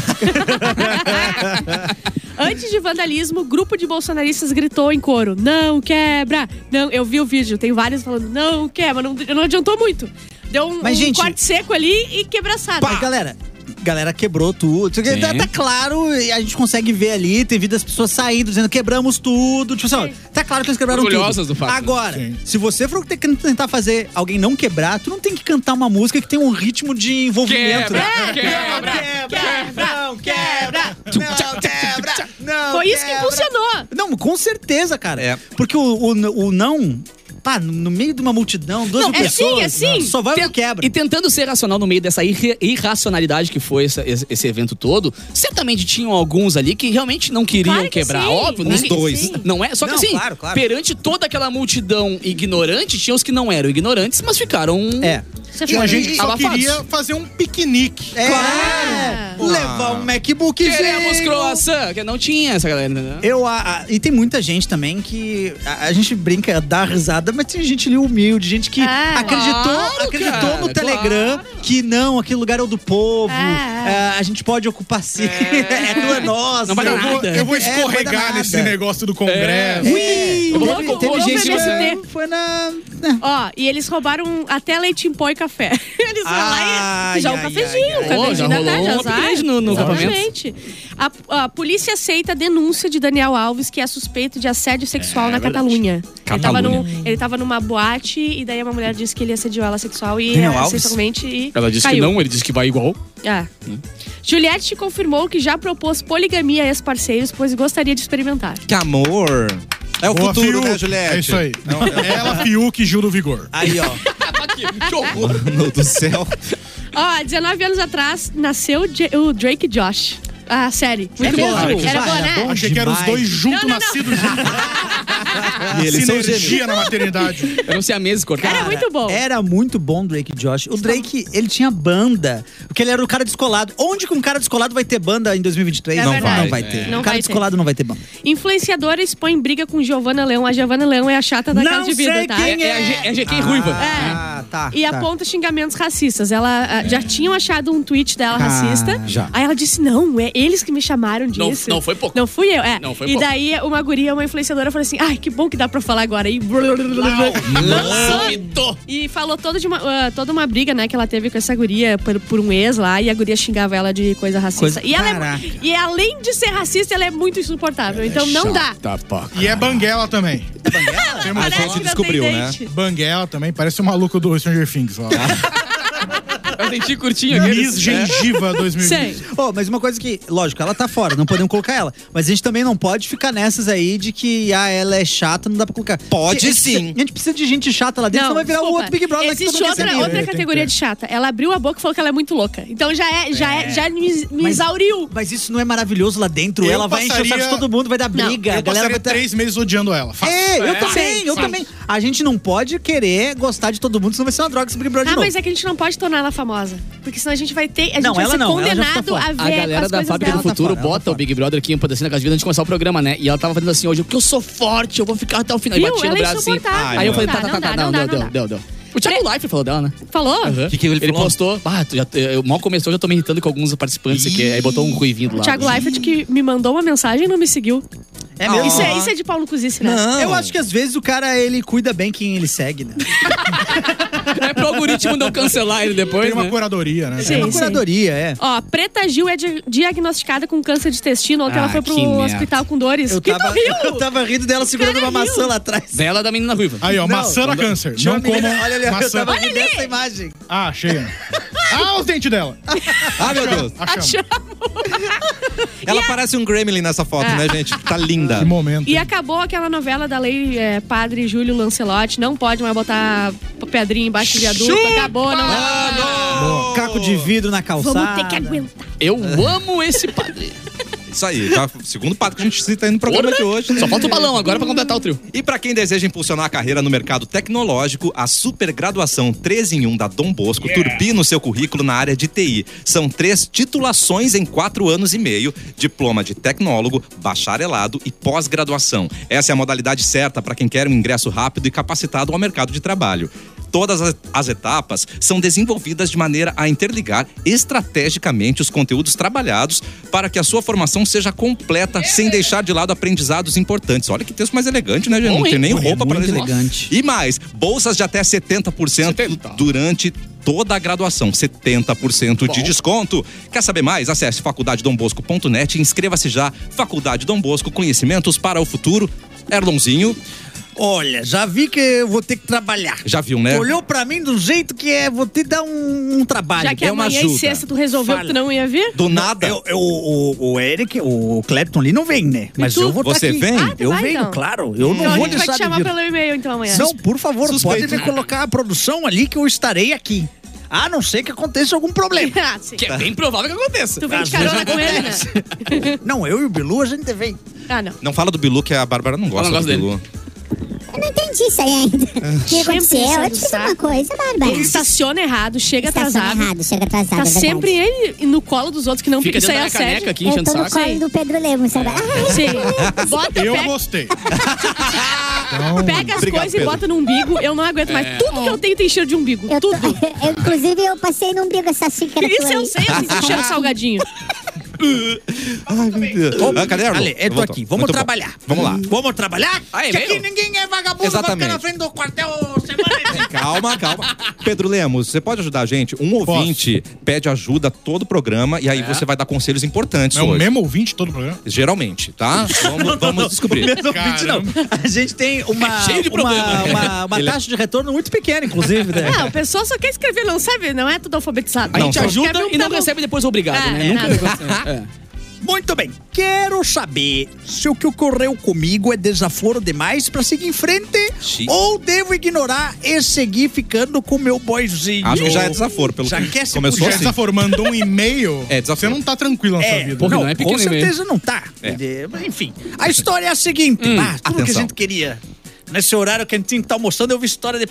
[SPEAKER 4] Antes de vandalismo, grupo de bolsonaristas gritou em coro: Não quebra! Não, eu vi o vídeo, tem vários falando: Não quebra, não, não adiantou muito. Deu um,
[SPEAKER 2] Mas,
[SPEAKER 4] um
[SPEAKER 2] gente-
[SPEAKER 4] corte seco ali e quebraçada.
[SPEAKER 2] Mas, galera, galera quebrou tudo. Tá, tá claro, e a gente consegue ver ali, tem vida das pessoas saindo, dizendo quebramos tudo. Tipo assim, ó, tá claro que eles quebraram
[SPEAKER 5] Orgulhosas do
[SPEAKER 2] tudo.
[SPEAKER 5] fato, né?
[SPEAKER 2] Agora,
[SPEAKER 3] Sim.
[SPEAKER 2] se você for ter- tentar fazer alguém não quebrar, tu não tem que cantar uma música que tem um ritmo de envolvimento. né?
[SPEAKER 5] Quebra, quebra.
[SPEAKER 2] Não quebra! Não quebra! Não
[SPEAKER 4] Foi isso que
[SPEAKER 2] quebra.
[SPEAKER 4] funcionou.
[SPEAKER 2] Não, com certeza, cara.
[SPEAKER 1] É.
[SPEAKER 2] Porque o, o- o não, pá, no- no meio de uma multidão, duas
[SPEAKER 4] Não,
[SPEAKER 2] mil
[SPEAKER 4] é
[SPEAKER 2] pessoas,
[SPEAKER 4] sim, é sim.
[SPEAKER 2] só vai o que
[SPEAKER 5] Ten-
[SPEAKER 2] quebra.
[SPEAKER 5] E tentando ser racional no meio dessa irra- irracionalidade que foi essa- esse, esse evento todo, certamente tinham alguns ali que realmente não queriam
[SPEAKER 4] Claro que
[SPEAKER 5] quebrar.
[SPEAKER 4] sim.
[SPEAKER 5] Óbvio,
[SPEAKER 4] Os
[SPEAKER 5] ninguém-
[SPEAKER 1] dois.
[SPEAKER 5] Não é? Só que
[SPEAKER 2] Não,
[SPEAKER 5] assim,
[SPEAKER 2] claro, claro.
[SPEAKER 5] perante toda aquela multidão ignorante, tinha os que não eram ignorantes, mas ficaram.
[SPEAKER 2] É.
[SPEAKER 4] Você
[SPEAKER 3] Tinha
[SPEAKER 4] foi-
[SPEAKER 3] gente que só
[SPEAKER 5] Abafados.
[SPEAKER 3] queria fazer um piquenique.
[SPEAKER 2] É. Levar um MacBook.
[SPEAKER 5] Queremos croissant! Que não tinha essa galera, entendeu?
[SPEAKER 2] Eu, a, a- e tem muita gente também que a, a gente brinca, dá risada, mas tem gente ali humilde, gente que
[SPEAKER 4] É.
[SPEAKER 2] acreditou,
[SPEAKER 5] Ah, Claro,
[SPEAKER 2] acreditou
[SPEAKER 5] cara,
[SPEAKER 2] no Telegram que não, aquele lugar é o do povo,
[SPEAKER 5] Ah,
[SPEAKER 4] É.
[SPEAKER 2] é, a gente pode ocupar sim, é, tudo é nosso.
[SPEAKER 5] Não vai dar
[SPEAKER 3] Eu vou,
[SPEAKER 5] nada.
[SPEAKER 3] eu vou
[SPEAKER 2] É, vai dar
[SPEAKER 3] escorregar
[SPEAKER 2] nada. É.
[SPEAKER 3] nesse negócio do Congresso.
[SPEAKER 2] Ui,
[SPEAKER 5] Eu vou
[SPEAKER 2] teve,
[SPEAKER 5] lá com-
[SPEAKER 2] teve
[SPEAKER 5] vou
[SPEAKER 2] gente
[SPEAKER 5] ver
[SPEAKER 4] se
[SPEAKER 2] que foi na...
[SPEAKER 4] Ó, e eles roubaram até leite em pó e café. Eles vão lá e
[SPEAKER 2] Ai,
[SPEAKER 4] já o
[SPEAKER 2] ai,
[SPEAKER 4] cafezinho,
[SPEAKER 2] ai,
[SPEAKER 4] o
[SPEAKER 2] ai.
[SPEAKER 5] Ô, já
[SPEAKER 4] cafezinho da
[SPEAKER 5] rolou
[SPEAKER 4] tarde,
[SPEAKER 5] um upgrade
[SPEAKER 4] azar.
[SPEAKER 5] no- no acampamento.
[SPEAKER 4] Exatamente. A, a polícia aceita a denúncia de Daniel Alves, que é suspeito de assédio
[SPEAKER 5] É
[SPEAKER 4] sexual na Catalunha. Ele tava, num- ele tava numa boate e daí uma mulher disse que ele assediou ela sexual e
[SPEAKER 2] Daniel
[SPEAKER 4] eh,
[SPEAKER 2] Alves?
[SPEAKER 4] sexualmente e
[SPEAKER 5] Ela disse
[SPEAKER 4] caiu.
[SPEAKER 5] que não, ele disse que vai igual. Hum.
[SPEAKER 4] É. Juliette confirmou que já propôs poligamia a ex-parceiros, pois gostaria de experimentar.
[SPEAKER 1] Que amor. É o
[SPEAKER 3] Boa,
[SPEAKER 1] futuro,
[SPEAKER 3] Fiuk.
[SPEAKER 1] né, Juliette?
[SPEAKER 3] É isso aí. Ela, Fiuk e Juro Vigor.
[SPEAKER 2] Aí, ó.
[SPEAKER 5] que horror!
[SPEAKER 1] Mano do céu.
[SPEAKER 4] Ó, 19 anos atrás nasceu o J- o Drake Josh. A série.
[SPEAKER 5] Muito bom,
[SPEAKER 4] Era
[SPEAKER 5] Drake
[SPEAKER 4] Era boa,
[SPEAKER 2] Josh.
[SPEAKER 4] né?
[SPEAKER 2] Bom
[SPEAKER 3] Achei que eram os
[SPEAKER 2] demais.
[SPEAKER 3] dois juntos,
[SPEAKER 4] Não, não, não.
[SPEAKER 3] nascidos juntos.
[SPEAKER 1] E eles são gêmeos.
[SPEAKER 3] Sinergia na maternidade.
[SPEAKER 5] Eram siameses
[SPEAKER 4] Era
[SPEAKER 5] cortados.
[SPEAKER 4] É muito bom.
[SPEAKER 2] Era muito bom o Drake Josh. O Drake, ele tinha banda. Porque ele era o cara descolado. Onde que um cara descolado vai ter banda em 2023?
[SPEAKER 4] É
[SPEAKER 2] não,
[SPEAKER 4] verdade.
[SPEAKER 2] vai. não vai ter.
[SPEAKER 4] Não
[SPEAKER 2] um cara
[SPEAKER 4] vai ter.
[SPEAKER 2] descolado não vai ter banda.
[SPEAKER 4] Influenciadora expõe briga com Giovana Leão. A Giovana Leão é a chata da
[SPEAKER 2] Não
[SPEAKER 4] casa de vida,
[SPEAKER 2] sei
[SPEAKER 4] tá?
[SPEAKER 2] quem
[SPEAKER 5] É, é a G- é a GK Ruiva.
[SPEAKER 2] Ah, tá.
[SPEAKER 4] E
[SPEAKER 2] tá.
[SPEAKER 4] aponta xingamentos racistas. Ela ah, já tinham achado um tweet dela racista.
[SPEAKER 2] Ah, já.
[SPEAKER 4] Aí ela disse: não, é eles que me chamaram
[SPEAKER 5] Não-
[SPEAKER 4] disso.
[SPEAKER 5] não foi pouco.
[SPEAKER 4] Não fui eu, é.
[SPEAKER 5] Não foi
[SPEAKER 4] e
[SPEAKER 5] pouco.
[SPEAKER 4] daí uma guria, uma influenciadora, falou assim: ai, que bom que dá pra falar agora. E,
[SPEAKER 5] Vomitou.
[SPEAKER 4] e falou toda, de uma, ah, toda uma briga, né, que ela teve com essa guria por, por um ex lá, e a guria xingava ela de coisa
[SPEAKER 2] Coisa-
[SPEAKER 4] racista. E, ela é mu-
[SPEAKER 2] Caraca.
[SPEAKER 4] e além de ser racista, ela é muito insuportável. então não dá.
[SPEAKER 3] E é Banguela também. Temos
[SPEAKER 4] Ah,
[SPEAKER 1] A gente
[SPEAKER 4] Parece que não tem
[SPEAKER 1] descobriu, né?
[SPEAKER 4] dente.
[SPEAKER 3] Banguela também. Parece o maluco do Stranger Things lá.
[SPEAKER 5] É um dentinho curtinho aqui. né?
[SPEAKER 3] Miss Gengiva 2020.
[SPEAKER 4] Sei.
[SPEAKER 2] Ô, mas uma coisa que, lógico, ela tá fora, não podemos colocar ela. Mas a gente também não pode ficar nessas aí de que ah, ela é chata, não dá pra colocar.
[SPEAKER 1] Pode
[SPEAKER 2] A gente
[SPEAKER 1] sim.
[SPEAKER 2] precisa- A gente precisa de gente chata lá dentro, senão vai virar o
[SPEAKER 4] desculpa.
[SPEAKER 2] outro Big Brother que todo
[SPEAKER 4] Existe
[SPEAKER 2] mundo quer ser
[SPEAKER 4] outra,
[SPEAKER 2] amigo.
[SPEAKER 4] outra
[SPEAKER 3] tem que
[SPEAKER 4] categoria
[SPEAKER 3] ter.
[SPEAKER 4] de chata. Ela abriu a boca e falou que ela é muito louca. Então já é, já é, já me, me
[SPEAKER 2] Mas-
[SPEAKER 4] exauriu.
[SPEAKER 2] Mas isso não é maravilhoso lá dentro?
[SPEAKER 3] Eu
[SPEAKER 2] ela vai encher o saco
[SPEAKER 3] passaria-
[SPEAKER 2] de todo mundo, vai dar
[SPEAKER 4] Não,
[SPEAKER 2] briga. a
[SPEAKER 3] Eu
[SPEAKER 2] tá, galera
[SPEAKER 3] passaria
[SPEAKER 2] vai ter...
[SPEAKER 3] três meses odiando ela. Fácil.
[SPEAKER 2] É, eu
[SPEAKER 4] É.
[SPEAKER 2] também, eu
[SPEAKER 4] Sim,
[SPEAKER 2] também. A gente não pode querer gostar de todo mundo, senão vai ser uma droga esse Big Brother
[SPEAKER 4] Ah,
[SPEAKER 2] de novo.
[SPEAKER 4] mas é que a gente não pode tornar ela famosa. Porque senão a gente vai ter. A gente
[SPEAKER 2] Não,
[SPEAKER 4] vai
[SPEAKER 2] ela
[SPEAKER 4] ser
[SPEAKER 2] não, ela já tá
[SPEAKER 4] condenado
[SPEAKER 2] fora.
[SPEAKER 4] a
[SPEAKER 5] A
[SPEAKER 4] ver
[SPEAKER 5] galera
[SPEAKER 4] as
[SPEAKER 5] da
[SPEAKER 4] coisas
[SPEAKER 5] Fábrica
[SPEAKER 4] dela.
[SPEAKER 5] do Futuro
[SPEAKER 2] fora, ela
[SPEAKER 5] bota
[SPEAKER 2] tá
[SPEAKER 5] o Big Brother aqui em Poder na casa de vida antes de começar o programa, né? E ela tava fazendo assim hoje, porque eu sou forte, eu vou ficar até o final. E
[SPEAKER 4] Viu?
[SPEAKER 5] batia no
[SPEAKER 4] Ela é
[SPEAKER 5] braço assim.
[SPEAKER 4] insuportável.
[SPEAKER 5] Aí eu
[SPEAKER 4] Não
[SPEAKER 5] falei,
[SPEAKER 4] dá,
[SPEAKER 5] tá, tá,
[SPEAKER 4] não
[SPEAKER 5] tá,
[SPEAKER 4] dá,
[SPEAKER 5] tá,
[SPEAKER 4] não
[SPEAKER 5] não,
[SPEAKER 4] dá,
[SPEAKER 5] deu,
[SPEAKER 4] não
[SPEAKER 5] deu,
[SPEAKER 4] dá.
[SPEAKER 5] deu, deu. O Thiago Leifert falou dela, né?
[SPEAKER 4] Falou?
[SPEAKER 5] Aham.
[SPEAKER 1] Que que ele falou?
[SPEAKER 5] postou. Ah, tu já, eu mal começou, já tô me irritando com alguns participantes aqui. Aí botou um ruivinho do
[SPEAKER 4] O
[SPEAKER 5] lado.
[SPEAKER 4] Thiago Leifert que me mandou uma mensagem e não me seguiu.
[SPEAKER 2] É mesmo?
[SPEAKER 4] Isso, é, isso é de Paulo Cusice, né?
[SPEAKER 1] Não.
[SPEAKER 2] Eu acho que às vezes o cara, ele cuida bem quem ele segue, né?
[SPEAKER 5] É pro algoritmo não cancelar ele depois,
[SPEAKER 3] Tem uma
[SPEAKER 5] né?
[SPEAKER 3] curadoria, né?
[SPEAKER 4] Sim.
[SPEAKER 2] É uma curadoria, é.
[SPEAKER 4] Ó, Preta Gil é di- diagnosticada com câncer de intestino. Ontem
[SPEAKER 5] Ah,
[SPEAKER 4] ela foi pro
[SPEAKER 5] que merda.
[SPEAKER 4] hospital com dores.
[SPEAKER 2] Eu
[SPEAKER 4] Que
[SPEAKER 2] tava,
[SPEAKER 4] tu riu?
[SPEAKER 2] eu tava rindo dela segurando uma maçã lá atrás.
[SPEAKER 5] Dela da menina ruiva.
[SPEAKER 3] Aí, ó, maçã dá câncer. Não
[SPEAKER 2] Tinha uma
[SPEAKER 3] comam
[SPEAKER 2] menina- Olha ali, eu
[SPEAKER 3] maçã.
[SPEAKER 2] tava rindo dessa imagem.
[SPEAKER 3] Ah, chega. Ah, os dentes dela.
[SPEAKER 1] Ah, meu Deus.
[SPEAKER 4] Tá
[SPEAKER 3] Achamos.
[SPEAKER 1] Ela parece um gremlin nessa foto,
[SPEAKER 4] Ah.
[SPEAKER 1] né, gente? Tá linda.
[SPEAKER 3] Que momento.
[SPEAKER 4] E acabou aquela novela da lei é, Padre Júlio Lancelotti. Não pode mais botar pedrinha embaixo de viaduto. Acabou, não.
[SPEAKER 1] Mano!
[SPEAKER 2] Caco de vidro na calçada.
[SPEAKER 4] Vamos ter que aguentar.
[SPEAKER 5] Eu amo esse padre.
[SPEAKER 1] Isso aí, tá? segundo pato que a gente cita aí no programa de hoje. né?
[SPEAKER 5] Só falta o balão agora pra completar o trio.
[SPEAKER 1] E para quem deseja impulsionar a carreira no mercado tecnológico, a supergraduação 3 em 1 da Dom Bosco turbina o seu currículo na área de TI. São três titulações em quatro anos e meio, diploma de tecnólogo, bacharelado e pós-graduação. Essa é a modalidade certa para quem quer um ingresso rápido e capacitado ao mercado de trabalho. Todas as- as etapas são desenvolvidas de maneira a interligar estrategicamente os conteúdos trabalhados para que a sua formação seja
[SPEAKER 5] É.
[SPEAKER 1] completa, sem deixar de lado aprendizados importantes. Olha que texto mais elegante, né, gente? Não
[SPEAKER 5] Bom, hein?
[SPEAKER 1] tem nem
[SPEAKER 5] Bom,
[SPEAKER 1] roupa para
[SPEAKER 2] muito
[SPEAKER 1] desenhar.
[SPEAKER 2] elegante.
[SPEAKER 1] E mais, bolsas de até 70%
[SPEAKER 5] 70.
[SPEAKER 1] durante toda a graduação, 70% de
[SPEAKER 5] Bom.
[SPEAKER 1] desconto. Quer saber mais? Acesse faculdadedombosco.net e inscreva-se já. Faculdade Dom Bosco, conhecimentos para o futuro. Erlonzinho,
[SPEAKER 2] Olha, já vi que eu vou ter que trabalhar.
[SPEAKER 1] já viu, né?
[SPEAKER 2] Olhou pra mim do jeito que é, vou te dar um, um trabalho.
[SPEAKER 4] Já que é
[SPEAKER 1] deu uma
[SPEAKER 4] amanhã e
[SPEAKER 1] ajuda.
[SPEAKER 4] sexta tu resolveu
[SPEAKER 2] Fala.
[SPEAKER 4] que tu não ia vir?
[SPEAKER 1] Do nada.
[SPEAKER 5] É,
[SPEAKER 2] Eu, eu- o, o Eric, o Clapton ali não vem, né? Mas
[SPEAKER 4] tu?
[SPEAKER 2] eu vou estar
[SPEAKER 1] Você
[SPEAKER 2] aqui.
[SPEAKER 1] vem? Ah,
[SPEAKER 4] tu
[SPEAKER 2] eu
[SPEAKER 4] vai,
[SPEAKER 2] venho,
[SPEAKER 4] então.
[SPEAKER 2] claro. Eu não
[SPEAKER 4] Então a
[SPEAKER 2] vou
[SPEAKER 4] gente vai
[SPEAKER 2] deixar
[SPEAKER 4] te
[SPEAKER 2] de
[SPEAKER 4] chamar
[SPEAKER 2] vir.
[SPEAKER 4] pelo e-mail então amanhã.
[SPEAKER 2] Não, por favor,
[SPEAKER 1] Suspeito. né?
[SPEAKER 2] pode me colocar a produção ali que eu estarei aqui. A não ser que aconteça algum problema.
[SPEAKER 4] Ah, sim.
[SPEAKER 5] Que
[SPEAKER 1] Tá.
[SPEAKER 5] é bem provável que aconteça.
[SPEAKER 4] Tu vem
[SPEAKER 2] Às
[SPEAKER 4] de
[SPEAKER 2] vezes
[SPEAKER 4] carona com ele, né?
[SPEAKER 2] não, eu e o Bilu a gente vem.
[SPEAKER 4] Ah, não.
[SPEAKER 1] Não fala do Bilu, que a Bárbara não gosta
[SPEAKER 5] não gosto
[SPEAKER 1] do
[SPEAKER 5] dele.
[SPEAKER 1] Bilu.
[SPEAKER 7] Eu não entendi isso aí
[SPEAKER 4] É.
[SPEAKER 7] ainda. O que aconteceu? Eu te fiz uma coisa, Bárbara.
[SPEAKER 4] Ele estaciona errado, chega
[SPEAKER 7] Estaciona
[SPEAKER 4] atrasado.
[SPEAKER 7] errado, chega atrasado, é
[SPEAKER 4] Tá
[SPEAKER 7] verdade.
[SPEAKER 4] sempre ele no colo dos outros que não
[SPEAKER 5] Fica
[SPEAKER 4] isso
[SPEAKER 5] dentro
[SPEAKER 4] aí é
[SPEAKER 5] da caneca
[SPEAKER 4] assédio.
[SPEAKER 5] aqui,
[SPEAKER 7] Eu
[SPEAKER 5] enchendo
[SPEAKER 7] tô
[SPEAKER 5] o
[SPEAKER 7] no
[SPEAKER 5] saco.
[SPEAKER 7] colo do Pedro Lemos
[SPEAKER 4] É.
[SPEAKER 7] agora. Ai,
[SPEAKER 4] Sim. Bota,
[SPEAKER 3] Eu
[SPEAKER 4] pega,
[SPEAKER 3] gostei. Então,
[SPEAKER 4] pega as
[SPEAKER 1] Obrigado,
[SPEAKER 4] coisas e
[SPEAKER 1] Pedro.
[SPEAKER 4] bota no umbigo. Eu não aguento mais. Tudo que eu tenho tem cheiro de umbigo.
[SPEAKER 7] eu tô-
[SPEAKER 4] Tudo.
[SPEAKER 7] eu, inclusive, eu passei no umbigo essa xícara
[SPEAKER 4] Isso
[SPEAKER 7] tua
[SPEAKER 4] eu
[SPEAKER 7] aí.
[SPEAKER 4] sei, assim, com cheiro de salgadinho.
[SPEAKER 1] Ah, cadê, Erlon?
[SPEAKER 2] Ale, eu tô
[SPEAKER 1] Voltou.
[SPEAKER 2] aqui. Vamos
[SPEAKER 1] Muito bom.
[SPEAKER 2] trabalhar.
[SPEAKER 1] Então tá. Vamos lá.
[SPEAKER 2] Vamos trabalhar?
[SPEAKER 5] Aí,
[SPEAKER 2] que
[SPEAKER 5] veio.
[SPEAKER 2] aqui ninguém é vagabundo, vai
[SPEAKER 1] Ah, Exatamente.
[SPEAKER 2] ficar na frente do quartel semana inteira.
[SPEAKER 1] Calma, calma. Pedro Lemos, você pode ajudar a gente? Um
[SPEAKER 3] Posso.
[SPEAKER 1] ouvinte pede ajuda a todo o programa e aí você vai dar conselhos importantes
[SPEAKER 3] é o
[SPEAKER 1] hoje.
[SPEAKER 3] mesmo ouvinte todo o programa?
[SPEAKER 1] Geralmente, tá? Vamos, vamos descobrir.
[SPEAKER 2] Não, ouvinte, não. A gente tem uma,
[SPEAKER 5] Cheio de
[SPEAKER 2] uma,
[SPEAKER 5] problema.
[SPEAKER 2] uma, uma
[SPEAKER 1] Ele é-
[SPEAKER 2] taxa de retorno muito pequena, inclusive, né?
[SPEAKER 4] Ah, o pessoal só quer escrever, não sabe? Não é tudo alfabetizado.
[SPEAKER 5] A
[SPEAKER 1] Não,
[SPEAKER 5] gente
[SPEAKER 1] só-
[SPEAKER 5] ajuda
[SPEAKER 4] Escreve um
[SPEAKER 5] e não
[SPEAKER 4] tá bom.
[SPEAKER 5] recebe depois obrigado,
[SPEAKER 4] É,
[SPEAKER 5] né?
[SPEAKER 4] é.
[SPEAKER 5] Nunca aconteceu. É.
[SPEAKER 2] Muito bem. Quero saber se o que ocorreu comigo é desaforo demais pra seguir em frente
[SPEAKER 1] Xiii.
[SPEAKER 2] ou devo ignorar e seguir ficando com meu boyzinho.
[SPEAKER 1] Acho que já é desaforo, pelo
[SPEAKER 2] Já
[SPEAKER 1] que
[SPEAKER 2] quer se
[SPEAKER 1] começou
[SPEAKER 3] Já
[SPEAKER 2] puxar.
[SPEAKER 1] assim.
[SPEAKER 3] desaforo, mandou um e-mail.
[SPEAKER 1] É, desaforo.
[SPEAKER 3] Você não tá tranquilo na sua
[SPEAKER 2] É,
[SPEAKER 3] vida.
[SPEAKER 5] Porra, não é
[SPEAKER 2] com
[SPEAKER 5] pequeno e-mail.
[SPEAKER 2] certeza não tá. É, Enfim, a história é a seguinte. Ah, tudo que
[SPEAKER 1] atenção.
[SPEAKER 2] a gente queria. Nesse horário que a gente tá almoçando, eu vi história de...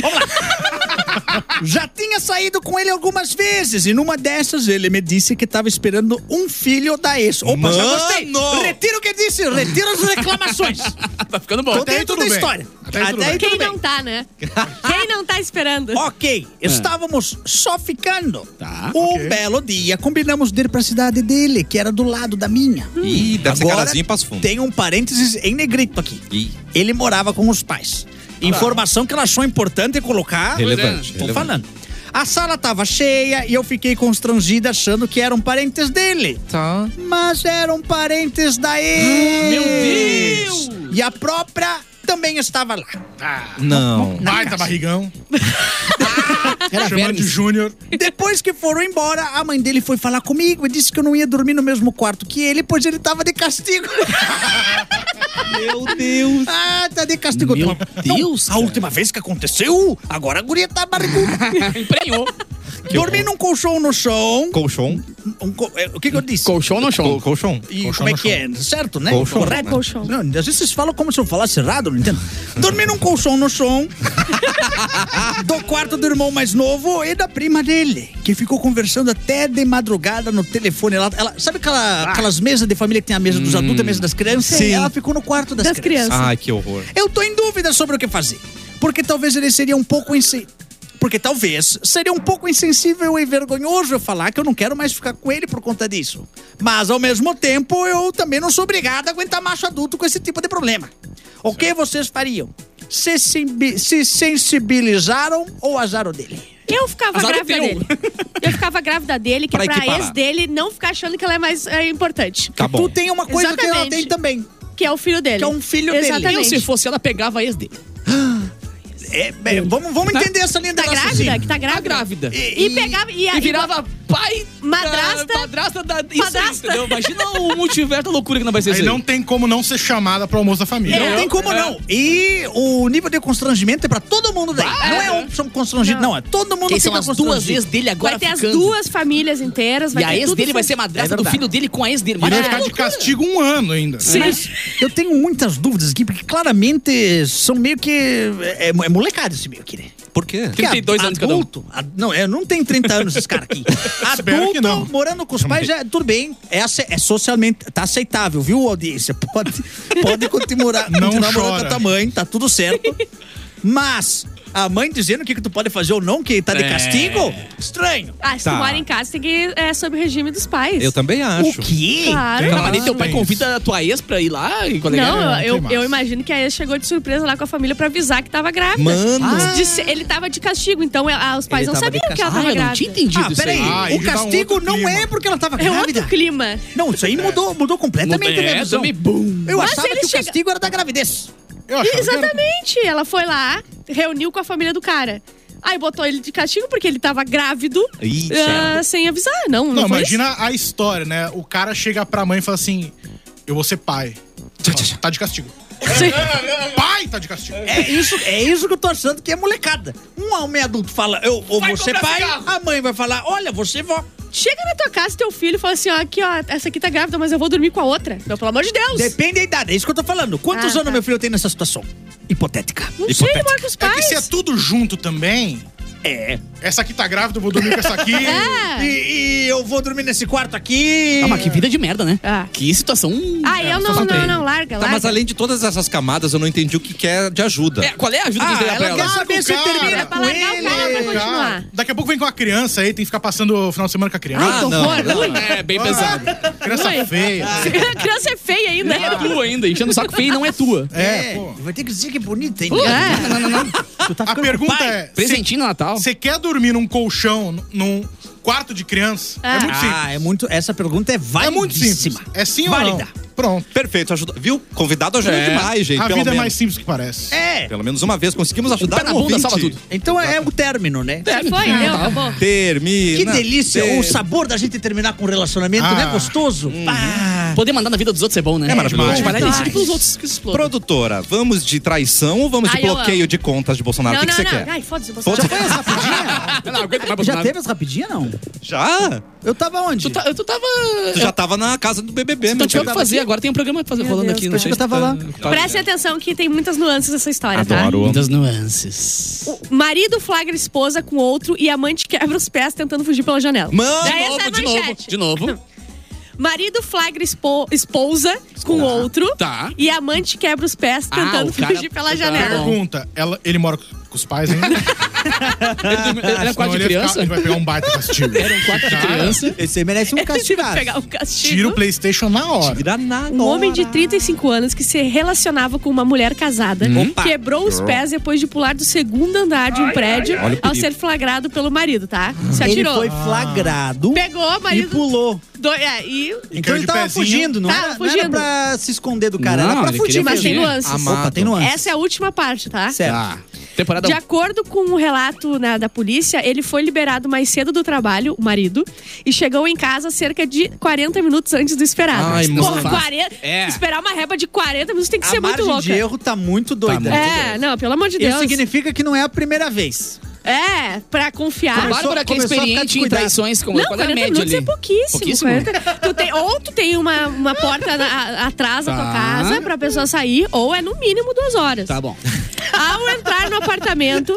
[SPEAKER 2] Vamos lá. Já tinha saído com ele algumas vezes e numa dessas ele me disse que tava esperando um filho da ex. Opa, já gostei.
[SPEAKER 1] Mano!
[SPEAKER 2] Retiro o que disse, retiro as reclamações.
[SPEAKER 5] Tá ficando bom.
[SPEAKER 2] Tô
[SPEAKER 3] aí
[SPEAKER 2] dentro
[SPEAKER 3] tudo
[SPEAKER 2] da
[SPEAKER 3] bem.
[SPEAKER 2] história.
[SPEAKER 3] Até aí tudo bem.
[SPEAKER 2] tudo
[SPEAKER 4] Quem
[SPEAKER 2] bem.
[SPEAKER 4] não tá, né? Quem não tá esperando?
[SPEAKER 2] Ok, estávamos só ficando.
[SPEAKER 5] Tá,
[SPEAKER 2] Um
[SPEAKER 3] ok.
[SPEAKER 2] belo dia, combinamos de ir pra cidade dele, que era do lado da minha.
[SPEAKER 1] Ih, deve ser
[SPEAKER 2] Agora,
[SPEAKER 1] carazinho e passo fundo.
[SPEAKER 2] Tem um parênteses em negrito aqui.
[SPEAKER 1] Ih, Ah.
[SPEAKER 2] Ele morava com os pais. Informação que ela achou importante colocar. é,
[SPEAKER 1] relevante.
[SPEAKER 2] Tô
[SPEAKER 1] relevante.
[SPEAKER 2] falando. A sala tava cheia e eu fiquei constrangida achando que eram parentes dele.
[SPEAKER 1] Tá.
[SPEAKER 2] Mas eram parentes
[SPEAKER 1] Ah,
[SPEAKER 2] da ex.
[SPEAKER 5] Meu Deus!
[SPEAKER 2] E a própria também estava lá.
[SPEAKER 1] Não.
[SPEAKER 3] Baita barrigão.
[SPEAKER 5] Era
[SPEAKER 3] Chamando de
[SPEAKER 5] vermes.
[SPEAKER 3] Júnior.
[SPEAKER 2] Depois que foram embora, a mãe dele foi falar comigo e disse que eu não ia dormir no mesmo quarto que ele, pois ele tava de castigo.
[SPEAKER 5] Meu Deus.
[SPEAKER 2] Ah, tá de castigo.
[SPEAKER 5] Meu
[SPEAKER 2] Não,
[SPEAKER 5] Deus,
[SPEAKER 2] A
[SPEAKER 5] cara.
[SPEAKER 2] última vez que aconteceu, agora a guria tá barriguda.
[SPEAKER 5] Emprenhou.
[SPEAKER 2] Dormi num colchão no chão.
[SPEAKER 1] Colchão.
[SPEAKER 2] Um co- é, O que que eu disse?
[SPEAKER 5] Colchão no chão.
[SPEAKER 1] Col- Colchão.
[SPEAKER 2] E como é que é? Certo, né?
[SPEAKER 1] Colchão.
[SPEAKER 2] Correto?
[SPEAKER 4] Colchão.
[SPEAKER 2] Não, às vezes vocês falam como se eu falasse errado, eu não entendo. Dormi num colchão no chão do quarto do irmão mais novo e da prima dele, que ficou conversando até de madrugada no telefone. Ela, ela- sabe aquela-
[SPEAKER 4] Ah.
[SPEAKER 2] aquelas mesas de família que tem a mesa dos adultos e a mesa das crianças?
[SPEAKER 1] Sim.
[SPEAKER 2] Ela ficou no quarto das,
[SPEAKER 4] das crianças.
[SPEAKER 1] Ai, que horror.
[SPEAKER 2] eu tô em dúvida sobre o que fazer. Porque talvez ele seria um pouco insen... Porque talvez seria um pouco insensível e vergonhoso eu falar que eu não quero mais ficar com ele por conta disso. Mas ao mesmo tempo, eu também não sou obrigado a aguentar macho adulto com esse tipo de problema. O que vocês fariam? Se, simbi- se sensibilizaram ou azaram dele?
[SPEAKER 4] Eu ficava
[SPEAKER 5] Azar
[SPEAKER 4] grávida
[SPEAKER 5] teu.
[SPEAKER 4] dele. Eu ficava grávida dele, que
[SPEAKER 1] Pra
[SPEAKER 4] é pra
[SPEAKER 1] equiparar.
[SPEAKER 4] ex dele não ficar achando que ela é mais é, importante.
[SPEAKER 1] Tá bom.
[SPEAKER 2] Tu tem uma coisa que ela
[SPEAKER 4] Exatamente.
[SPEAKER 2] tem também.
[SPEAKER 4] Que é o filho dele.
[SPEAKER 2] Que é um filho dele.
[SPEAKER 4] Exatamente.
[SPEAKER 5] Eu, se fosse ela, pegava a ex dele.
[SPEAKER 2] É, bem, vamos, vamos entender essa linha
[SPEAKER 4] Tá
[SPEAKER 2] da
[SPEAKER 4] grávida? Que tá
[SPEAKER 5] A
[SPEAKER 4] grávida.
[SPEAKER 5] grávida.
[SPEAKER 4] E, pegava. E,
[SPEAKER 5] E virava pai...
[SPEAKER 4] Madrasta.
[SPEAKER 5] da- Madrasta da... Isso aí,
[SPEAKER 4] Madrasta.
[SPEAKER 5] entendeu? Imagina o multiverso da loucura que não vai ser isso
[SPEAKER 3] Aí
[SPEAKER 5] aí.
[SPEAKER 3] não tem como não ser chamada pro almoço da família.
[SPEAKER 4] É,
[SPEAKER 2] Não tem como não. E o nível de constrangimento é pra todo mundo daí. não é um só constrangido, não. É todo mundo
[SPEAKER 5] Quem
[SPEAKER 2] fica
[SPEAKER 5] são as duas
[SPEAKER 2] constrangido.
[SPEAKER 5] ex dele agora
[SPEAKER 4] Vai ter as
[SPEAKER 5] ficando.
[SPEAKER 4] duas famílias inteiras. Vai
[SPEAKER 5] E a
[SPEAKER 4] ter
[SPEAKER 5] ex
[SPEAKER 4] tudo É
[SPEAKER 5] dele vai
[SPEAKER 4] fam-
[SPEAKER 5] ser madrasta do filho dele com a ex dele.
[SPEAKER 4] é
[SPEAKER 5] é
[SPEAKER 3] E vai
[SPEAKER 5] Olha que
[SPEAKER 3] ficar de
[SPEAKER 5] loucura.
[SPEAKER 3] castigo um ano ainda.
[SPEAKER 2] Sim. Eu tenho muitas dúvidas aqui, porque claramente são meio que. É, é molecada esse meio aqui, né?
[SPEAKER 1] Por quê?
[SPEAKER 2] Porque
[SPEAKER 5] 32 anos cada um.
[SPEAKER 2] adulto, ad- não, é, não tem 30 anos esse cara aqui.
[SPEAKER 3] Espero
[SPEAKER 2] adulto,
[SPEAKER 3] que não.
[SPEAKER 2] morando com os pais, já, tudo bem. É, ace- é socialmente. Tá aceitável, viu, audiência? Pode, pode continuar,
[SPEAKER 3] Não
[SPEAKER 2] continuar morando
[SPEAKER 3] chora.
[SPEAKER 2] com a tua mãe, tá tudo certo. Mas a mãe dizendo o que, que tu pode fazer ou não, que tá de castigo? Estranho.
[SPEAKER 4] Ah, se
[SPEAKER 1] Tá.
[SPEAKER 4] tu mora em casa, tem que ir é, sob o regime dos pais.
[SPEAKER 1] Eu também acho.
[SPEAKER 2] O quê? Ah,
[SPEAKER 4] Claro.
[SPEAKER 3] Tem
[SPEAKER 5] Tá, mas
[SPEAKER 3] razão.
[SPEAKER 5] nem teu pai
[SPEAKER 3] Tem isso.
[SPEAKER 5] convida a tua ex pra ir lá e colegar.
[SPEAKER 4] Não,
[SPEAKER 1] né?
[SPEAKER 3] tem
[SPEAKER 4] eu, eu,
[SPEAKER 3] massa.
[SPEAKER 4] eu imagino que a ex chegou de surpresa lá com a família pra avisar que tava grávida. Ah.
[SPEAKER 1] Mano.
[SPEAKER 4] De ser- ele tava de castigo, então ah, os pais
[SPEAKER 1] Ele
[SPEAKER 4] não
[SPEAKER 1] tava de
[SPEAKER 4] sabiam que ela
[SPEAKER 5] Ah,
[SPEAKER 4] tava
[SPEAKER 5] eu não tinha
[SPEAKER 4] grávida.
[SPEAKER 5] entendido
[SPEAKER 2] Ah,
[SPEAKER 5] isso
[SPEAKER 2] peraí.
[SPEAKER 5] aí.
[SPEAKER 3] Ah,
[SPEAKER 2] o
[SPEAKER 3] isso dá um
[SPEAKER 2] castigo
[SPEAKER 3] outro
[SPEAKER 2] não é
[SPEAKER 3] clima.
[SPEAKER 2] porque ela tava
[SPEAKER 4] É
[SPEAKER 2] grávida.
[SPEAKER 4] outro clima.
[SPEAKER 1] Tá
[SPEAKER 2] Não, isso aí mudou, mudou completamente a minha
[SPEAKER 5] É,
[SPEAKER 2] visão.
[SPEAKER 5] também, bum.
[SPEAKER 2] Eu
[SPEAKER 4] Mas
[SPEAKER 2] achava
[SPEAKER 4] ele
[SPEAKER 2] que
[SPEAKER 4] chega-
[SPEAKER 2] o castigo era da gravidez.
[SPEAKER 3] Eu achava que era-
[SPEAKER 4] Exatamente. Ela foi lá, reuniu com a família do cara. Aí botou ele de castigo porque ele tava grávido,
[SPEAKER 1] Ih,
[SPEAKER 4] ah,
[SPEAKER 1] certo.
[SPEAKER 4] sem avisar. Não, não,
[SPEAKER 3] Não,
[SPEAKER 4] foi isso?
[SPEAKER 3] imagina a história, né? O cara chega pra mãe e fala assim: Eu vou ser pai. Ó, tá de castigo. Pai tá de castigo.
[SPEAKER 2] É isso, é isso que eu tô achando que é molecada. Um homem adulto fala, eu ou
[SPEAKER 5] Vai
[SPEAKER 2] você
[SPEAKER 5] comprar
[SPEAKER 2] pai,
[SPEAKER 5] cigarro.
[SPEAKER 2] a mãe vai falar, olha, você vó.
[SPEAKER 4] Chega na tua casa, teu filho fala assim, ó, aqui, ó, essa aqui tá grávida, mas eu vou dormir com a outra. Não, pelo amor de Deus.
[SPEAKER 2] Depende da idade, é isso que eu tô falando. Quantos
[SPEAKER 4] Ah,
[SPEAKER 2] anos
[SPEAKER 4] tá.
[SPEAKER 2] meu filho tem nessa situação? Hipotética.
[SPEAKER 4] Não sei, ele mora com os
[SPEAKER 3] É que
[SPEAKER 4] pais.
[SPEAKER 3] se é tudo junto também.
[SPEAKER 2] É.
[SPEAKER 3] Essa aqui tá grávida, eu vou dormir com essa aqui.
[SPEAKER 4] É.
[SPEAKER 2] E, e eu vou dormir nesse quarto aqui.
[SPEAKER 5] Ah, mas que vida de merda, né?
[SPEAKER 4] Ah.
[SPEAKER 5] Que situação...
[SPEAKER 4] Ah, eu não, não, não, larga,
[SPEAKER 1] Tá,
[SPEAKER 4] larga.
[SPEAKER 1] mas além de todas essas camadas, eu não entendi o que quer de ajuda.
[SPEAKER 5] É, qual é a ajuda que a gente
[SPEAKER 2] Ah,
[SPEAKER 5] dá pra
[SPEAKER 2] ela
[SPEAKER 5] ela?
[SPEAKER 2] quer saber se
[SPEAKER 3] Cara,
[SPEAKER 2] termina
[SPEAKER 3] é
[SPEAKER 4] pra
[SPEAKER 2] com
[SPEAKER 4] largar o
[SPEAKER 2] ele.
[SPEAKER 4] cara pra continuar.
[SPEAKER 3] Daqui a pouco vem com a criança aí, tem que ficar passando o final de semana com a criança.
[SPEAKER 1] Ah, não.
[SPEAKER 5] Não, É, bem pesado.
[SPEAKER 3] criança
[SPEAKER 4] Ui.
[SPEAKER 3] feia.
[SPEAKER 4] A criança é feia ainda.
[SPEAKER 5] É tua ainda, enchendo o saco feio e não é tua.
[SPEAKER 3] É,
[SPEAKER 2] É, tá
[SPEAKER 3] pô.
[SPEAKER 2] vai ter que dizer que é bonito, hein?
[SPEAKER 4] É.
[SPEAKER 3] A pergunta é:
[SPEAKER 5] Presentinho no Natal.
[SPEAKER 3] você quer dormir num colchão, num quarto de criança? É,
[SPEAKER 4] Ah.
[SPEAKER 3] muito simples.
[SPEAKER 2] Ah, é muito. Essa pergunta é
[SPEAKER 3] é muito
[SPEAKER 2] validíssima.
[SPEAKER 3] simples. É sim ou
[SPEAKER 2] Válida.
[SPEAKER 3] não? Pronto.
[SPEAKER 1] Perfeito, ajuda. Viu? Convidado ajuda
[SPEAKER 5] É.
[SPEAKER 1] demais, gente.
[SPEAKER 3] a
[SPEAKER 1] pelo
[SPEAKER 3] vida é
[SPEAKER 1] menos.
[SPEAKER 3] mais simples que parece.
[SPEAKER 2] É.
[SPEAKER 1] Pelo menos uma vez conseguimos ajudar
[SPEAKER 5] pé na
[SPEAKER 1] um
[SPEAKER 5] bunda
[SPEAKER 1] ouvinte.
[SPEAKER 5] salva tudo.
[SPEAKER 2] Então é o término, né?
[SPEAKER 4] Já foi, é, deu, acabou.
[SPEAKER 1] Ah, Termina.
[SPEAKER 2] Que delícia!
[SPEAKER 1] Ter-
[SPEAKER 2] O sabor da gente terminar com um relacionamento,
[SPEAKER 3] Ah.
[SPEAKER 2] né? Gostoso. Ah, Pá.
[SPEAKER 5] Poder mandar na vida dos outros é bom, né?
[SPEAKER 1] É maravilhoso.
[SPEAKER 5] Vai lá e
[SPEAKER 4] Demais.
[SPEAKER 5] decide pros tipo outros que se explodam.
[SPEAKER 1] Produtora, vamos de traição ou vamos de
[SPEAKER 4] Ai, eu
[SPEAKER 1] bloqueio de contas de Bolsonaro?
[SPEAKER 4] Não,
[SPEAKER 1] o que, que
[SPEAKER 4] não,
[SPEAKER 1] você quer?
[SPEAKER 4] não. Ai, foda-se, Bolsonaro.
[SPEAKER 1] Foda-se.
[SPEAKER 5] Eu Ah, não aguento mais
[SPEAKER 2] Já
[SPEAKER 5] Bolsonaro.
[SPEAKER 2] teve as rapidinhas, não?
[SPEAKER 1] Já?
[SPEAKER 2] Eu tava onde?
[SPEAKER 5] Tu, tá- eu- tu tava...
[SPEAKER 1] Tu já tava na casa do BBB,
[SPEAKER 5] Não
[SPEAKER 1] meu
[SPEAKER 5] tinha o que
[SPEAKER 1] querido.
[SPEAKER 5] fazer, agora tem um programa fazer-
[SPEAKER 4] Meu
[SPEAKER 5] rolando
[SPEAKER 4] Deus,
[SPEAKER 5] aqui. Não sei
[SPEAKER 2] eu
[SPEAKER 5] se
[SPEAKER 2] tava
[SPEAKER 5] tá-
[SPEAKER 2] lá.
[SPEAKER 5] tá-
[SPEAKER 4] Prestem atenção que tem muitas nuances nessa história, tá?
[SPEAKER 5] Muitas nuances.
[SPEAKER 4] O marido flagra esposa com outro e amante quebra os pés tentando fugir pela janela.
[SPEAKER 1] Mano,
[SPEAKER 4] Daí essa é a
[SPEAKER 5] de novo,
[SPEAKER 4] manchete.
[SPEAKER 5] de novo.
[SPEAKER 4] Marido flagra espo- esposa com outro
[SPEAKER 5] Tá.
[SPEAKER 4] e amante quebra os pés
[SPEAKER 5] Ah,
[SPEAKER 4] tentando
[SPEAKER 5] o cara-
[SPEAKER 4] fugir pela
[SPEAKER 5] tá
[SPEAKER 4] janela.
[SPEAKER 5] bom.
[SPEAKER 3] Pergunta: ela, ele mora com os pais ainda?
[SPEAKER 5] Ele, ele era
[SPEAKER 3] Senão
[SPEAKER 5] quadro é de
[SPEAKER 3] ele ia
[SPEAKER 5] criança.
[SPEAKER 3] ficar- ele vai pegar um baita castigo.
[SPEAKER 5] Era um quarto de criança.
[SPEAKER 2] Esse aí merece um castigado.
[SPEAKER 4] Pegar um castigo.
[SPEAKER 3] Tira o PlayStation na hora.
[SPEAKER 4] Um homem de 35 anos que se relacionava com uma mulher casada quebrou os pés depois de pular do segundo andar de um prédio
[SPEAKER 1] Olha o
[SPEAKER 4] ao
[SPEAKER 1] perigo.
[SPEAKER 4] ser flagrado pelo marido, tá? Se
[SPEAKER 2] Ele
[SPEAKER 4] atirou.
[SPEAKER 2] foi flagrado
[SPEAKER 4] Pegou o
[SPEAKER 2] e
[SPEAKER 4] marido.
[SPEAKER 2] pulou.
[SPEAKER 4] do- é, e
[SPEAKER 2] Então
[SPEAKER 3] caiu
[SPEAKER 2] ele
[SPEAKER 3] de
[SPEAKER 2] tava
[SPEAKER 3] pezinho.
[SPEAKER 2] fugindo, não,
[SPEAKER 4] Tava
[SPEAKER 2] era, não era
[SPEAKER 4] fugindo.
[SPEAKER 2] pra se esconder do cara,
[SPEAKER 5] Não,
[SPEAKER 2] era pra
[SPEAKER 5] ele
[SPEAKER 2] fugir.
[SPEAKER 5] queria
[SPEAKER 4] mas tem
[SPEAKER 5] fugir.
[SPEAKER 4] nuances.
[SPEAKER 2] Opa, tem nuances.
[SPEAKER 4] Essa é a última é parte, tá?
[SPEAKER 2] Certo.
[SPEAKER 5] Ah, Temporada
[SPEAKER 4] De
[SPEAKER 5] um.
[SPEAKER 4] acordo com o relato né, da polícia, ele foi liberado mais cedo do trabalho, o marido, e chegou em casa cerca de 40 minutos antes do esperado.
[SPEAKER 5] Ai,
[SPEAKER 4] Porra,
[SPEAKER 5] moça.
[SPEAKER 4] 40
[SPEAKER 5] É.
[SPEAKER 4] Esperar uma reba de 40 minutos tem que
[SPEAKER 2] A
[SPEAKER 4] ser muito
[SPEAKER 2] margem
[SPEAKER 4] louca.
[SPEAKER 2] de erro tá muito doida.
[SPEAKER 4] É, não, pelo amor de
[SPEAKER 2] Isso
[SPEAKER 4] Deus.
[SPEAKER 2] significa que não é a primeira vez.
[SPEAKER 4] É, pra
[SPEAKER 5] A
[SPEAKER 4] confiar.
[SPEAKER 5] Bárbara, que é
[SPEAKER 2] começou a ficar
[SPEAKER 5] experiente em
[SPEAKER 2] descuidada.
[SPEAKER 5] traições, como
[SPEAKER 4] Não,
[SPEAKER 5] qual é a
[SPEAKER 4] 40
[SPEAKER 5] média
[SPEAKER 4] minutos
[SPEAKER 5] ali?
[SPEAKER 4] é pouquíssimo.
[SPEAKER 5] Pouquíssimo?
[SPEAKER 4] 40. Tu tem, ou tu tem uma, uma porta na- atrás da tua
[SPEAKER 5] Tá.
[SPEAKER 4] casa pra pessoa sair, ou é no mínimo duas horas.
[SPEAKER 5] Tá bom.
[SPEAKER 4] Ao entrar no apartamento,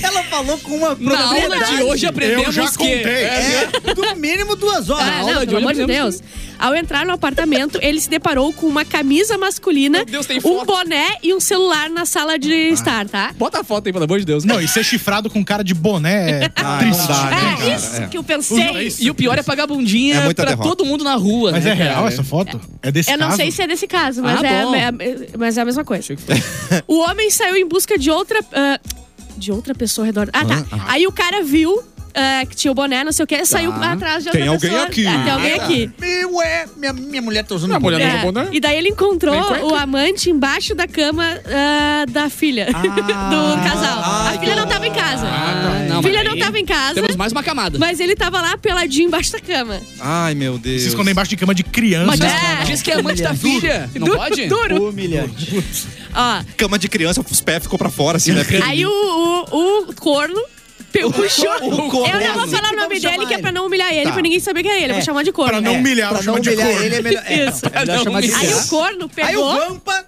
[SPEAKER 2] Ela falou com uma
[SPEAKER 5] Na aula
[SPEAKER 2] propriedade.
[SPEAKER 5] de
[SPEAKER 4] é
[SPEAKER 5] hoje aprendemos
[SPEAKER 3] Eu já
[SPEAKER 5] que...
[SPEAKER 3] contei.
[SPEAKER 2] É, no mínimo duas horas.
[SPEAKER 4] Ah,
[SPEAKER 5] Tá aula
[SPEAKER 4] não,
[SPEAKER 5] de é
[SPEAKER 4] pelo
[SPEAKER 5] olho
[SPEAKER 4] amor de
[SPEAKER 5] mesmo.
[SPEAKER 4] Deus. Ao entrar no apartamento, ele se deparou com uma camisa masculina,
[SPEAKER 5] Meu Deus, tem
[SPEAKER 4] um
[SPEAKER 5] foto. Ah.
[SPEAKER 4] boné e um celular na sala de estar, tá?
[SPEAKER 5] Bota a foto aí, pelo amor de Deus.
[SPEAKER 3] Não, e ser chifrado com cara de boné é triste.
[SPEAKER 5] Tá, né,
[SPEAKER 4] É isso que eu pensei.
[SPEAKER 5] E o pior é pagar bundinha
[SPEAKER 1] É muita
[SPEAKER 5] pra
[SPEAKER 1] derrota.
[SPEAKER 5] todo mundo na rua,
[SPEAKER 3] Mas
[SPEAKER 5] né,
[SPEAKER 3] é real
[SPEAKER 5] cara?
[SPEAKER 3] essa foto? É desse
[SPEAKER 4] Eu não
[SPEAKER 3] caso?
[SPEAKER 4] sei se é desse caso, mas,
[SPEAKER 5] Ah,
[SPEAKER 4] é,
[SPEAKER 5] bom.
[SPEAKER 4] é- é- mas é a mesma coisa. O homem saiu em busca de outra. ah, de outra pessoa ao redor. Ah, tá. Aí o cara viu. ah, que tinha o boné, não sei o que, saiu atrás de outra
[SPEAKER 1] Tem alguém
[SPEAKER 4] pessoa.
[SPEAKER 1] aqui.
[SPEAKER 4] Ah, tem alguém aqui.
[SPEAKER 2] tá.
[SPEAKER 12] Meu, é. Minha, minha mulher tá usando
[SPEAKER 5] A mulher não
[SPEAKER 4] É.
[SPEAKER 5] roubou, né?
[SPEAKER 4] E daí ele encontrou
[SPEAKER 5] Nem cueca.
[SPEAKER 4] o amante embaixo da cama ah, da filha do casal. a filha não tava em casa.
[SPEAKER 5] Ah, não,
[SPEAKER 4] a filha
[SPEAKER 5] mas
[SPEAKER 4] não
[SPEAKER 5] aí
[SPEAKER 4] tava em casa,
[SPEAKER 5] Temos mais uma camada.
[SPEAKER 4] mas ele tava lá peladinho embaixo da cama.
[SPEAKER 1] Ai, meu Deus.
[SPEAKER 3] Se esconder embaixo de cama de
[SPEAKER 5] Mas
[SPEAKER 3] criança.
[SPEAKER 5] diz,
[SPEAKER 4] É.
[SPEAKER 5] diz que é amante da filha. Não
[SPEAKER 4] Duro,
[SPEAKER 5] pode?
[SPEAKER 4] Duro.
[SPEAKER 2] Humilhante.
[SPEAKER 4] Ó,
[SPEAKER 1] Cama de criança, os pés ficou pra fora, assim, né?
[SPEAKER 4] aí o, o, o corno. pe- Puxou. Eu não
[SPEAKER 2] assim.
[SPEAKER 4] vou falar o nome
[SPEAKER 2] Então Vamos chamar
[SPEAKER 4] dele, que é pra
[SPEAKER 2] ele.
[SPEAKER 4] não humilhar ele,
[SPEAKER 2] é Tá.
[SPEAKER 4] pra ninguém saber quem é ele. Eu Vou chamar de corno.
[SPEAKER 3] Pra não
[SPEAKER 4] É.
[SPEAKER 3] humilhar,
[SPEAKER 2] Pra
[SPEAKER 3] eu
[SPEAKER 2] não
[SPEAKER 3] chamo de
[SPEAKER 2] humilhar
[SPEAKER 3] corno.
[SPEAKER 2] ele, é melhor, é,
[SPEAKER 4] Isso.
[SPEAKER 2] não, é melhor
[SPEAKER 5] Não
[SPEAKER 2] chamar de
[SPEAKER 5] humilhar.
[SPEAKER 4] Aí
[SPEAKER 2] piá.
[SPEAKER 4] o corno
[SPEAKER 2] Aí o
[SPEAKER 4] pegou,
[SPEAKER 2] Vampa...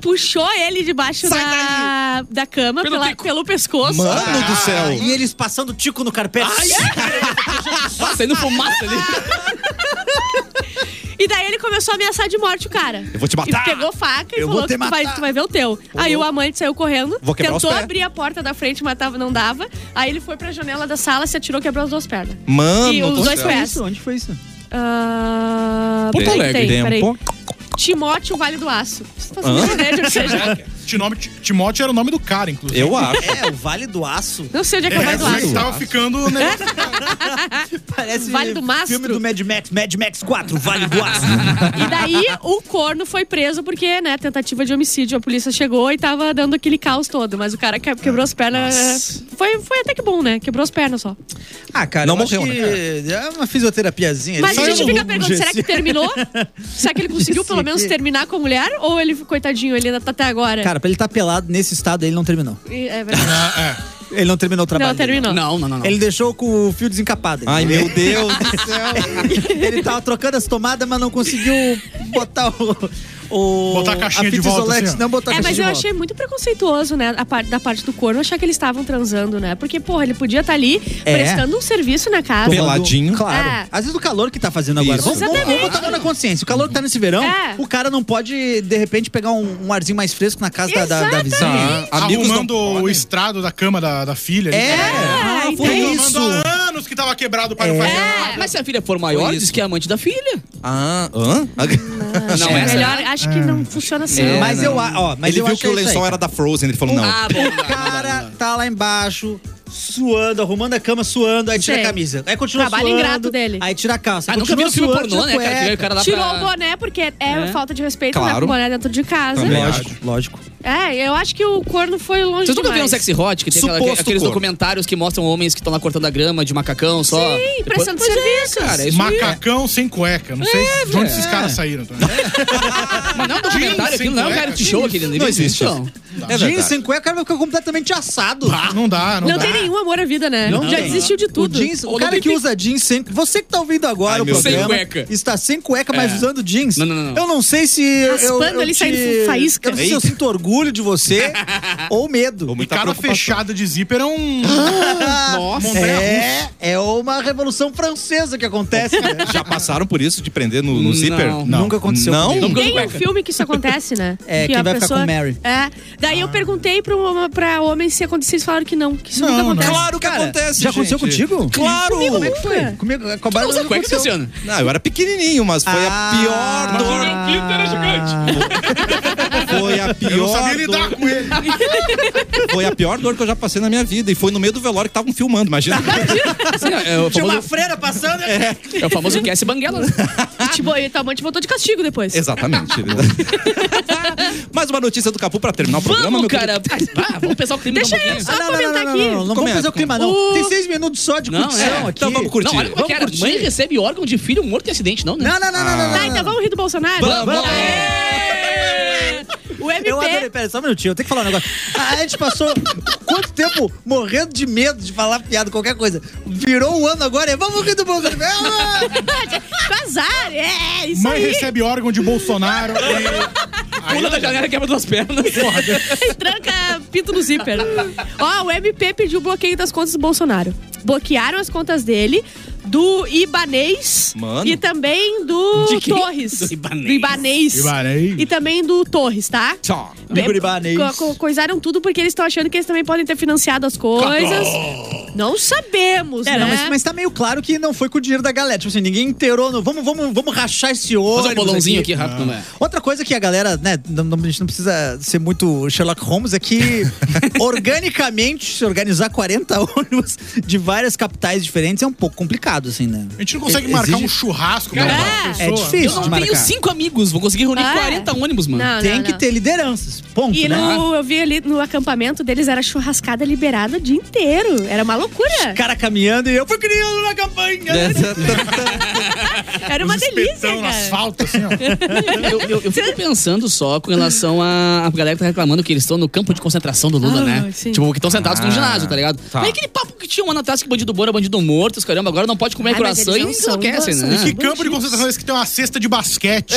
[SPEAKER 4] puxou ele debaixo
[SPEAKER 5] Sai
[SPEAKER 4] da, da cama,
[SPEAKER 5] Pelo
[SPEAKER 4] pela-
[SPEAKER 5] bico.
[SPEAKER 4] pelo pescoço.
[SPEAKER 1] Mano do céu.
[SPEAKER 2] E eles passando tico no carpete. É,
[SPEAKER 5] Ah, saindo fumaça ali.
[SPEAKER 4] E daí ele começou a ameaçar de morte o cara.
[SPEAKER 1] Eu vou te matar.
[SPEAKER 4] E pegou faca e
[SPEAKER 12] Eu
[SPEAKER 4] falou
[SPEAKER 12] vou te
[SPEAKER 4] que tu vai,
[SPEAKER 12] matar.
[SPEAKER 4] tu vai ver o teu. Aí o amante saiu correndo,
[SPEAKER 1] Vou quebrar os
[SPEAKER 4] tentou
[SPEAKER 1] pés.
[SPEAKER 4] abrir a porta da frente, matava, não dava. Aí ele foi pra janela da sala, se atirou, quebrou as duas pernas.
[SPEAKER 1] Mano
[SPEAKER 4] e
[SPEAKER 1] do
[SPEAKER 4] os dois
[SPEAKER 1] céu.
[SPEAKER 4] pés.
[SPEAKER 2] Onde foi isso?
[SPEAKER 4] Ah,
[SPEAKER 5] Porto
[SPEAKER 4] peraí,
[SPEAKER 5] Alegre.
[SPEAKER 4] tem, peraí.
[SPEAKER 1] Tempo.
[SPEAKER 4] Timóteo Vale do Aço. Você tá fazendo ideia de onde seja.
[SPEAKER 3] Tinome- Timóteo era o nome do cara, inclusive.
[SPEAKER 1] Eu acho.
[SPEAKER 2] É, o Vale do Aço.
[SPEAKER 4] Não sei onde é que é o
[SPEAKER 3] É,
[SPEAKER 4] Vale do
[SPEAKER 3] como é que
[SPEAKER 4] Aço.
[SPEAKER 3] tava ficando,
[SPEAKER 4] É.
[SPEAKER 3] né?
[SPEAKER 2] Parece
[SPEAKER 4] Vale do Mastro.
[SPEAKER 2] filme do Mad Max. Mad Max 4, Vale do Aço.
[SPEAKER 4] E daí o corno foi preso porque, né, tentativa de homicídio. A polícia chegou e tava dando aquele caos todo. Mas o cara que- quebrou as pernas. Foi, foi até que bom, né? Quebrou as pernas só.
[SPEAKER 2] Ah, cara,
[SPEAKER 1] Não
[SPEAKER 2] eu acho
[SPEAKER 1] morreu,
[SPEAKER 2] que É uma fisioterapiazinha.
[SPEAKER 4] Mas
[SPEAKER 2] Ele
[SPEAKER 4] a
[SPEAKER 2] um
[SPEAKER 4] gente
[SPEAKER 2] saiu
[SPEAKER 4] fica
[SPEAKER 2] no-
[SPEAKER 4] perguntando, será que terminou? será que ele conseguiu pelo
[SPEAKER 2] Esse
[SPEAKER 4] menos
[SPEAKER 2] aqui.
[SPEAKER 4] terminar com a mulher? Ou ele, coitadinho, ele ainda tá até agora?
[SPEAKER 2] Cara, pra ele estar tá pelado nesse estado, ele não terminou.
[SPEAKER 4] E- É verdade.
[SPEAKER 2] Ele não terminou o trabalho.
[SPEAKER 4] Não, terminou.
[SPEAKER 5] Não, não, não. não.
[SPEAKER 2] Ele deixou com o fio desencapado.
[SPEAKER 1] Ai, meu Deus do céu.
[SPEAKER 2] Ele tava trocando as tomadas, mas não conseguiu botar o. o-
[SPEAKER 3] Botar a caixinha
[SPEAKER 2] fita
[SPEAKER 3] de volta,
[SPEAKER 2] isolante,
[SPEAKER 3] assim, ó.
[SPEAKER 2] não botar a
[SPEAKER 4] É,
[SPEAKER 2] caixinha
[SPEAKER 4] mas
[SPEAKER 2] de
[SPEAKER 4] eu
[SPEAKER 2] volta.
[SPEAKER 4] achei muito preconceituoso, né, a parte, da parte do corno, achar que eles estavam transando, né? Porque, porra, ele podia estar ali
[SPEAKER 2] É.
[SPEAKER 4] prestando um serviço na casa.
[SPEAKER 1] Pela- Peladinho.
[SPEAKER 2] Claro.
[SPEAKER 4] É.
[SPEAKER 2] Às vezes o calor que tá fazendo agora.
[SPEAKER 1] Isso.
[SPEAKER 2] Vamos, vamos, vamos botar a mão na consciência. O calor que tá nesse verão,
[SPEAKER 4] É.
[SPEAKER 2] o cara não pode, de repente, pegar um, um arzinho mais fresco na casa da, da, da vizinha.
[SPEAKER 1] Tá. Amigos não
[SPEAKER 3] arrumando o estrado da cama da, da filha.
[SPEAKER 2] É,
[SPEAKER 3] ali.
[SPEAKER 2] Ah, foi
[SPEAKER 4] então-
[SPEAKER 2] isso.
[SPEAKER 3] Reclamando há anos que tava quebrado o pai
[SPEAKER 4] É,
[SPEAKER 3] não fazia nada.
[SPEAKER 5] É. Mas se a filha for maior, diz que é amante da filha.
[SPEAKER 1] Ah, hã?
[SPEAKER 5] Não,
[SPEAKER 4] é
[SPEAKER 5] essa- Ah,
[SPEAKER 4] melhor, acho que não funciona assim.
[SPEAKER 1] É,
[SPEAKER 2] mas
[SPEAKER 1] não.
[SPEAKER 2] eu, a- ó, mas
[SPEAKER 1] ele
[SPEAKER 2] eu
[SPEAKER 1] viu
[SPEAKER 2] acho
[SPEAKER 1] que o
[SPEAKER 2] é isso aí.
[SPEAKER 1] lençol era da Frozen, ele falou, não.
[SPEAKER 5] Ah, bom.
[SPEAKER 2] O cara tá lá embaixo, suando, arrumando a cama, suando, aí tira
[SPEAKER 4] Sei.
[SPEAKER 2] a camisa. Aí continua
[SPEAKER 4] Trabalho
[SPEAKER 2] suando.
[SPEAKER 4] ingrato dele.
[SPEAKER 2] Aí tira a calça.
[SPEAKER 5] Ah, nunca vi
[SPEAKER 2] continua
[SPEAKER 5] um filme
[SPEAKER 2] suando, tipo,
[SPEAKER 5] pornô,
[SPEAKER 2] tira
[SPEAKER 5] né,
[SPEAKER 2] a
[SPEAKER 5] cara? Que o
[SPEAKER 2] cueca.
[SPEAKER 5] cara lá
[SPEAKER 4] Tirou
[SPEAKER 5] pra-
[SPEAKER 4] o boné, porque é, falta de respeito
[SPEAKER 1] Claro.
[SPEAKER 4] andar com o boné dentro de casa.
[SPEAKER 1] Também.
[SPEAKER 2] Lógico, lógico.
[SPEAKER 4] É, eu acho que o corno foi longe
[SPEAKER 5] Vocês nunca viram
[SPEAKER 4] demais.
[SPEAKER 5] Sexy Hot? Que tem aquela-
[SPEAKER 1] Suposto
[SPEAKER 5] aqueles
[SPEAKER 1] corno.
[SPEAKER 5] documentários que mostram homens que estão lá cortando a grama de macacão só.
[SPEAKER 4] Sim,
[SPEAKER 5] Depois-
[SPEAKER 4] prestando
[SPEAKER 5] Pois é,
[SPEAKER 4] serviço.
[SPEAKER 5] cara, é isso aí.
[SPEAKER 3] Macacão sem cueca. Não sei
[SPEAKER 4] É,
[SPEAKER 3] de onde esses caras saíram. tá?
[SPEAKER 5] Mas não é um documentário,
[SPEAKER 3] Jeans sem
[SPEAKER 5] aquilo não é um
[SPEAKER 3] cueca.
[SPEAKER 5] reality show, aquele
[SPEAKER 1] Não existe.
[SPEAKER 5] não.
[SPEAKER 1] É
[SPEAKER 2] Jeans
[SPEAKER 1] verdade.
[SPEAKER 2] sem cueca, o cara vai ficar completamente assado.
[SPEAKER 3] Não dá, não,
[SPEAKER 4] Não
[SPEAKER 3] dá.
[SPEAKER 4] tem nenhum amor à vida, né?
[SPEAKER 2] Não
[SPEAKER 4] Já
[SPEAKER 2] tem.
[SPEAKER 4] desistiu de tudo.
[SPEAKER 2] O, jeans, o
[SPEAKER 5] Ou
[SPEAKER 2] cara
[SPEAKER 5] do
[SPEAKER 2] que
[SPEAKER 5] pipi.
[SPEAKER 2] usa jeans sem. Você que tá ouvindo agora
[SPEAKER 1] Ai,
[SPEAKER 2] o
[SPEAKER 1] meu
[SPEAKER 2] programa.
[SPEAKER 5] Deus. Sem cueca.
[SPEAKER 2] Está sem cueca, mas
[SPEAKER 5] É.
[SPEAKER 2] usando jeans.
[SPEAKER 5] Não, não, não, não.
[SPEAKER 2] Eu não sei se. eu-
[SPEAKER 4] Raspando
[SPEAKER 2] eu
[SPEAKER 4] ali,
[SPEAKER 2] te-
[SPEAKER 4] saindo faísca.
[SPEAKER 2] Eu não sei se eu
[SPEAKER 1] Eita.
[SPEAKER 2] sinto orgulho de você ou medo. Ah,
[SPEAKER 1] Ou
[SPEAKER 3] E
[SPEAKER 1] muita
[SPEAKER 3] cada
[SPEAKER 1] preocupação.
[SPEAKER 3] fechada de zíper é um.
[SPEAKER 4] Ah,
[SPEAKER 3] Nossa,
[SPEAKER 2] É, é uma revolução francesa que acontece. né?
[SPEAKER 1] Já passaram por isso de prender no, no
[SPEAKER 5] Não.
[SPEAKER 1] zíper?
[SPEAKER 2] Nunca aconteceu
[SPEAKER 1] Não?
[SPEAKER 2] comigo.
[SPEAKER 5] Nunca-
[SPEAKER 4] Tem um
[SPEAKER 5] cueca.
[SPEAKER 4] filme que isso acontece, né?
[SPEAKER 2] É,
[SPEAKER 4] que
[SPEAKER 2] quem
[SPEAKER 4] a
[SPEAKER 2] vai ficar com Mary.
[SPEAKER 4] É. Daí eu perguntei pra, uma, pra homens se aconteceu, eles falaram que não, que isso nunca
[SPEAKER 3] Não,
[SPEAKER 4] acontece.
[SPEAKER 1] Claro que
[SPEAKER 2] Cara,
[SPEAKER 1] acontece,
[SPEAKER 2] Já aconteceu
[SPEAKER 1] gente.
[SPEAKER 2] contigo?
[SPEAKER 1] Claro!
[SPEAKER 2] Como é que foi?
[SPEAKER 4] Nunca.
[SPEAKER 2] Comigo, com a Bárbara
[SPEAKER 5] Usa
[SPEAKER 2] não
[SPEAKER 5] cueca,
[SPEAKER 2] aconteceu.
[SPEAKER 5] Luciano.
[SPEAKER 1] Não, eu era pequenininho, mas foi
[SPEAKER 2] Ah,
[SPEAKER 1] a pior dor.
[SPEAKER 2] um
[SPEAKER 1] Foi a
[SPEAKER 3] Eu não sabia
[SPEAKER 1] pior
[SPEAKER 3] lidar
[SPEAKER 1] dor.
[SPEAKER 3] com ele.
[SPEAKER 1] Foi a pior dor que eu já passei na minha vida. E foi no meio do velório que estavam filmando, imagina.
[SPEAKER 5] Assim, é, o
[SPEAKER 13] Tinha uma
[SPEAKER 5] famoso,
[SPEAKER 13] freira passando.
[SPEAKER 5] é o famoso Cassie Banguela. né?
[SPEAKER 4] E, tipo, e tua mãe te botou de castigo depois.
[SPEAKER 1] Exatamente. Mais uma notícia do Capu pra terminar o programa,
[SPEAKER 5] Vamos,
[SPEAKER 1] meu
[SPEAKER 5] cara. Ah, vamos pensar o clima
[SPEAKER 4] Deixa
[SPEAKER 5] um pouquinho.
[SPEAKER 4] eu só comentar aqui.
[SPEAKER 2] não, não vamos
[SPEAKER 1] Comenta,
[SPEAKER 2] fazer o clima, não.
[SPEAKER 4] comenta.
[SPEAKER 2] Tem seis minutos só de
[SPEAKER 5] Não,
[SPEAKER 2] curtição
[SPEAKER 5] é.
[SPEAKER 2] aqui.
[SPEAKER 1] Então vamos curtir.
[SPEAKER 5] Não, olha como é que era.
[SPEAKER 2] Vamos
[SPEAKER 5] Mãe
[SPEAKER 2] curtir.
[SPEAKER 5] recebe órgão de filho morto em acidente, não, né?
[SPEAKER 2] Não, não, não, não, não, não.
[SPEAKER 4] Tá, então vamos rir do Bolsonaro?
[SPEAKER 5] Vamos.
[SPEAKER 4] O MP...
[SPEAKER 2] Eu adorei, pera, só um minutinho, eu tenho que falar um negócio. A gente passou quanto tempo morrendo de medo de falar piada, qualquer coisa. Virou um ano agora, é vamos rir do Bolsonaro. Ah!
[SPEAKER 4] Casar, é, isso
[SPEAKER 3] Mãe
[SPEAKER 4] aí.
[SPEAKER 3] recebe órgão de Bolsonaro. e-
[SPEAKER 5] Pula da janela e quebra duas pernas.
[SPEAKER 4] E tranca pinto no zíper. Ó, o MP pediu o bloqueio das contas do Bolsonaro. Bloquearam as contas dele, do Ibanês
[SPEAKER 1] Mano.
[SPEAKER 4] e também do
[SPEAKER 5] De quem?
[SPEAKER 4] Torres.
[SPEAKER 5] Do Ibanez.
[SPEAKER 4] Do Ibanês.
[SPEAKER 3] Ibanez.
[SPEAKER 4] E também do Torres, tá?
[SPEAKER 1] Tchau.
[SPEAKER 4] Bem, co- co- coisaram tudo porque eles estão achando que eles também podem ter financiado as coisas. Não sabemos,
[SPEAKER 2] É,
[SPEAKER 4] né?
[SPEAKER 2] não, mas, mas tá meio claro que não foi com o dinheiro da galera. Tipo assim, ninguém inteirou. No, vamos, vamos, vamos rachar esse ônibus
[SPEAKER 5] Fazer um bolãozinho
[SPEAKER 2] aqui.
[SPEAKER 5] aqui rápido, né?
[SPEAKER 2] É. Outra coisa que a galera, né, não, não- a gente não precisa ser muito Sherlock Holmes, é que organicamente se organizar 40 ônibus de várias capitais diferentes é um pouco complicado, assim, né?
[SPEAKER 3] A gente
[SPEAKER 1] É,
[SPEAKER 3] não consegue marcar um churrasco pra uma pessoa. né?
[SPEAKER 2] É difícil
[SPEAKER 5] Eu não
[SPEAKER 2] de
[SPEAKER 5] tenho
[SPEAKER 2] marcar.
[SPEAKER 5] cinco amigos, vou conseguir reunir
[SPEAKER 4] Ah, é.
[SPEAKER 5] 40 ônibus, mano.
[SPEAKER 4] Não,
[SPEAKER 2] Tem
[SPEAKER 4] não,
[SPEAKER 2] que
[SPEAKER 4] não.
[SPEAKER 2] ter lideranças. Ponto,
[SPEAKER 4] E
[SPEAKER 2] né?
[SPEAKER 4] no, eu vi ali no acampamento deles, era churrascada liberada o dia inteiro. Era uma loucura.
[SPEAKER 2] Ah, cara caminhando e eu fui criando na campanha. né?
[SPEAKER 4] Era uma
[SPEAKER 3] Os
[SPEAKER 4] delícia,
[SPEAKER 3] espetão no
[SPEAKER 4] cara. É
[SPEAKER 3] asfalto, assim, ó.
[SPEAKER 5] Eu, eu- eu fico pensando só com relação a, a galera que tá reclamando que eles estão no campo de concentração do Lula,
[SPEAKER 4] Ah,
[SPEAKER 5] né?
[SPEAKER 4] sim.
[SPEAKER 5] Tipo, que estão sentados num
[SPEAKER 1] Ah,
[SPEAKER 5] ginásio, tá ligado?
[SPEAKER 1] tá.
[SPEAKER 5] Aí aquele papo que tinha um ano atrás que bandido bom era bandido morto, os caramba, agora não pode comer
[SPEAKER 4] Ai, Ah, mas
[SPEAKER 5] coração
[SPEAKER 4] eles
[SPEAKER 5] e
[SPEAKER 4] não são
[SPEAKER 5] enlouquecem,
[SPEAKER 4] doces.
[SPEAKER 5] né?
[SPEAKER 3] Que campo de concentração é esse que tem uma cesta de basquete?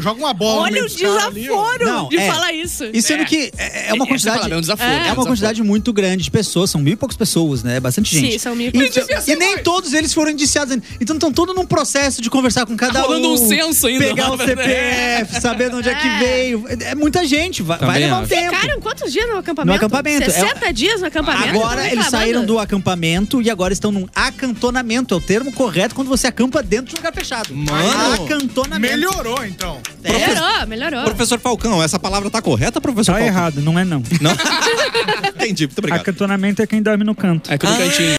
[SPEAKER 3] Joga uma bola no
[SPEAKER 4] É. Olha
[SPEAKER 3] meio
[SPEAKER 4] o
[SPEAKER 3] dos caras ali, ó.
[SPEAKER 4] desaforo
[SPEAKER 2] Não,
[SPEAKER 4] de
[SPEAKER 2] é.
[SPEAKER 4] falar isso.
[SPEAKER 2] E sendo que é é
[SPEAKER 5] Essa
[SPEAKER 2] uma
[SPEAKER 5] palavra
[SPEAKER 2] quantidade.
[SPEAKER 5] é um desaforo, é um
[SPEAKER 2] É uma
[SPEAKER 5] desaforo.
[SPEAKER 2] quantidade muito grande de pessoas, são mil e poucas pessoas, né? É Bastante
[SPEAKER 4] Sim,
[SPEAKER 2] gente.
[SPEAKER 4] são mil e
[SPEAKER 2] e,
[SPEAKER 4] poucas
[SPEAKER 2] então-
[SPEAKER 4] pessoas.
[SPEAKER 2] e nem todos eles foram indiciados ainda. Então estão todos num processo de conversar com cada
[SPEAKER 5] Rolando
[SPEAKER 2] um.
[SPEAKER 5] um censo ainda.
[SPEAKER 2] Pegar o CPF, saber de onde é que
[SPEAKER 4] É.
[SPEAKER 2] veio. É muita gente, vai, vai
[SPEAKER 1] Também
[SPEAKER 2] levar um
[SPEAKER 1] acho.
[SPEAKER 2] tempo.
[SPEAKER 4] Ficaram quantos dias no acampamento?
[SPEAKER 2] No acampamento, é-
[SPEAKER 4] 60 dias no acampamento? né, Tão
[SPEAKER 2] Agora eles
[SPEAKER 4] reclamando.
[SPEAKER 2] saíram do acampamento e agora estão num acantonamento. É o termo correto quando você acampa dentro de um lugar fechado.
[SPEAKER 1] Mano.
[SPEAKER 4] né?
[SPEAKER 2] acantonamento. É.
[SPEAKER 3] Melhorou, então.
[SPEAKER 4] Melhorou, melhorou.
[SPEAKER 1] Professor Falcão, essa palavra tá correta, professor
[SPEAKER 14] Tá
[SPEAKER 1] Falcão?
[SPEAKER 14] errado, não é não.
[SPEAKER 1] Entendi, muito obrigado.
[SPEAKER 14] Acantonamento é quem dorme no canto.
[SPEAKER 5] É, que
[SPEAKER 2] Ah.
[SPEAKER 5] no cantinho.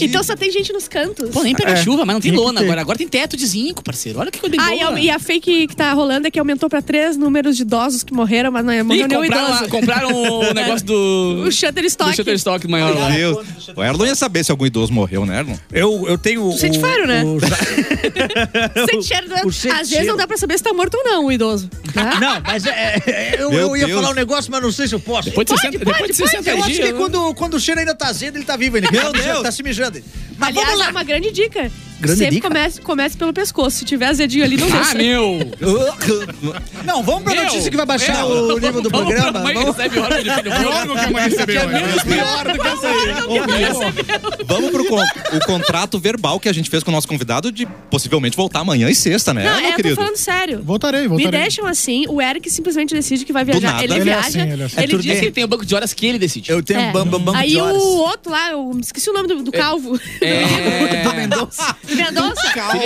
[SPEAKER 4] Então só tem gente nos cantos.
[SPEAKER 5] Pô, nem pega
[SPEAKER 2] É.
[SPEAKER 5] chuva, mas não tem
[SPEAKER 14] Tinha que
[SPEAKER 5] lona
[SPEAKER 14] ter.
[SPEAKER 5] agora. Agora tem teto de zinco, parceiro. Olha que coisa
[SPEAKER 4] Ah,
[SPEAKER 5] boa.
[SPEAKER 4] e a, e a fake que tá rolando é que aumentou pra três números de idosos que morreram, mas não morreu
[SPEAKER 5] Ih,
[SPEAKER 4] nenhum
[SPEAKER 5] compraram,
[SPEAKER 4] idoso.
[SPEAKER 5] a- compraram o um negócio do...
[SPEAKER 4] O Shutterstock.
[SPEAKER 5] Do Shutterstock um maior
[SPEAKER 1] Meu
[SPEAKER 5] lá.
[SPEAKER 1] Deus. O Erlon ia saber se algum idoso morreu, né, Erlon?
[SPEAKER 13] Eu, eu tenho.
[SPEAKER 4] Vocês
[SPEAKER 13] o-
[SPEAKER 4] tiveram, né?
[SPEAKER 13] o-
[SPEAKER 4] Sem cheiro, né?
[SPEAKER 13] o
[SPEAKER 4] Às
[SPEAKER 13] cheiro.
[SPEAKER 4] vezes não dá pra saber se tá morto ou não, o idoso. tá?
[SPEAKER 13] Não, mas é, é, eu,
[SPEAKER 1] Meu
[SPEAKER 13] eu ia
[SPEAKER 1] Deus.
[SPEAKER 13] falar um negócio, mas não sei se eu posso.
[SPEAKER 5] Depois de 60, depois de 60
[SPEAKER 13] Eu acho
[SPEAKER 5] dias,
[SPEAKER 13] que
[SPEAKER 5] né?
[SPEAKER 13] quando, quando o cheiro ainda tá azedo, ele tá vivo ainda.
[SPEAKER 1] Meu
[SPEAKER 13] Tá mijando,
[SPEAKER 1] Deus.
[SPEAKER 13] Tá se mijando. Mas
[SPEAKER 4] Aliás,
[SPEAKER 13] vamos
[SPEAKER 4] é
[SPEAKER 13] lá.
[SPEAKER 4] uma grande dica.
[SPEAKER 2] Grande
[SPEAKER 4] Sempre
[SPEAKER 2] dica?
[SPEAKER 4] Comece, comece pelo pescoço. Se tiver azedinho ali, não
[SPEAKER 5] Ah,
[SPEAKER 4] deixa.
[SPEAKER 5] meu!
[SPEAKER 2] Não, vamos pra
[SPEAKER 5] Meu,
[SPEAKER 2] notícia que vai baixar
[SPEAKER 5] meu.
[SPEAKER 2] o nível do
[SPEAKER 5] Vamos pra
[SPEAKER 2] programa.
[SPEAKER 5] mãe
[SPEAKER 2] Vamos- É
[SPEAKER 5] recebe órgão de filho morto.
[SPEAKER 3] Logo que a mãe recebeu. né?
[SPEAKER 5] é pior do que essa aí.
[SPEAKER 1] Vamos pro con- o contrato verbal que a gente fez com o nosso convidado de possivelmente voltar amanhã e sexta, né,
[SPEAKER 4] Não,
[SPEAKER 1] meu
[SPEAKER 4] é, eu tô
[SPEAKER 1] querido?
[SPEAKER 4] falando sério.
[SPEAKER 3] Voltarei,
[SPEAKER 4] Me
[SPEAKER 3] voltarei.
[SPEAKER 4] deixam assim, o Eric simplesmente decide que vai viajar.
[SPEAKER 1] nada.
[SPEAKER 4] Ele,
[SPEAKER 1] Ele
[SPEAKER 3] é
[SPEAKER 4] viaja,
[SPEAKER 3] assim, ele é assim.
[SPEAKER 4] ele
[SPEAKER 5] É
[SPEAKER 4] diz
[SPEAKER 5] que ele
[SPEAKER 4] que...
[SPEAKER 5] tem um banco de horas que ele decide.
[SPEAKER 2] Eu tenho
[SPEAKER 4] É.
[SPEAKER 2] bam, bam, bam
[SPEAKER 4] Aí
[SPEAKER 2] de horas.
[SPEAKER 4] o outro lá, eu me esqueci o nome do, do calvo.
[SPEAKER 5] É...
[SPEAKER 4] Mendonça?
[SPEAKER 5] Felipe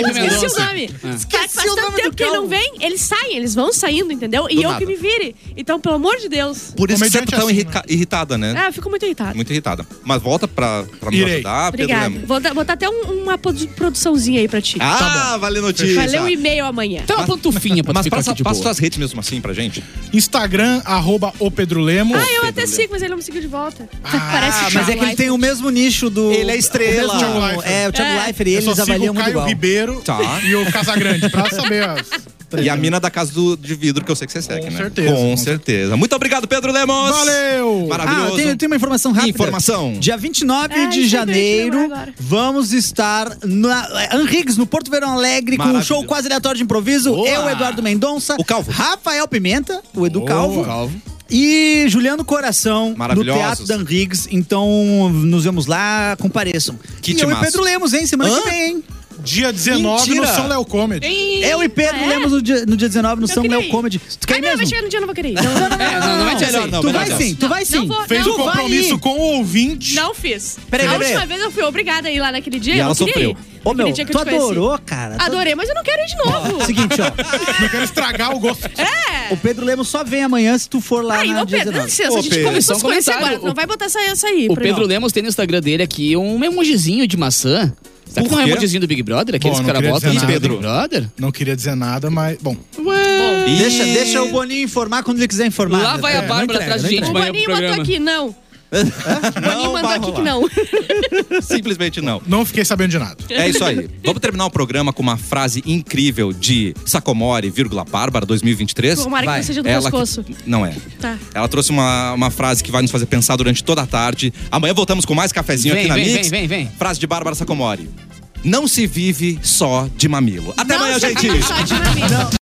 [SPEAKER 4] Esqueci
[SPEAKER 5] Mendonça.
[SPEAKER 4] o nome. Esqueci Faz
[SPEAKER 2] o
[SPEAKER 4] tanto
[SPEAKER 2] nome
[SPEAKER 4] tempo
[SPEAKER 2] do
[SPEAKER 4] que ele
[SPEAKER 2] calvo.
[SPEAKER 4] não vem, eles saem, eles vão saindo, entendeu? E eu que me vire. Então, pelo amor de Deus.
[SPEAKER 1] Por isso que você tá
[SPEAKER 3] Comediante
[SPEAKER 1] tão
[SPEAKER 3] assim,
[SPEAKER 1] irrica- irritada, né?
[SPEAKER 4] Ah, eu fico muito irritada.
[SPEAKER 1] Muito irritada. Mas volta pra, pra nos
[SPEAKER 3] Irei.
[SPEAKER 1] ajudar, Pedro
[SPEAKER 4] Obrigada.
[SPEAKER 1] Lemos.
[SPEAKER 4] Vou, dar- botar até um- uma produ- produçãozinha aí pra ti.
[SPEAKER 1] Ah, valeu notícia.
[SPEAKER 4] Valeu um e-mail amanhã.
[SPEAKER 5] Tem uma pantufinha pra tu
[SPEAKER 1] Mas
[SPEAKER 5] ficar
[SPEAKER 1] passa,
[SPEAKER 5] aqui de
[SPEAKER 1] passa
[SPEAKER 5] boa.
[SPEAKER 1] suas redes mesmo assim pra gente.
[SPEAKER 3] Instagram, arroba o Pedro Ah, Lemos.
[SPEAKER 4] Ah, eu até sigo, mas ele não me seguiu de volta. Parece
[SPEAKER 2] Mas é que ele tem o mesmo nicho do.
[SPEAKER 1] Ele é estrela.
[SPEAKER 2] o mesmo-
[SPEAKER 3] Thiago Leifert.
[SPEAKER 2] É, o Thiago
[SPEAKER 4] É.
[SPEAKER 2] Leifert,
[SPEAKER 3] Eu só
[SPEAKER 2] eles
[SPEAKER 3] sigo
[SPEAKER 2] avaliam
[SPEAKER 3] o
[SPEAKER 2] muito Ah,
[SPEAKER 3] Caio
[SPEAKER 2] igual.
[SPEAKER 3] Ribeiro
[SPEAKER 1] Tá.
[SPEAKER 3] e o Casagrande, pra saber as...
[SPEAKER 1] E a mina da casa do, de vidro que eu sei que você segue, né?
[SPEAKER 3] certeza,
[SPEAKER 1] Com
[SPEAKER 3] com
[SPEAKER 1] certeza. Muito obrigado, Pedro Lemos.
[SPEAKER 3] Valeu!
[SPEAKER 1] Maravilhoso.
[SPEAKER 2] Ah, tem, tem uma informação rápida.
[SPEAKER 1] Informação.
[SPEAKER 2] Dia 29
[SPEAKER 4] Ah,
[SPEAKER 2] de
[SPEAKER 4] isso eu queria te lembrar
[SPEAKER 2] janeiro,
[SPEAKER 4] agora.
[SPEAKER 2] vamos estar na é, Henriques, no Porto Verão Alegre, com um
[SPEAKER 1] Maravilhoso.
[SPEAKER 2] show quase aleatório de improviso.
[SPEAKER 5] Boa.
[SPEAKER 2] Eu, Eduardo Mendonça.
[SPEAKER 1] O Calvo.
[SPEAKER 2] Rafael Pimenta, o Edu
[SPEAKER 3] Boa.
[SPEAKER 2] Calvo.
[SPEAKER 5] Calvo.
[SPEAKER 2] E Juliano Coração, do
[SPEAKER 1] Maravilhosos.
[SPEAKER 2] Teatro Dan Riggs. Então, nos vemos lá, compareçam.
[SPEAKER 1] Que
[SPEAKER 2] e eu e
[SPEAKER 1] timaço.
[SPEAKER 2] Pedro Lemos, hein? Semana
[SPEAKER 1] Hã?
[SPEAKER 2] que vem, hein?
[SPEAKER 3] Dia 19
[SPEAKER 1] Mentira.
[SPEAKER 3] no São Léo Comedy.
[SPEAKER 2] Eu e Pedro
[SPEAKER 4] Ah, é?
[SPEAKER 2] Lemos no dia, no dia 19 no São
[SPEAKER 4] queria
[SPEAKER 2] Léo
[SPEAKER 4] ir.
[SPEAKER 2] Comedy. Tu quer
[SPEAKER 4] Ah,
[SPEAKER 2] ir
[SPEAKER 4] não, vai
[SPEAKER 2] mesmo?
[SPEAKER 4] chegar no dia eu não vou querer ir. Não, não, não,
[SPEAKER 5] É, não, não vai dizer não.
[SPEAKER 1] Não,
[SPEAKER 2] Tu
[SPEAKER 1] pelo amor
[SPEAKER 2] vai
[SPEAKER 1] de
[SPEAKER 2] sim,
[SPEAKER 1] Deus.
[SPEAKER 2] tu vai
[SPEAKER 4] não
[SPEAKER 2] sim.
[SPEAKER 4] vou,
[SPEAKER 3] Fez
[SPEAKER 4] não,
[SPEAKER 3] o
[SPEAKER 4] vou-
[SPEAKER 3] compromisso com o ouvinte.
[SPEAKER 4] Não fiz.
[SPEAKER 2] Peraí,
[SPEAKER 4] a
[SPEAKER 2] peraí.
[SPEAKER 4] última vez eu fui obrigada a ir lá naquele dia.
[SPEAKER 1] E
[SPEAKER 4] eu
[SPEAKER 1] ela
[SPEAKER 4] não queria
[SPEAKER 1] sofreu.
[SPEAKER 4] ir.
[SPEAKER 10] Ô, meu,
[SPEAKER 4] Aquele dia que eu
[SPEAKER 10] tu
[SPEAKER 4] te conheci.
[SPEAKER 10] adorou, cara. Tu-
[SPEAKER 4] Adorei, mas eu não quero ir de novo.
[SPEAKER 10] Seguinte, ó.
[SPEAKER 3] Não quero estragar o gosto.
[SPEAKER 4] É.
[SPEAKER 10] O Pedro Lemos só vem amanhã se tu for lá
[SPEAKER 4] Aí,
[SPEAKER 10] na
[SPEAKER 4] ô
[SPEAKER 10] dia
[SPEAKER 4] Pedro, dá
[SPEAKER 10] 19.
[SPEAKER 4] licença,
[SPEAKER 1] Ô,
[SPEAKER 4] a gente
[SPEAKER 1] Pedro.
[SPEAKER 4] começou
[SPEAKER 5] Só um
[SPEAKER 4] a se conhecer
[SPEAKER 5] comentário,
[SPEAKER 4] agora.
[SPEAKER 5] o-
[SPEAKER 4] Não vai botar essa, essa aí.
[SPEAKER 5] O
[SPEAKER 4] pra mim,
[SPEAKER 5] Pedro
[SPEAKER 4] ó.
[SPEAKER 5] Lemos tem no Instagram dele aqui um emojizinho de maçã. Será que
[SPEAKER 1] Por
[SPEAKER 5] não é um
[SPEAKER 1] quê?
[SPEAKER 5] emojizinho do Big Brother? Aqueles
[SPEAKER 3] Bom,
[SPEAKER 5] que
[SPEAKER 3] não
[SPEAKER 5] o cara
[SPEAKER 3] queria
[SPEAKER 5] bota
[SPEAKER 3] dizer
[SPEAKER 5] no
[SPEAKER 3] nada,
[SPEAKER 5] Big
[SPEAKER 1] hein?
[SPEAKER 5] Brother?
[SPEAKER 3] Não queria dizer nada, mas. Bom.
[SPEAKER 1] Ih,
[SPEAKER 15] Deixa, deixa o Boninho informar quando ele quiser informar.
[SPEAKER 5] Lá
[SPEAKER 2] É,
[SPEAKER 5] vai a
[SPEAKER 15] Não
[SPEAKER 5] Bárbara
[SPEAKER 15] entrega,
[SPEAKER 5] atrás de
[SPEAKER 15] não
[SPEAKER 5] gente.
[SPEAKER 4] O
[SPEAKER 5] Amanhã pro
[SPEAKER 4] Boninho mandou
[SPEAKER 5] programa.
[SPEAKER 4] aqui, não. O Boninho mandou
[SPEAKER 1] vai
[SPEAKER 4] aqui que
[SPEAKER 1] rolar.
[SPEAKER 4] não.
[SPEAKER 1] É? Simplesmente não.
[SPEAKER 3] Não fiquei sabendo de nada.
[SPEAKER 1] É isso aí. Vamos terminar o programa com uma frase incrível de Sacomore, vírgula Bárbara, 2023.
[SPEAKER 4] Tomara que não seja do
[SPEAKER 1] Ela que-
[SPEAKER 4] pescoço.
[SPEAKER 1] Não é.
[SPEAKER 4] Tá.
[SPEAKER 1] Ela trouxe uma, uma frase que vai nos fazer pensar durante toda a tarde. Amanhã voltamos com mais cafezinho
[SPEAKER 5] Vem,
[SPEAKER 1] aqui na
[SPEAKER 5] vem,
[SPEAKER 1] Mix.
[SPEAKER 5] vem, vem, vem.
[SPEAKER 1] Frase de Bárbara Sacomore. Não se vive só de mamilo. Até
[SPEAKER 4] Não,
[SPEAKER 1] amanhã,
[SPEAKER 4] você
[SPEAKER 1] gente.
[SPEAKER 4] fica só de mamilo.